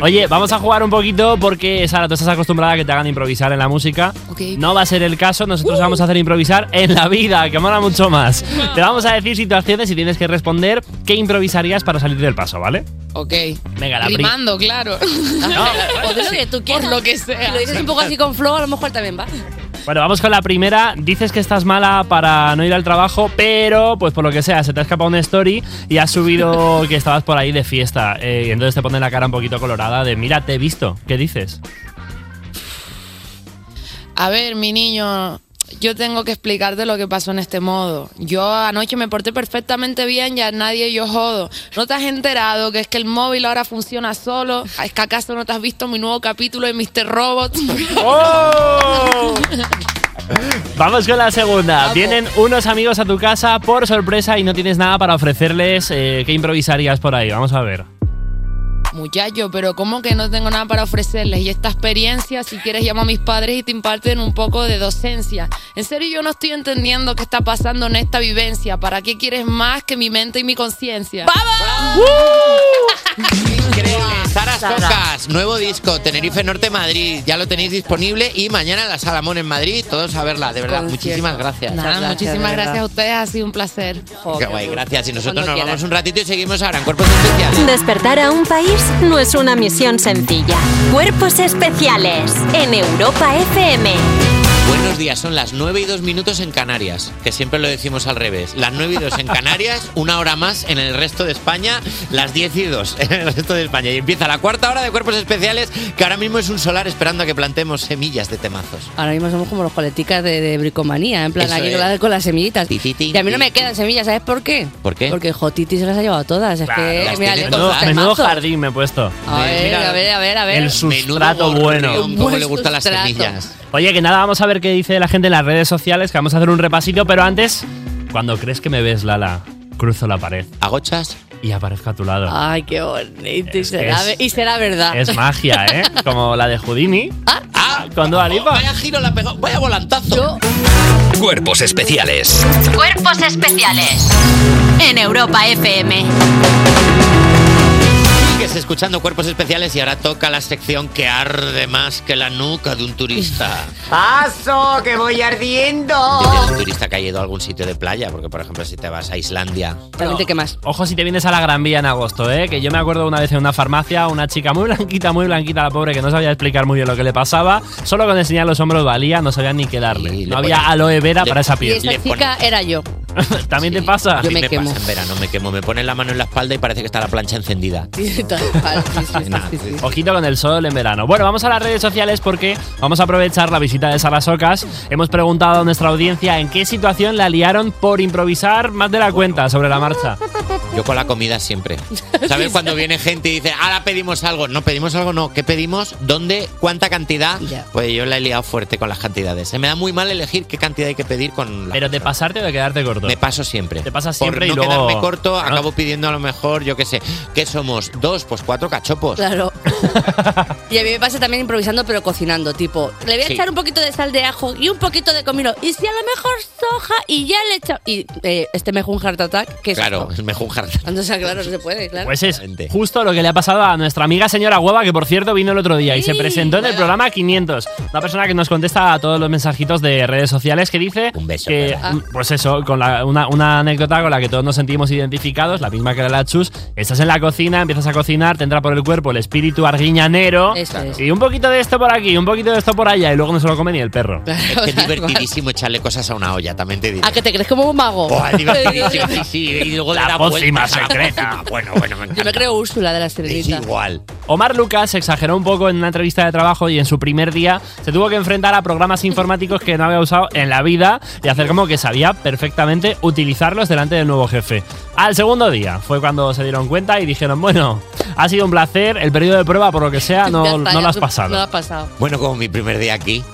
Oye, vamos a jugar un poquito porque, Sara, tú estás acostumbrada a que te hagan improvisar en la música. No va a ser el caso, nosotros vamos a hacer improvisar en la vida, que mola mucho más. Te vamos a decir situaciones y tienes que responder qué improvisarías para salir del paso, ¿vale? Ok. Venga, la pri- Rimando, claro. <laughs> Por lo que tú quieras. lo que sea. Si lo dices un poco así con flow, a lo mejor también va. Bueno, vamos con la primera. Dices que estás mala para no ir al trabajo, pero pues por lo que sea, se te ha escapado una story y has subido <laughs> que estabas por ahí de fiesta. Eh, y entonces te pone la cara un poquito colorada de, mira, te he visto. ¿Qué dices? A ver, mi niño, yo tengo que explicarte lo que pasó en este modo. Yo anoche me porté perfectamente bien y a nadie yo jodo. ¿No te has enterado que es que el móvil ahora funciona solo? ¿Es que acaso no te has visto mi nuevo capítulo de Mr. Robot? Vamos con la segunda. Vienen unos amigos a tu casa por sorpresa y no tienes nada para ofrecerles. eh, ¿Qué improvisarías por ahí? Vamos a ver. <laughs> Muchacho, pero ¿cómo que no tengo nada para ofrecerles? Y esta experiencia, si quieres, llama a mis padres y te imparten un poco de docencia. En serio, yo no estoy entendiendo qué está pasando en esta vivencia. ¿Para qué quieres más que mi mente y mi conciencia? ¡Vamos! Sara Socas, nuevo disco, Tenerife Norte Madrid. Ya lo tenéis disponible y mañana en la Salamón en Madrid. Todos a verla, de verdad. Muchísimas gracias. Nada, muchísimas gracias a ustedes, ha sido un placer. Qué guay, gracias. Y nosotros Cuando nos quieras. vamos un ratito y seguimos ahora en Cuerpos Especiales. Despertar a un país no es una misión sencilla. Cuerpos especiales en Europa FM. Buenos días, son las 9 y 2 minutos en Canarias, que siempre lo decimos al revés. Las 9 y 2 en Canarias, una hora más en el resto de España, las 10 y 2 en el resto de España. Y empieza la cuarta hora de cuerpos especiales, que ahora mismo es un solar esperando a que plantemos semillas de temazos. Ahora mismo somos como los coleticas de, de bricomanía, en plan Eso aquí es. con, la- con las semillitas. y a mí no me quedan semillas, ¿sabes por qué? ¿Por qué? Porque Jotiti se las ha llevado todas. Es que, Las Eh, mira, tiene le- menudo, temazo. menudo jardín me he puesto. A ver, a ver, a ver, a ver. El sustrato bueno. Buen sustrato. Oye, que nada, vamos a ver qué dice la gente en las redes sociales, que vamos a hacer un repasito, pero antes, cuando crees que me ves, Lala, cruzo la pared. ¿Agochas? Y aparezco a tu lado. Ay, qué bonito. Y será, es- y será verdad. Es magia, ¿eh? Como la de Houdini. Ah, con Dua Lipa. Vaya giro la pegó, vaya volantazo. Cuerpos especiales. Cuerpos especiales en Europa FM. Sigues escuchando cuerpos especiales y ahora toca la sección que arde más que la nuca de un turista. <laughs> ¡Paso! ¡Que voy ardiendo! Un turista que ha ido a algún sitio de playa, porque por ejemplo si te vas a Islandia, También te quemas. Ojo si te vienes a la Gran Vía en agosto, ¿eh? Que yo me acuerdo una vez en una farmacia, una chica muy blanquita, muy blanquita, la pobre, que no sabía explicar muy bien lo que le pasaba. Solo con enseñar los hombros valía, no sabía ni qué darle. no había ponen- aloe vera le- para esa Y piel. esa chica era yo. También te pasa. A mí pasa en verano, me quemo. Me ponen la mano en la espalda y parece que está la plancha encendida. Ojito con el sol en verano. Bueno, vamos a las redes sociales porque vamos a aprovechar la visita de Sara Socas. Hemos preguntado a nuestra audiencia en qué situación la liaron por improvisar más de la cuenta sobre la marcha. Yo con la comida siempre. ¿Sabes cuando viene gente y dice, ahora pedimos algo? No, pedimos algo, no. ¿Qué pedimos? ¿Dónde? ¿Cuánta cantidad? Pues yo la he liado fuerte con las cantidades. ¿eh? Se me da muy mal elegir qué cantidad hay que pedir con la... Pero de pasarte o de quedarte corto. Me paso siempre. Te pasas siempre Por no y luego. Ah. quedarme corto, acabo pidiendo a lo mejor, yo qué sé, ¿qué somos? ¿Dos? Pues cuatro cachopos. <laughs> Claro. Y a mí me pasa también improvisando, pero cocinando. Tipo, le voy a Sí. echar un poquito de sal de ajo y un poquito de comino. Y si a lo mejor soja y ya le he echado. Y eh, este me un heart attack, que es. Claro, es mejor O sea, claro, no se puede, claro. Pues es justo lo que le ha pasado a nuestra amiga señora Hueva, que por cierto vino el otro día y se presentó en el programa 500. Una persona que nos contesta a todos los mensajitos de redes sociales que dice que, Hueva. pues eso, con la la- una, una anécdota con la que todos nos sentimos identificados, la misma que la de la Chus. Estás en la cocina, empiezas a cocinar, te entra por el cuerpo el espíritu arguiñanero. Y un poquito de esto por aquí, un poquito de esto por allá, y luego no se lo come ni el perro. Es que es divertidísimo echarle cosas a una olla, también te Ah. diré. ¿A que te crees como un mago? <laughs> Buah, es divertidísimo, sí, sí, y luego La dar la pócima vuelta. secreta. <laughs> Bueno, bueno, me encanta. Yo me creo Úrsula de la Sirenita. Igual. Omar Lucas exageró un poco en una entrevista de trabajo y en su primer día se tuvo que enfrentar a programas informáticos que no había usado en la vida y hacer como que sabía perfectamente utilizarlos delante del nuevo jefe. Al segundo día fue cuando se dieron cuenta y dijeron, bueno, ha sido un placer, el periodo de prueba por lo que <laughs> sea Ya no, está, no ya lo has tú- pasado. No lo has pasado. Bueno, como <laughs> mi primer <laughs> día aquí.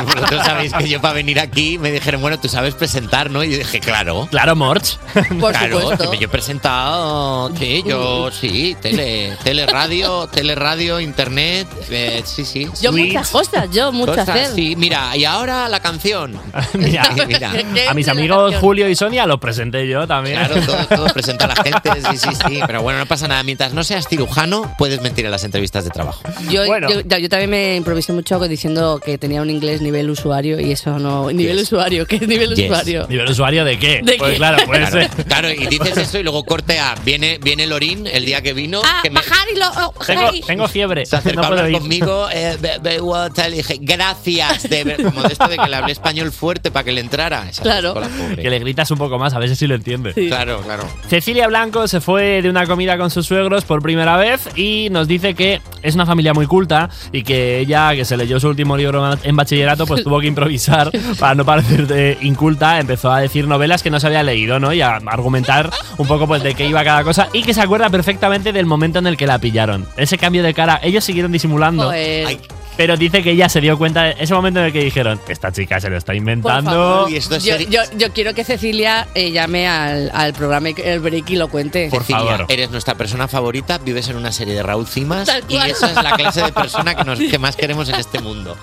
Vosotros sabéis que yo para venir aquí me dijeron, bueno, tú sabes presentar, ¿no? Y yo dije, claro. Claro, Morch. Por supuesto. Yo he presentado, sí, yo, sí, tele, teleradio, teleradio, internet, eh, sí, sí. Yo suites, muchas cosas, yo muchas cosas, hacer. Sí, mira, y ahora la canción. Mira, Mira. a mis amigos Julio y Sonia los presenté yo también. Claro, todo, todo presenta a la gente, sí, sí, sí. Pero bueno, no pasa nada. Mientras no seas cirujano, puedes mentir en las entrevistas de trabajo. Yo, yo- ya, yo también me improvisé mucho diciendo que tenía un inglés nivel usuario y eso no. Nivel usuario, ¿qué es nivel Yes. usuario? ¿Nivel usuario de qué? ¿De pues qué? claro, puede claro, ser. claro, y dices eso y luego corte a. Viene, viene Lorín el día que vino. que me- Bajar y lo. oh, Tengo, hey. tengo fiebre. se acercó no a hablar puedo ir. conmigo, eh, be- be- what, tal, y dije, <laughs> gracias, de ver- como de esto de que le hablé español fuerte para que le entrara. Esa Claro. cosa, la pobre. Que le gritas un poco más, a veces si lo entiende. Claro, claro. Cecilia Blanco se fue de una comida con sus suegros por primera vez y nos dice que es una familia muy culta y que ella, que se leyó su último libro ma- en bachillerato, pues tuvo <laughs> que improvisar para no parecer eh, inculta. Empezó a decir novelas que no se había leído, ¿no? Y a argumentar un poco pues de qué iba cada cosa y que se acuerda perfectamente del momento en el que la pillaron. Ese cambio de cara, ellos siguieron disimulando. Joder. Ay. Pero dice que ella se dio cuenta de ese momento en el que dijeron, esta chica se lo está Por inventando. favor. yo, yo, yo quiero que Cecilia eh, llame al, al programa El Break y lo cuente. Por eres nuestra persona favorita, vives en una serie de Raúl Cimas Tal y cual. esa es la clase de persona que, nos- que más queremos en este mundo.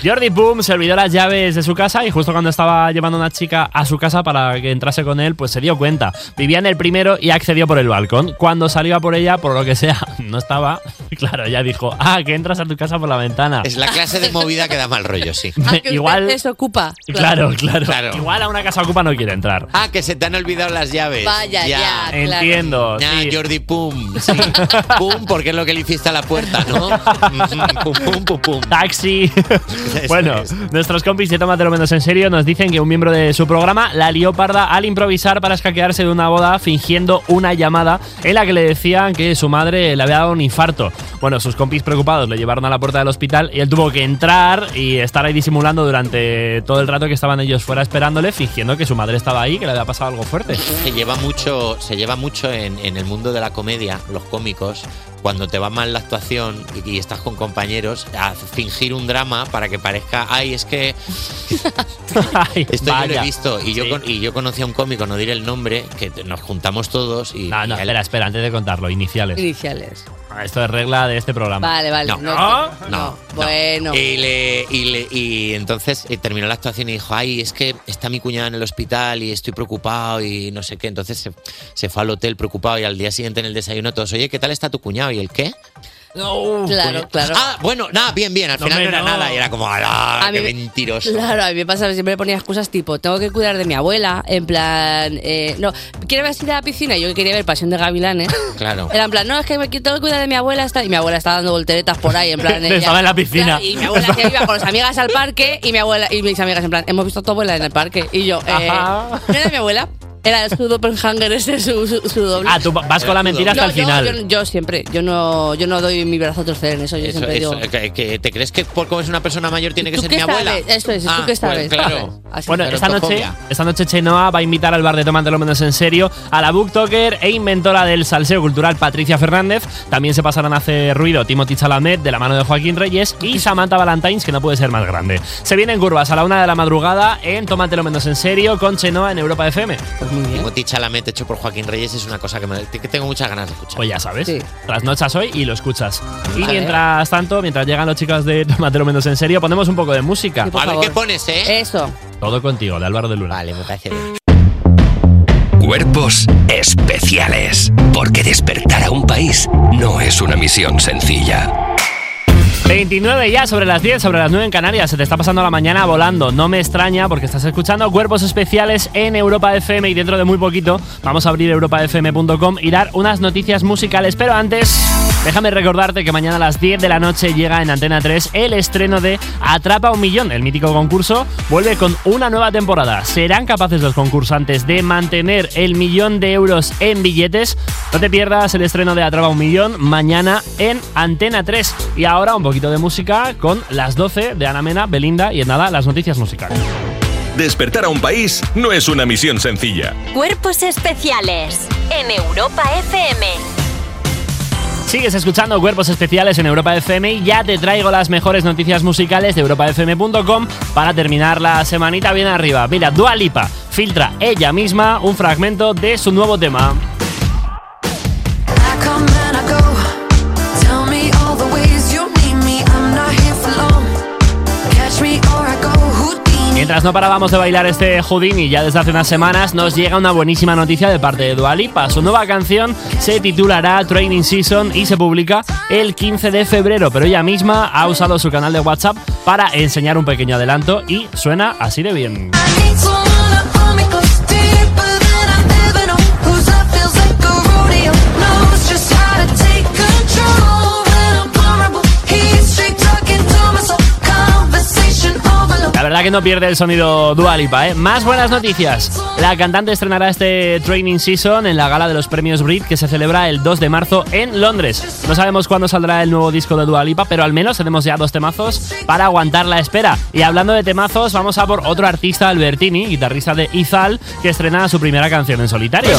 Jordi Pum se olvidó las llaves de su casa y justo cuando estaba llevando a una chica a su casa para que entrase con él, pues se dio cuenta. Vivía en el primero y accedió por el balcón. Cuando salió a por ella, por lo que sea, <laughs> no estaba. Claro, ella dijo, ah, que entras a tu casa por la ventana. Es la clase de movida que da mal <laughs> rollo, sí. <laughs> Igual, Eso ocupa. claro, claro, <laughs> Claro. Igual a una casa ocupa no quiere entrar. Ah, que se te han olvidado las llaves. Vaya, ya, claro. Entiendo, Ya, <laughs> Jordi, pum. sí. Pum, porque es lo que le hiciste a la puerta, ¿no? Mm, pum, pum, pum, pum. <laughs> Taxi. bueno, nuestros compis de Tómatelo Menos en Serio nos dicen que un miembro de su programa la lió parda al improvisar para escaquearse de una boda fingiendo una llamada en la que le decían que su madre le había dado un infarto. Bueno, sus compis preocupados le llevaron a la puerta del hospital y él tuvo que entrar y estar ahí disimulando durante todo el rato que estaban ellos fuera esperándole, fingiendo que su madre estaba ahí, que le había pasado algo fuerte. Se lleva mucho, se lleva mucho en, en el mundo de la comedia, los cómicos, cuando te va mal la actuación y, y estás con compañeros, a fingir un drama para que parezca, ay, <laughs> es que esto yo lo vaya. he visto. Y yo, con- y yo conocí a un cómico, no diré el nombre, que te- nos juntamos todos y. No, no, y a él- espera, espera, antes de contarlo, iniciales. Iniciales. Ah, Esto es regla de este programa. Vale, vale. No. no, No, Bueno. Y, le- y le- y entonces eh, terminó la actuación y dijo, ay, es que está mi cuñada en el hospital y estoy preocupado y no sé qué. Entonces se, se fue al hotel preocupado y al día siguiente en el desayuno todos, oye, ¿qué tal está tu cuñado? ¿Y el qué? claro, Bueno, claro. Uh, Ah, bueno, nada, bien, bien. Al No, final no hombre, era no. nada y era como, ah, A qué mí me- mentiroso. Claro, a mí me pasa, siempre ponía excusas tipo, tengo que cuidar de mi abuela, en plan, eh, no, quiero ver si ir a la piscina, yo que quería ver Pasión de Gavilanes. Claro. Era en plan, no, es que me tengo que cuidar de mi abuela, está... y mi abuela estaba dando volteretas por ahí, en plan, ella- <laughs> Estaba en la piscina. Claro, y mi abuela que iba con las amigas al parque, y mi abuela, y mis amigas en plan, hemos visto a tu abuela en el parque, y yo, eh, Ajá. no era mi abuela, era su doppelhanger ese, su, su, su doble. Ah, tú vas con la mentira hasta No, el yo- final. Yo, yo siempre, yo no, yo no doy mi brazo a torcer en eso, yo Eso- siempre eso, digo... que- que- ¿Te crees que por cómo es una persona mayor tiene que ¿Tú ser qué mi abuela? sabes? Eso es, ¿tú Ah, qué sabes? Pues, claro. Bueno, Pero esta noche, fobia. esta noche Chenoa va a invitar al bar de Tomátelo Menos en Serio a la booktoker e inventora del salseo cultural Patricia Fernández. También se pasarán a hacer ruido Timothy Chalamet de la mano de Joaquín Reyes y Samantha Valentines, que no puede ser más grande. Se vienen curvas a la una de la madrugada en Tomátelo Menos en Serio con Chenoa en Europa FM. Timothy Chalamet hecho por Joaquín Reyes es una cosa que, me- que tengo muchas ganas de escuchar. Pues ya sabes, trasnochas hoy y lo escuchas. Y Vale. mientras tanto, mientras llegan los chicos de Tomátelo Menos en Serio, ponemos un poco de música. a ver qué pones, ¿eh? Eso. Todo contigo, de Álvaro de Luna. Vale, me parece Cuerpos especiales. Porque despertar a un país no es una misión sencilla. 29 ya, sobre las 10, sobre las 9 en Canarias. Se te está pasando la mañana volando. No me extraña porque estás escuchando Cuerpos Especiales en Europa FM y dentro de muy poquito vamos a abrir europafm.com y dar unas noticias musicales. Pero antes, déjame recordarte que mañana a las 10 de la noche llega en Antena 3 el estreno de Atrapa un Millón. El mítico concurso vuelve con una nueva temporada. ¿Serán capaces los concursantes de mantener el millón de euros en billetes? No te pierdas el estreno de Atrapa un Millón mañana en Antena 3. Y ahora un poquito de música con las 12 de Ana Mena, Belinda y en nada las noticias musicales. Despertar a un país no es una misión sencilla. Cuerpos especiales en Europa FM. Sigues escuchando Cuerpos Especiales en Europa FM y ya te traigo las mejores noticias musicales de europafm.com para terminar la semanita bien arriba. Mira, Dua Lipa filtra ella misma un fragmento de su nuevo tema. I come and I go. Tell me all the ways you need me. I'm not here for long. Catch me or I go. Mientras no parábamos de bailar este Houdini ya desde hace unas semanas, nos llega una buenísima noticia de parte de Dua Lipa. Su nueva canción se titulará Training Season y se publica el 15 de febrero, pero ella misma ha usado su canal de WhatsApp para enseñar un pequeño adelanto y suena así de bien. Someone to hold me close, deeper than I've ever known. Whose love feels like a rodeo. Knows just how to take control. When I'm vulnerable, he's straight talking to my soul. Conversation overload. La verdad que no pierde el sonido Dualipa, ¿eh? Más buenas noticias. La cantante estrenará este Training Season en la gala de los premios Brit que se celebra el 2 de marzo en Londres. No sabemos cuándo saldrá el nuevo disco de Dualipa, pero al menos tenemos ya dos temazos para aguantar la espera. Y hablando de temazos, vamos a por otro artista, Albertini, guitarrista de Izal, que estrena su primera canción en solitario.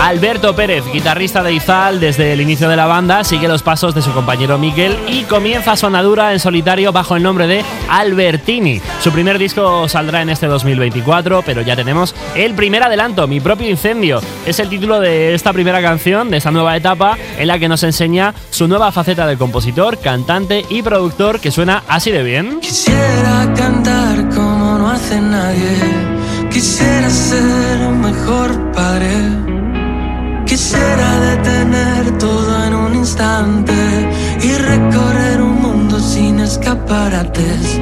Alberto Pérez, guitarrista de Izal desde el inicio de la banda, sigue los pasos de su compañero Miguel y comienza su andadura en solitario bajo el nombre de Albertini. Su primer disco saldrá en este 2024, pero ya tenemos el primer adelanto, Mi propio incendio. Es el título de esta primera canción, de esta nueva etapa, en la que nos enseña su nueva faceta de compositor, cantante y productor que suena así de bien. Quisiera cantar como no hace nadie. Quisiera ser un mejor pared. Quisiera detener todo en un instante y recorrer un mundo sin escaparates.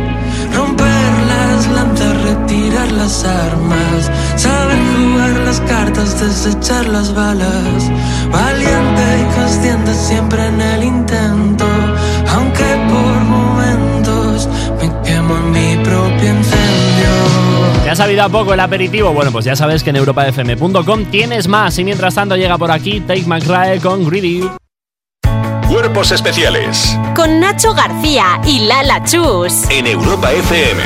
Romper las lanzas, retirar las armas, saber jugar las cartas, desechar las balas. Valiente y consciente siempre en el intento, aunque por momentos me quemo en mi propio incendio. ¿Te ha sabido a poco el aperitivo? Bueno, pues ya sabes que en europafm.com tienes más. Y mientras tanto llega por aquí Take McRae con Greedy. Cuerpos especiales Con Nacho García y Lala Chus. en Europa FM.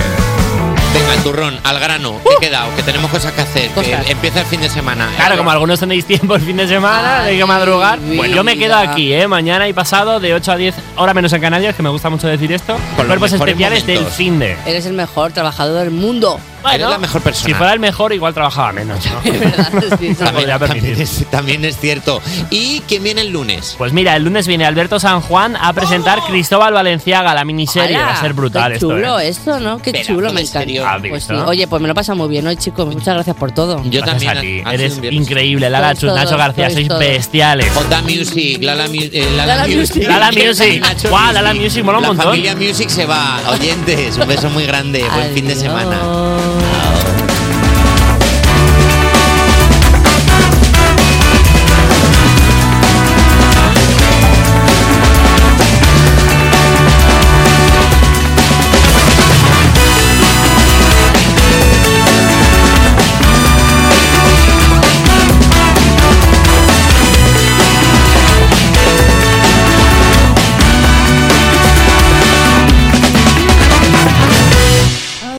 Venga, el turrón, al grano. He quedado, que tenemos cosas que hacer. que Cosas. empieza el fin de semana. Claro, como algunos tenéis tiempo el fin de semana, hay que madrugar. Pues yo me quedo vida. aquí, ¿eh? Mañana y pasado de 8 a 10, hora menos en Canarias, que me gusta mucho decir esto. los cuerpos mejores especiales del momentos. fin de. Eres el mejor trabajador del mundo. Eres la mejor persona. Si fuera el mejor, igual trabajaba menos. <laughs> ¿no? también, también es, también es cierto. ¿Y quién viene el lunes? ¡Oh! Pues mira, el lunes viene Alberto San Juan a presentar Cristóbal Valenciaga, la miniserie. Ala, Va a ser brutal qué esto. chulo ¿eh? esto, ¿no? Qué chulo, me encanta. ¿Has Pues sí. visto? Oye, pues me lo pasa muy bien hoy, chicos. Muchas gracias por todo. Yo también. a ti. ha- ha Eres sido un viernes. increíble, Lala Sois Chus, Nacho todos, García, sois sois todos. bestiales. Jota Music, Lala, Mu- eh, Lala Music. Lala Music. Nacho Guau, Lala Music mola un La montón. familia Music se va. Oyentes, un beso muy grande. Buen fin de semana.